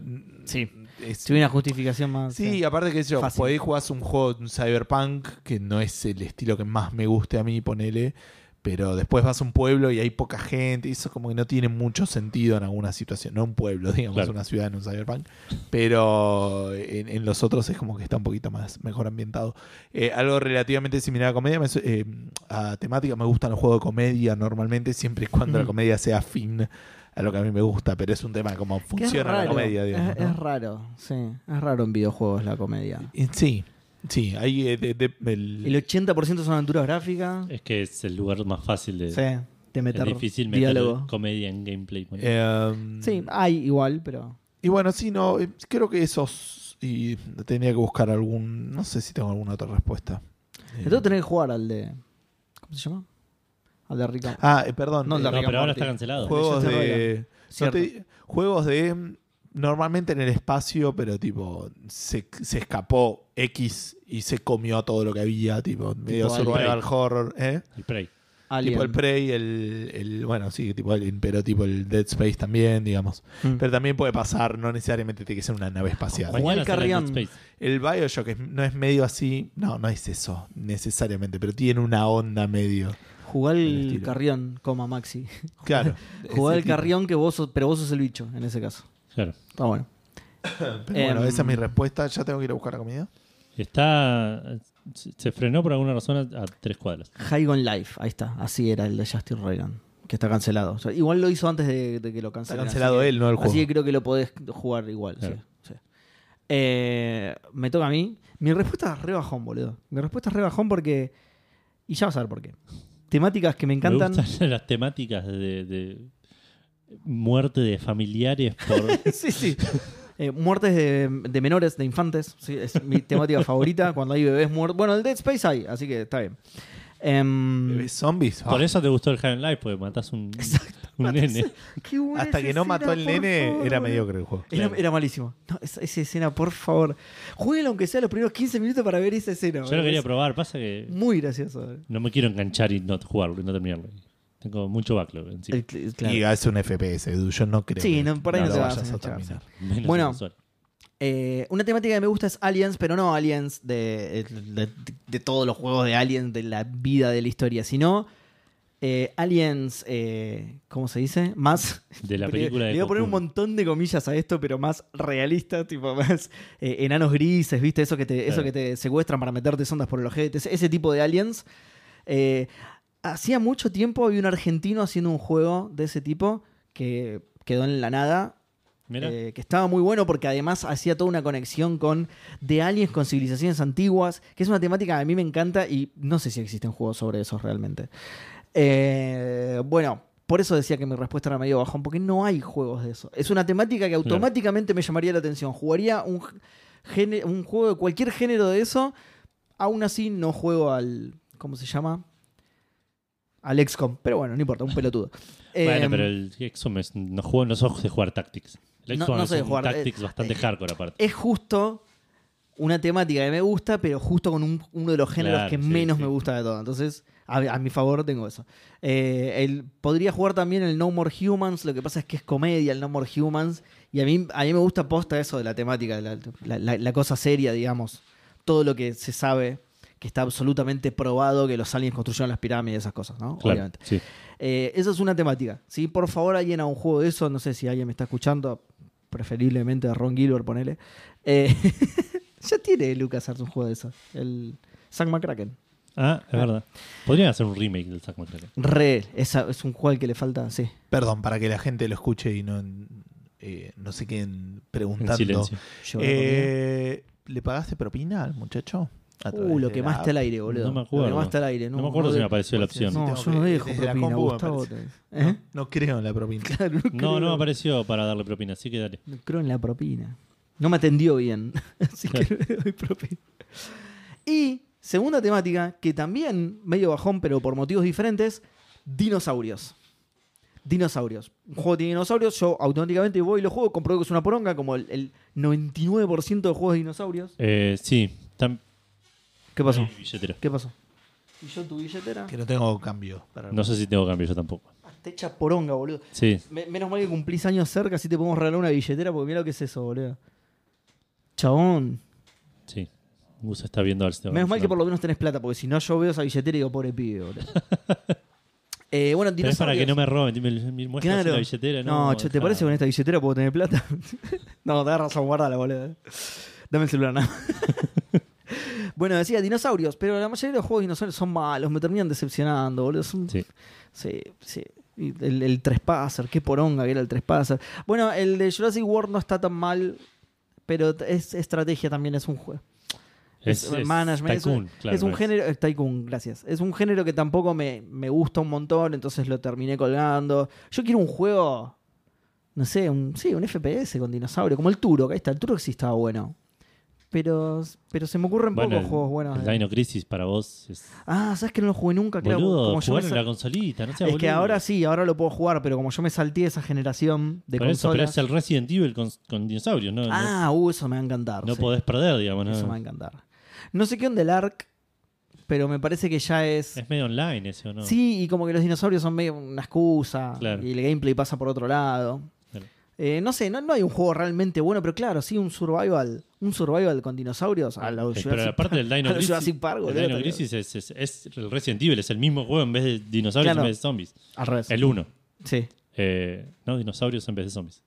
Speaker 2: Sí.
Speaker 3: es-
Speaker 2: Si hubiera una justificación más. eh,
Speaker 3: Sí, aparte que yo,
Speaker 2: Fácil.
Speaker 3: por ahí jugás un juego, un cyberpunk, que no es el estilo que más me guste a mí, ponele, pero después vas a un pueblo y hay poca gente, y eso como que no tiene mucho sentido en alguna situación, no un pueblo, digamos,
Speaker 1: Claro.
Speaker 3: una ciudad en un cyberpunk, pero en, en los otros es como que está un poquito más mejor ambientado. Eh, algo relativamente similar a comedia, me su- eh, a temática, me gustan los juegos de comedia normalmente, siempre y cuando la
Speaker 2: Ujú.
Speaker 3: comedia sea afín a lo que a mí me gusta, pero es un tema de cómo
Speaker 2: Que es
Speaker 3: funciona la
Speaker 2: raro,
Speaker 3: comedia, digamos.
Speaker 2: es,
Speaker 3: ¿no?
Speaker 2: es raro, sí. Es raro en videojuegos la comedia.
Speaker 3: Eh, Sí, sí, ahí eh, de- de- el- Eh,
Speaker 2: El 80% son aventuras gráficas.
Speaker 1: Es que es el lugar más fácil de.
Speaker 2: sí, te
Speaker 1: es
Speaker 2: meter
Speaker 1: difícil meter
Speaker 2: diálogo. Eh,
Speaker 1: comedia en gameplay. ponele.
Speaker 3: em,
Speaker 2: Sí, hay igual, pero.
Speaker 3: Y bueno, sí, no, eh, creo que esos. Y tenía que buscar algún. No sé si tengo alguna otra respuesta. Eh,
Speaker 2: Entonces tenés que jugar al de. ¿Cómo se llama? Al de Rick and-
Speaker 3: ah, eh, perdón.
Speaker 2: No,
Speaker 3: eh,
Speaker 2: la
Speaker 1: No,
Speaker 2: Rick and
Speaker 1: pero ahora
Speaker 2: Morty.
Speaker 1: está cancelado.
Speaker 3: juegos
Speaker 2: Legends of
Speaker 3: de. no
Speaker 2: Cierto.
Speaker 3: te- juegos de. mm, Normalmente en el espacio, pero tipo. Se, se escapó X y se comió todo lo que había, tipo. Medio
Speaker 2: Alien.
Speaker 3: survival horror, ¿eh?
Speaker 1: El Prey.
Speaker 2: Alien.
Speaker 3: Tipo el Prey, el, el- Bueno, sí, tipo Alien, pero tipo el Dead Space también, digamos.
Speaker 2: Mm.
Speaker 3: Pero también puede pasar, no necesariamente tiene que ser una nave espacial.
Speaker 2: Juan
Speaker 1: Mañana será
Speaker 2: Carrión.
Speaker 1: Dead Space.
Speaker 3: El Bioshock es- no es medio así. No, no es eso, necesariamente, pero tiene una onda medio.
Speaker 2: Jugá
Speaker 3: el
Speaker 2: el
Speaker 3: estilo.
Speaker 2: carrión, coma Maxi.
Speaker 3: Claro.
Speaker 2: Jugá
Speaker 3: ese
Speaker 2: el
Speaker 3: tipo.
Speaker 2: carrión que vos sos, pero vos sos el bicho en ese caso.
Speaker 1: Claro.
Speaker 2: Está bueno.
Speaker 3: Pero bueno,
Speaker 2: Em,
Speaker 3: esa es mi respuesta. Ya tengo que ir a buscar la comida.
Speaker 1: Está. Se se frenó por alguna razón a, a tres cuadras.
Speaker 2: High on Life, ahí está. Así era el de Justin Reagan, que está cancelado. O sea, igual lo hizo antes de, de que lo
Speaker 3: Está
Speaker 2: cancelaran.
Speaker 3: cancelado
Speaker 2: así que-
Speaker 3: él, no el juego.
Speaker 2: Así que creo que lo podés jugar igual. sí,
Speaker 1: Claro.
Speaker 2: sí. Eh, me toca a mí. Mi respuesta es re bajón, boludo. Mi respuesta es re bajón porque. Y ya vas a ver por qué. Temáticas que me encantan.
Speaker 1: Me gustan las temáticas de, de muerte de familiares por.
Speaker 2: sí, sí. Eh, muertes de, de menores, de infantes. Sí, es mi temática favorita. Cuando hay bebés muertos. Bueno, el Dead Space hay, así que está bien. Em,
Speaker 3: Bebés Zombies.
Speaker 1: Por
Speaker 3: Ah,
Speaker 1: eso te gustó el High Life, porque matás un, un nene.
Speaker 2: qué buena
Speaker 3: Ah, Hasta que
Speaker 2: esa
Speaker 3: no mató
Speaker 2: escena,
Speaker 3: al
Speaker 2: por
Speaker 3: nene,
Speaker 2: favor,
Speaker 3: era
Speaker 2: boludo.
Speaker 3: mediocre el juego.
Speaker 2: Era,
Speaker 1: Claro.
Speaker 2: era malísimo. No, esa, esa escena, por favor. Jueguen aunque sea los primeros 15 minutos para ver esa escena.
Speaker 1: Yo
Speaker 2: boludo.
Speaker 1: lo quería
Speaker 2: Es
Speaker 1: probar, pasa que
Speaker 2: Muy gracioso.
Speaker 1: no me quiero enganchar y no jugarlo, y no terminarlo. Tengo mucho backlog encima.
Speaker 2: El cl- claro.
Speaker 3: Y es un FPS, Edu, yo no creo.
Speaker 2: Sí,
Speaker 3: que-
Speaker 2: no, por ahí no
Speaker 3: lo
Speaker 2: te vas
Speaker 3: vayas
Speaker 2: a
Speaker 3: a
Speaker 2: enganchar,
Speaker 3: terminar.
Speaker 1: Menos
Speaker 2: Bueno.
Speaker 1: sensual.
Speaker 2: Eh, una temática que me gusta es Aliens, pero no Aliens de, eh, de- de todos los juegos de Aliens, de la vida, de la historia, sino eh, Aliens, eh, ¿cómo se dice? Más...
Speaker 1: De la
Speaker 2: Le-
Speaker 1: película de.
Speaker 2: Le voy a poner un
Speaker 1: Cocoon.
Speaker 2: montón de comillas a esto, pero más realista, tipo más eh, enanos grises, ¿viste? Eso que te, eso
Speaker 1: Claro.
Speaker 2: que te secuestran para meterte sondas por el ojete, ese, ese tipo de aliens. Eh, hacía mucho tiempo había un argentino haciendo un juego de ese tipo que quedó en la nada.
Speaker 1: Mira,
Speaker 2: eh, que estaba muy bueno porque además hacía toda una conexión con de aliens con civilizaciones antiguas, que es una temática que a mí me encanta y no sé si existen juegos sobre eso realmente. Eh, bueno, por eso decía que mi respuesta era medio bajón, porque no hay juegos de eso. Es una temática que automáticamente me llamaría la atención. Jugaría un, géne- un juego de cualquier género de eso, aún así no juego al... ¿Cómo se llama? Al XCOM, pero bueno, no importa, un pelotudo.
Speaker 1: bueno,
Speaker 2: Em,
Speaker 1: pero el XCOM es- no, juego, no sos de jugar Tactics. El
Speaker 2: No-
Speaker 1: XCOM
Speaker 2: no
Speaker 1: es
Speaker 2: sé de
Speaker 1: un
Speaker 2: jugar, eh,
Speaker 1: Tactics bastante
Speaker 2: eh,
Speaker 1: hardcore aparte.
Speaker 2: es justo una temática que me gusta, pero justo con un- uno de los géneros
Speaker 1: Claro,
Speaker 2: que
Speaker 1: sí,
Speaker 2: menos
Speaker 1: sí.
Speaker 2: me gusta de todo. Entonces, a, a mi favor tengo eso. Eh, el- podría jugar también el No More Humans, lo que pasa es que es comedia el No More Humans. Y a mí, a mí me gusta posta eso de la temática, de la, la- la- la cosa seria, digamos. Todo lo que se sabe, que está absolutamente probado que los aliens construyeron las pirámides y esas cosas, ¿no?
Speaker 1: Claro,
Speaker 2: Obviamente.
Speaker 1: sí.
Speaker 2: Eh, esa es una temática. ¿sí? Por favor, alguien a un juego de eso, no sé si alguien me está escuchando, preferiblemente a Ron Gilbert, ponele. Eh, ya tiene Lucas un juego de eso, el Zack McCracken.
Speaker 1: Ah, es verdad. Podrían hacer un remake del Zack ¿eh? McCracken.
Speaker 2: Re, esa, es un juego al que le falta, sí.
Speaker 3: Perdón, para que la gente lo escuche y no, eh, no se queden
Speaker 1: En
Speaker 3: preguntando.
Speaker 1: silencio.
Speaker 2: Yo
Speaker 3: Eh, ¿Le pagaste propina al muchacho? A
Speaker 2: lo comí.
Speaker 3: través
Speaker 2: uh, lo
Speaker 3: de
Speaker 2: quemaste
Speaker 3: la
Speaker 2: al
Speaker 3: app?
Speaker 2: aire, boludo.
Speaker 1: No me
Speaker 2: Lo
Speaker 1: acuerdo.
Speaker 2: quemaste al aire. No,
Speaker 1: No, me acuerdo
Speaker 2: no
Speaker 1: si me
Speaker 2: de-
Speaker 1: apareció la opción.
Speaker 3: apareció.
Speaker 2: No,
Speaker 3: Sí,
Speaker 2: yo
Speaker 3: tengo
Speaker 2: no
Speaker 3: que-
Speaker 2: dejo
Speaker 3: desde la
Speaker 2: propina,
Speaker 3: compu me
Speaker 2: Gustavo.
Speaker 3: parece.
Speaker 2: te- ¿Eh?
Speaker 3: No, no creo en la propina.
Speaker 2: Claro,
Speaker 1: No, no me
Speaker 2: creo-
Speaker 1: apareció para darle propina, así que dale.
Speaker 2: No creo en la propina. No me atendió bien. Así que le doy propina. Y segunda temática, que también medio bajón, pero por motivos diferentes, dinosaurios. Dinosaurios. Un juego tiene dinosaurios, yo automáticamente voy y lo juego, compruebo que es una poronga, como el, el 99% de juegos de dinosaurios.
Speaker 1: Eh, sí, tam-
Speaker 2: ¿Qué pasó?
Speaker 1: mi billetera.
Speaker 2: ¿Qué pasó? ¿Y yo tu billetera?
Speaker 3: Que no tengo cambio. para-
Speaker 1: No sé si tengo cambio yo tampoco.
Speaker 2: Ah, Te echa poronga, boludo.
Speaker 1: Sí,
Speaker 2: Me- menos mal que cumplís años cerca, así te podemos regalar una billetera, porque mira lo que es eso, boludo. Chabón.
Speaker 1: sí. Gus está viendo al sistema.
Speaker 2: Menos mal que por lo menos tenés plata, porque si no yo veo esa billetera y digo, pobre pibe, boludo. Eh, bueno,
Speaker 1: Tenés
Speaker 2: dinosaurios.
Speaker 1: para que no me roben, me, me muestras
Speaker 2: Claro.
Speaker 1: la billetera.
Speaker 2: No,
Speaker 1: No,
Speaker 2: che, ¿te parece que con esta billetera puedo tener plata? no, tenés razón, guardala, boludo. Dame el celular, nada. bueno, decía dinosaurios, pero la mayoría de los juegos de dinosaurios son malos, me terminan decepcionando, boludo. Son-
Speaker 1: Sí.
Speaker 2: Sí, sí. Y El, el Trespasser, qué poronga que era el Trespasser. Bueno, el de Jurassic World no está tan mal, pero es estrategia también, es un juego.
Speaker 1: Es,
Speaker 2: Es,
Speaker 1: es
Speaker 2: management. es un-
Speaker 1: Tycoon,
Speaker 2: es,
Speaker 1: claro,
Speaker 2: un
Speaker 1: no
Speaker 2: género. eh, Tycoon, gracias. Es un género que tampoco me, me gusta un montón, entonces lo terminé colgando. Yo quiero un juego no sé, un, sí, un FPS con dinosaurio, como el Turok, ahí está, el Turok sí estaba bueno. Pero, pero se me ocurren
Speaker 1: Bueno,
Speaker 2: pocos
Speaker 1: el-
Speaker 2: juegos buenos.
Speaker 1: El
Speaker 2: de-
Speaker 1: Dino Crisis para vos es.
Speaker 2: Ah, ¿sabes que no lo jugué nunca? eh. Claro,
Speaker 1: boludo,
Speaker 2: como yo me
Speaker 1: jugar en
Speaker 2: sal-
Speaker 1: la consolita, no
Speaker 2: Es
Speaker 1: sea
Speaker 2: que
Speaker 1: boludo.
Speaker 2: ahora sí, ahora lo puedo jugar, pero como yo me salté esa generación de
Speaker 1: Por eso, pero
Speaker 2: consolas...
Speaker 1: es el Resident Evil con, con dinosaurios, ¿no? No-
Speaker 2: Ah, uh, eso me va a encantar.
Speaker 1: no,
Speaker 2: sí.
Speaker 1: podés perder, digamos. ¿no?
Speaker 2: Eso me va a encantar. No sé qué onda el ARC, pero me parece que ya es...
Speaker 1: Es medio online eso, ¿no?
Speaker 2: Sí, y como que los dinosaurios son medio una excusa.
Speaker 1: Ah. Claro.
Speaker 2: Y el gameplay pasa por otro lado.
Speaker 1: Claro.
Speaker 2: Eh, no sé, no, no hay un juego realmente bueno, pero claro, sí, un survival. Un survival con dinosaurios a la
Speaker 1: Eh,
Speaker 2: Jurassic
Speaker 1: Pero aparte del Dino
Speaker 2: a la
Speaker 1: Crisis,
Speaker 2: Jurassic Park,
Speaker 1: el
Speaker 2: boludo,
Speaker 1: Dino
Speaker 2: te digo.
Speaker 1: Crisis es, es- es el Resident Evil, es el mismo juego en vez de dinosaurios
Speaker 2: Claro.
Speaker 1: en vez de zombies.
Speaker 2: Al revés.
Speaker 1: El 1.
Speaker 2: Sí.
Speaker 1: no, dinosaurios en vez de zombies.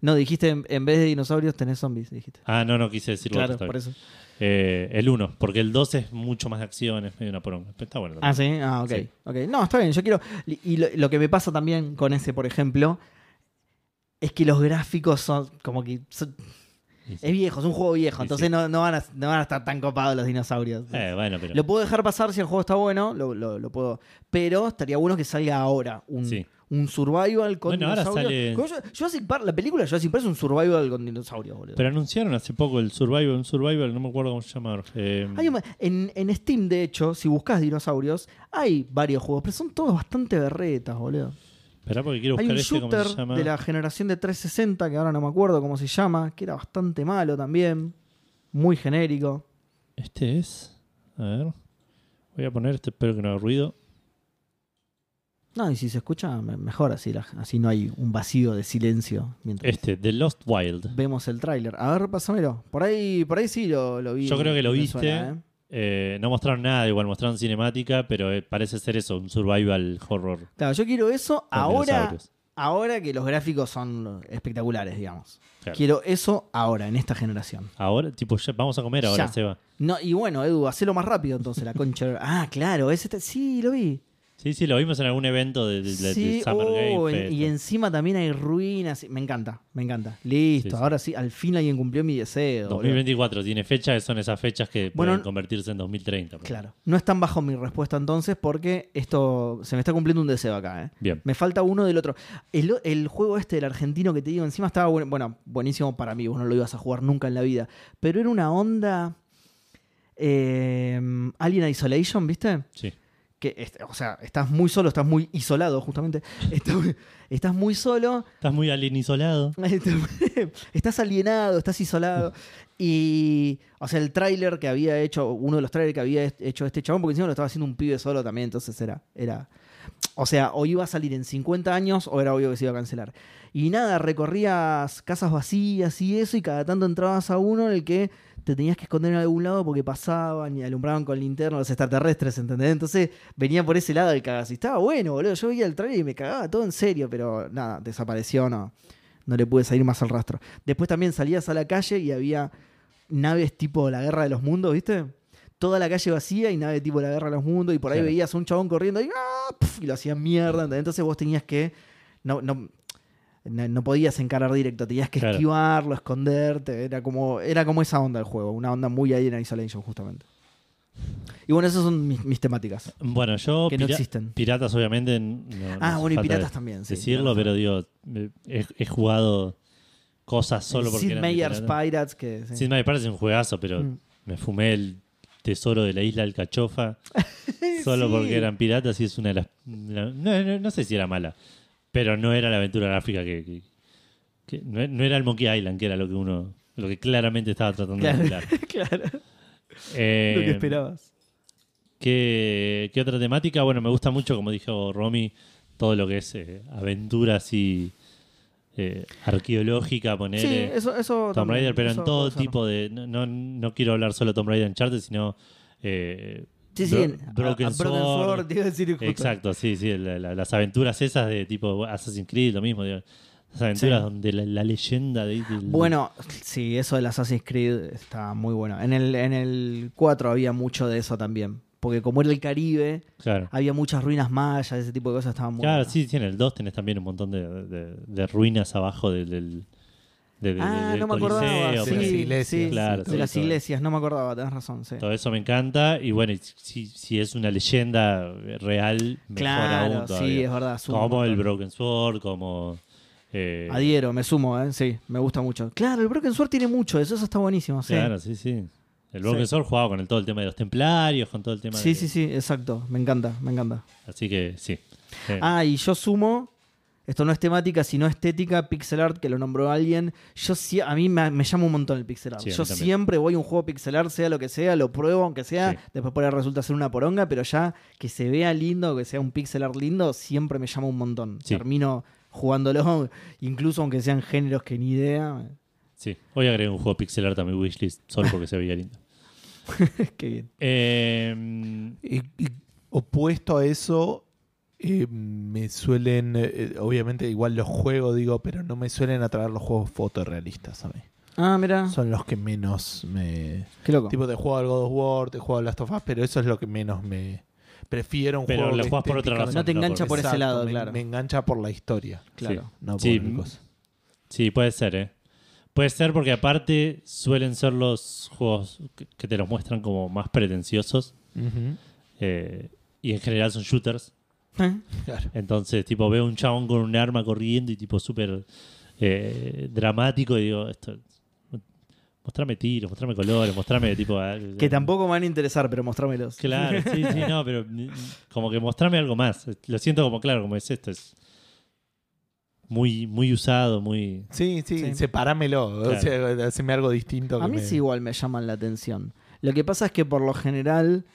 Speaker 2: No, dijiste en, en vez de dinosaurios tenés zombies, dijiste.
Speaker 1: Ah, no, no quise decirlo.
Speaker 2: Claro,
Speaker 1: está bien.
Speaker 2: por eso.
Speaker 1: Eh, el 1, porque el 2 es mucho más de acción, es medio una poronga. Pero Está bueno.
Speaker 2: Ah, sí, ah, ok.
Speaker 1: Sí.
Speaker 2: ok. No, está bien, yo quiero. Y lo, lo que me pasa también con ese, por ejemplo, es que los gráficos son como que. son-
Speaker 1: Y sí.
Speaker 2: es viejo, es un juego
Speaker 1: Y
Speaker 2: viejo, entonces
Speaker 1: sí.
Speaker 2: no, no van a, no van a estar tan copados los dinosaurios.
Speaker 1: Eh, bueno, pero.
Speaker 2: Lo puedo dejar pasar si el juego está bueno, lo, lo- lo puedo. Pero estaría bueno que salga ahora un,
Speaker 1: Sí.
Speaker 2: un survival con
Speaker 1: Bueno, ahora
Speaker 2: dinosaurios.
Speaker 1: sale-
Speaker 2: Como yo- Jurassic Park- la película de Jurassic Park es un survival con dinosaurios, boludo.
Speaker 1: Pero anunciaron hace poco el Survival, un Survival, no me acuerdo cómo se llama. eh,
Speaker 2: Hay un- en, en Steam, de hecho, si buscas dinosaurios, hay varios juegos, pero son todos bastante berretas, boludo.
Speaker 1: Esperá porque quiero
Speaker 2: Hay
Speaker 1: buscar
Speaker 2: un
Speaker 1: este, cómo
Speaker 2: shooter
Speaker 1: se llama.
Speaker 2: de la generación de 360, que ahora no me acuerdo cómo se llama, que era bastante malo también. Muy genérico.
Speaker 1: Este es. A ver. Voy a poner este, espero que no haga ruido.
Speaker 2: No, y si se escucha, me- mejor así, la- así no hay un vacío de silencio mientras
Speaker 1: Este, The Lost Wild.
Speaker 2: vemos el tráiler. A ver, pásamelo. Por ahí, por ahí sí lo, lo vi.
Speaker 1: Yo creo que lo
Speaker 2: me
Speaker 1: viste.
Speaker 2: suena, ¿eh?
Speaker 1: Eh, no mostraron nada, igual mostraron cinemática, pero eh, parece ser eso, un survival horror. con
Speaker 2: Claro, yo quiero eso ahora,
Speaker 1: dinosaurios.
Speaker 2: ahora que los gráficos son espectaculares, digamos.
Speaker 1: Claro.
Speaker 2: Quiero eso ahora, en esta generación.
Speaker 1: Ahora, tipo, ya- vamos a comer ahora,
Speaker 2: Ya.
Speaker 1: Seba.
Speaker 2: No, y bueno, Edu, hacelo más rápido entonces, la concha. Ah, claro, ese te- sí, lo vi.
Speaker 1: Sí, sí, lo vimos en algún evento de, de- de-
Speaker 2: Sí,
Speaker 1: de Summer
Speaker 2: oh,
Speaker 1: Game
Speaker 2: en-
Speaker 1: Fest.
Speaker 2: y encima también hay ruinas. Me encanta, me encanta. Listo,
Speaker 1: Sí, sí.
Speaker 2: ahora sí, al fin alguien cumplió mi deseo. boludo.
Speaker 1: 2024 tiene fecha, que son esas fechas que
Speaker 2: Bueno,
Speaker 1: pueden convertirse en 2030. por
Speaker 2: Claro, no están bajo mi respuesta entonces porque esto se me está cumpliendo un deseo acá. ¿eh?
Speaker 1: ejemplo. Bien.
Speaker 2: Me falta uno del otro. El, o- el juego este del argentino que te digo encima estaba bueno, bueno, buenísimo para mí, vos no lo ibas a jugar nunca en la vida, pero era una onda eh, Alien Isolation, ¿viste?
Speaker 1: Sí.
Speaker 2: Que, este, o sea, estás muy solo, estás muy isolado justamente, estás, estás muy solo
Speaker 1: Estás muy alienisolado.
Speaker 2: estás alienado, estás isolado. Y, o sea, el tráiler que había hecho, uno de los trailers que había hecho este chabón, porque encima lo estaba haciendo un pibe solo también, entonces era, era, o sea, o iba a salir en 50 años o era obvio que se iba a cancelar. Y nada, recorrías casas vacías y eso, y cada tanto entrabas a uno en el que te tenías que esconder en algún lado porque pasaban y alumbraban con linterna los extraterrestres, ¿entendés? Entonces venía por ese lado el cagazo. Y estaba bueno, boludo. Yo veía el trailer y me cagaba todo en serio, pero nada, desapareció, no. No le pude salir más al rastro. Después también salías a la calle y había naves tipo la guerra de los mundos, ¿viste? Toda la calle vacía y nave tipo la guerra de los mundos, y por ahí
Speaker 1: Claro.
Speaker 2: veías a un chabón corriendo y, ¡ah! Pf, y lo hacían mierda. ¿entendés? Entonces vos tenías que. No, no, no, no podías encarar directo, tenías que
Speaker 1: Claro.
Speaker 2: esquivarlo, esconderte. Era como, era como esa onda del juego, una onda muy ahí en Isolation, justamente. Y bueno, esas son mis, mis temáticas.
Speaker 1: Bueno, yo.
Speaker 2: Que no
Speaker 1: pira-
Speaker 2: existen.
Speaker 1: Piratas, obviamente. n- no- no
Speaker 2: Ah,
Speaker 1: hace
Speaker 2: bueno, y
Speaker 1: falta
Speaker 2: piratas
Speaker 1: de-
Speaker 2: también, sí,
Speaker 1: Decirlo, pero digo, eh, he, he jugado cosas solo porque.
Speaker 2: Sid
Speaker 1: eran de
Speaker 2: Meier's
Speaker 1: piratas.
Speaker 2: Pirates, que. sí.
Speaker 1: Sid Meier's Pirates es un juegazo, pero
Speaker 2: Mm.
Speaker 1: me fumé el tesoro de la isla Alcachofa solo
Speaker 2: Sí.
Speaker 1: porque eran piratas y es una de las. la- no, no- no sé si era mala, pero no era la aventura gráfica que. que- que- no, no era el Monkey Island, que era lo que uno. Lo que claramente estaba tratando
Speaker 2: Claro.
Speaker 1: de emular.
Speaker 2: claro,
Speaker 1: Eh,
Speaker 2: lo que esperabas.
Speaker 1: ¿Qué, qué otra temática? Bueno, me gusta mucho, como dijo Romy, todo lo que es eh, aventuras y eh, arqueológica, poner
Speaker 2: Sí, eso, eso
Speaker 1: Tomb
Speaker 2: también,
Speaker 1: Raider, pero
Speaker 2: eso
Speaker 1: en todo
Speaker 2: puede ser.
Speaker 1: tipo de... No, no, no quiero hablar solo de Tomb Raider Uncharted, sino... eh,
Speaker 2: Sí, sí,
Speaker 1: Bro-
Speaker 2: en- a-
Speaker 1: Broken
Speaker 2: a Broken
Speaker 1: Sword.
Speaker 2: Sword, te iba a decir justo.
Speaker 1: Exacto, sí, sí, la- la- las aventuras esas de tipo Assassin's Creed, lo mismo, digo, las aventuras
Speaker 2: Sí.
Speaker 1: donde la, la leyenda de... del-
Speaker 2: Bueno, sí, eso del Assassin's Creed está muy bueno. En el, en el 4 había mucho de eso también. Porque como era el Caribe,
Speaker 1: Claro.
Speaker 2: había muchas ruinas mayas, ese tipo de cosas estaban muy
Speaker 1: Claro,
Speaker 2: buenas.
Speaker 1: sí, sí, en el 2 tenés también un montón de, de- de ruinas abajo del... del de- de-
Speaker 2: Ah,
Speaker 1: del
Speaker 2: no me
Speaker 1: Coliseo,
Speaker 2: acordaba.
Speaker 1: pero
Speaker 2: Sí,
Speaker 3: de las iglesias,
Speaker 2: sí,
Speaker 1: claro,
Speaker 2: de
Speaker 1: sí,
Speaker 2: las
Speaker 1: todo.
Speaker 2: iglesias, no me acordaba, tenés razón, sí.
Speaker 1: Todo eso me encanta. Y bueno, y si, si es una leyenda real, mejor
Speaker 2: Claro,
Speaker 1: aún
Speaker 2: sí,
Speaker 1: todavía.
Speaker 2: es verdad. suma un
Speaker 1: como el
Speaker 2: montón. Ah,
Speaker 1: Broken Sword, como Eh,
Speaker 2: Adhiero, me sumo, ¿eh? sí, me gusta mucho. Claro, el Broken Sword tiene mucho, de eso, eso está buenísimo. Sí.
Speaker 1: Claro, sí, sí. El
Speaker 2: Sí.
Speaker 1: Broken Sword jugaba con el, todo el tema de los templarios, con todo el tema
Speaker 2: sí,
Speaker 1: de-
Speaker 2: sí, sí, exacto, me encanta, me encanta.
Speaker 1: Así que sí. Eh,
Speaker 2: Ah, y yo sumo, esto no es temática, sino estética, pixel art, que lo nombró alguien. Yo sí, a mí me, me llama un montón el pixel art.
Speaker 1: Sí, a mí
Speaker 2: yo
Speaker 1: también.
Speaker 2: siempre voy a un juego pixel art, sea lo que sea, lo pruebo, aunque sea,
Speaker 1: Sí.
Speaker 2: después por ahí resulta ser una poronga, pero ya que se vea lindo, que sea un pixel art lindo, siempre me llama un montón.
Speaker 1: Sí.
Speaker 2: Termino jugándolo, incluso aunque sean géneros que ni idea.
Speaker 1: sí. Hoy agregué un juego pixel art a mi wishlist solo porque se veía lindo.
Speaker 2: Qué bien.
Speaker 1: Eh,
Speaker 3: Y- y opuesto a eso, eh, me suelen, eh, obviamente igual los juegos, digo, pero no me suelen atraer los juegos fotorrealistas a mí.
Speaker 2: Ah, mira,
Speaker 3: Son los que menos me...
Speaker 2: qué loco.
Speaker 3: Tipo, te juego al God of War, te juego al Last of Us, pero eso es lo que menos me... Prefiero un
Speaker 1: Pero
Speaker 3: juego
Speaker 1: lo
Speaker 3: que
Speaker 1: jugás por otra
Speaker 3: estéticamente-
Speaker 1: razón.
Speaker 2: no te engancha por ese
Speaker 3: Exacto,
Speaker 2: lado,
Speaker 3: me-
Speaker 2: claro.
Speaker 3: Me engancha por la historia,
Speaker 2: Claro.
Speaker 3: no por
Speaker 1: Sí,
Speaker 3: el coso.
Speaker 1: Sí, puede ser, ¿eh? Puede ser porque aparte suelen ser los juegos que- que te los muestran como más pretenciosos
Speaker 3: Ujú.
Speaker 1: eh, y en general son shooters.
Speaker 2: ¿Eh?
Speaker 3: Claro.
Speaker 1: Entonces, tipo, veo un chabón con un arma corriendo y tipo súper eh, dramático y digo, esto... Mostrame tiros, mostrame colores, mostrame tipo... algo.
Speaker 2: Que tampoco me van a interesar, pero mostrámelos.
Speaker 1: Claro, sí, sí, no, pero ni- como que mostrame algo más. Lo siento como, claro, como es esto, es muy, muy usado, muy...
Speaker 3: Sí, sí,
Speaker 2: Sí.
Speaker 3: separámelo.
Speaker 1: Claro.
Speaker 3: O sea, haceme algo distinto.
Speaker 2: A
Speaker 3: que
Speaker 2: mí
Speaker 3: me-
Speaker 2: sí igual me llaman la atención. Lo que pasa es que por lo general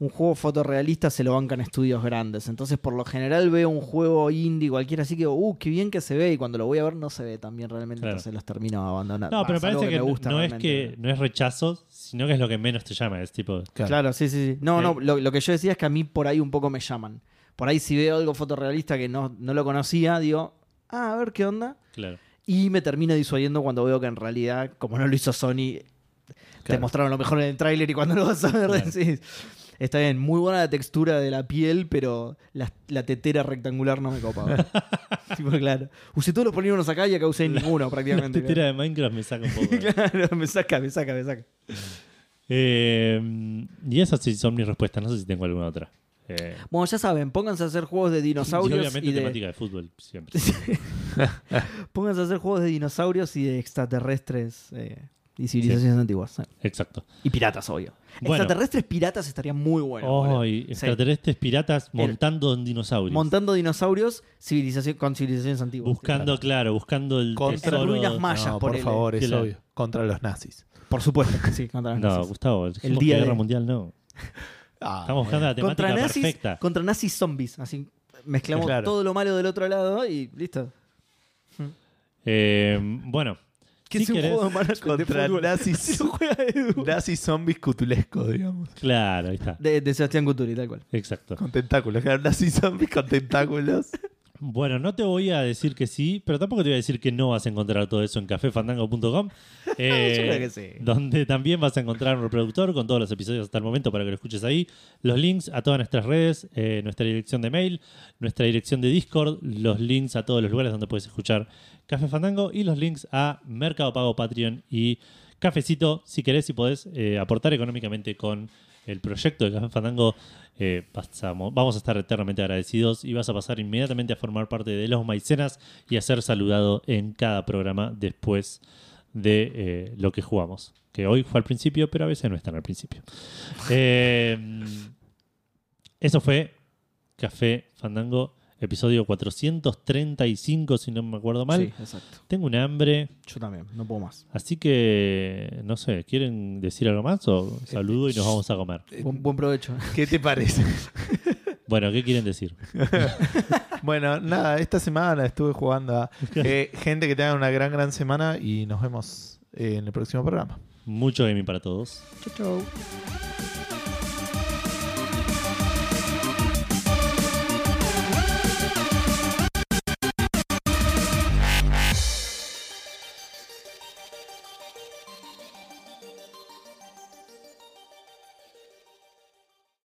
Speaker 2: un juego fotorrealista se lo bancan estudios grandes. Entonces por lo general veo un juego indie cualquiera así que, digo, uh, qué bien que se ve y cuando lo voy a ver no se ve tan bien realmente.
Speaker 1: Claro.
Speaker 2: Entonces los termino abandonando.
Speaker 1: No, pero
Speaker 2: Va,
Speaker 1: me
Speaker 2: salvo
Speaker 1: parece que,
Speaker 2: me gusta
Speaker 1: no, es
Speaker 2: realmente,
Speaker 1: que no es rechazo, sino que es lo que menos te llama. Es tipo,
Speaker 2: pero-
Speaker 3: Claro.
Speaker 2: Claro, sí, sí, sí. No,
Speaker 1: Eh.
Speaker 2: no, lo, lo que yo decía es que a mí por ahí un poco me llaman. Por ahí si veo algo fotorrealista que no, no lo conocía, digo, ah, a ver qué onda.
Speaker 1: claro.
Speaker 2: Y me termino disuadiendo cuando veo que en realidad, como no lo hizo Sony, te
Speaker 3: Claro.
Speaker 2: mostraron lo mejor en el tráiler y cuando lo vas a ver
Speaker 1: Claro.
Speaker 2: decís, está bien, muy buena la textura de la piel, pero la, la tetera rectangular no me copa. tipo, claro. Usé todos los polígonos acá y acá usé ninguno
Speaker 1: La
Speaker 2: prácticamente.
Speaker 1: tetera de Minecraft me saca un poco.
Speaker 2: claro, me saca, me saca, me saca.
Speaker 1: Eh, y esas sí son mis respuestas. No sé si tengo alguna otra. Eh,
Speaker 2: Bueno, ya saben, pónganse a hacer juegos de
Speaker 1: y
Speaker 2: dinosaurios
Speaker 1: obviamente
Speaker 2: y de...
Speaker 1: temática de fútbol siempre.
Speaker 2: Pónganse a hacer juegos de dinosaurios y de extraterrestres eh, y civilizaciones antiguas. eh.
Speaker 1: Exacto.
Speaker 2: Y piratas, obvio.
Speaker 1: Bueno.
Speaker 2: Extraterrestres piratas estarían muy buenos. boludo.
Speaker 1: Oh, y
Speaker 2: Sí.
Speaker 1: extraterrestres piratas montando en dinosaurios.
Speaker 2: Montando dinosaurios civilización, con civilizaciones antiguas.
Speaker 1: buscando, claro, buscando el
Speaker 3: Contra
Speaker 1: tesoro.
Speaker 2: ruinas mayas.
Speaker 3: No, por
Speaker 2: ponele.
Speaker 3: favor, es
Speaker 1: Claro.
Speaker 3: obvio. Contra los nazis.
Speaker 2: Por supuesto, sí, contra los
Speaker 1: No,
Speaker 2: nazis.
Speaker 1: Gustavo, el
Speaker 2: día
Speaker 1: día
Speaker 2: de-
Speaker 1: de guerra mundial no.
Speaker 3: Ah,
Speaker 1: Estamos
Speaker 3: bueno.
Speaker 1: buscando la temática
Speaker 2: contra nazis,
Speaker 1: perfecta.
Speaker 2: contra nazis zombies. Así mezclamos
Speaker 3: Claro.
Speaker 2: todo lo malo del otro lado y listo.
Speaker 1: Eh, bueno,
Speaker 2: ¿Qué
Speaker 1: si
Speaker 2: es un
Speaker 1: querés-
Speaker 2: juego de management
Speaker 3: Contra
Speaker 2: de fútbol?
Speaker 3: nazis,
Speaker 2: Lo juega Edu.
Speaker 3: nazis zombies cutulescos, digamos.
Speaker 1: claro, ahí está.
Speaker 2: De, de Sebastián Guturi, tal cual.
Speaker 1: Exacto.
Speaker 3: Con tentáculos. Claro, nazis zombies con tentáculos.
Speaker 1: Bueno, no te voy a decir que sí, pero tampoco te voy a decir que no vas a encontrar todo eso en cafefandango.com. eh,
Speaker 2: Yo creo que sí.
Speaker 1: Donde también vas a encontrar un reproductor con todos los episodios hasta el momento para que lo escuches ahí. Los links a todas nuestras redes, eh, nuestra dirección de mail, nuestra dirección de Discord, los links a todos los lugares donde puedes escuchar Café Fandango y los links a Mercado Pago, Patreon y Cafecito, si querés y podés eh, aportar económicamente con el proyecto de Café Fandango. eh, pasamos- vamos a estar eternamente agradecidos y vas a pasar inmediatamente a formar parte de los maicenas y a ser saludado en cada programa después de eh, lo que jugamos. Que hoy fue al principio, pero a veces no están al principio. Eh, eso fue Café Fandango, episodio 435, si no me acuerdo mal.
Speaker 2: Sí, exacto.
Speaker 1: Tengo un hambre,
Speaker 2: Yo también, no puedo más.
Speaker 1: así que no sé, ¿quieren decir algo más o saludo y nos vamos a comer?
Speaker 2: Buen, buen provecho.
Speaker 3: ¿Qué te parece?
Speaker 1: Bueno, ¿qué quieren decir?
Speaker 3: bueno, nada, esta semana estuve jugando a eh, gente que tenga una gran, gran semana y nos vemos eh, en el próximo programa.
Speaker 1: Mucho gaming para todos.
Speaker 2: Chau, chau.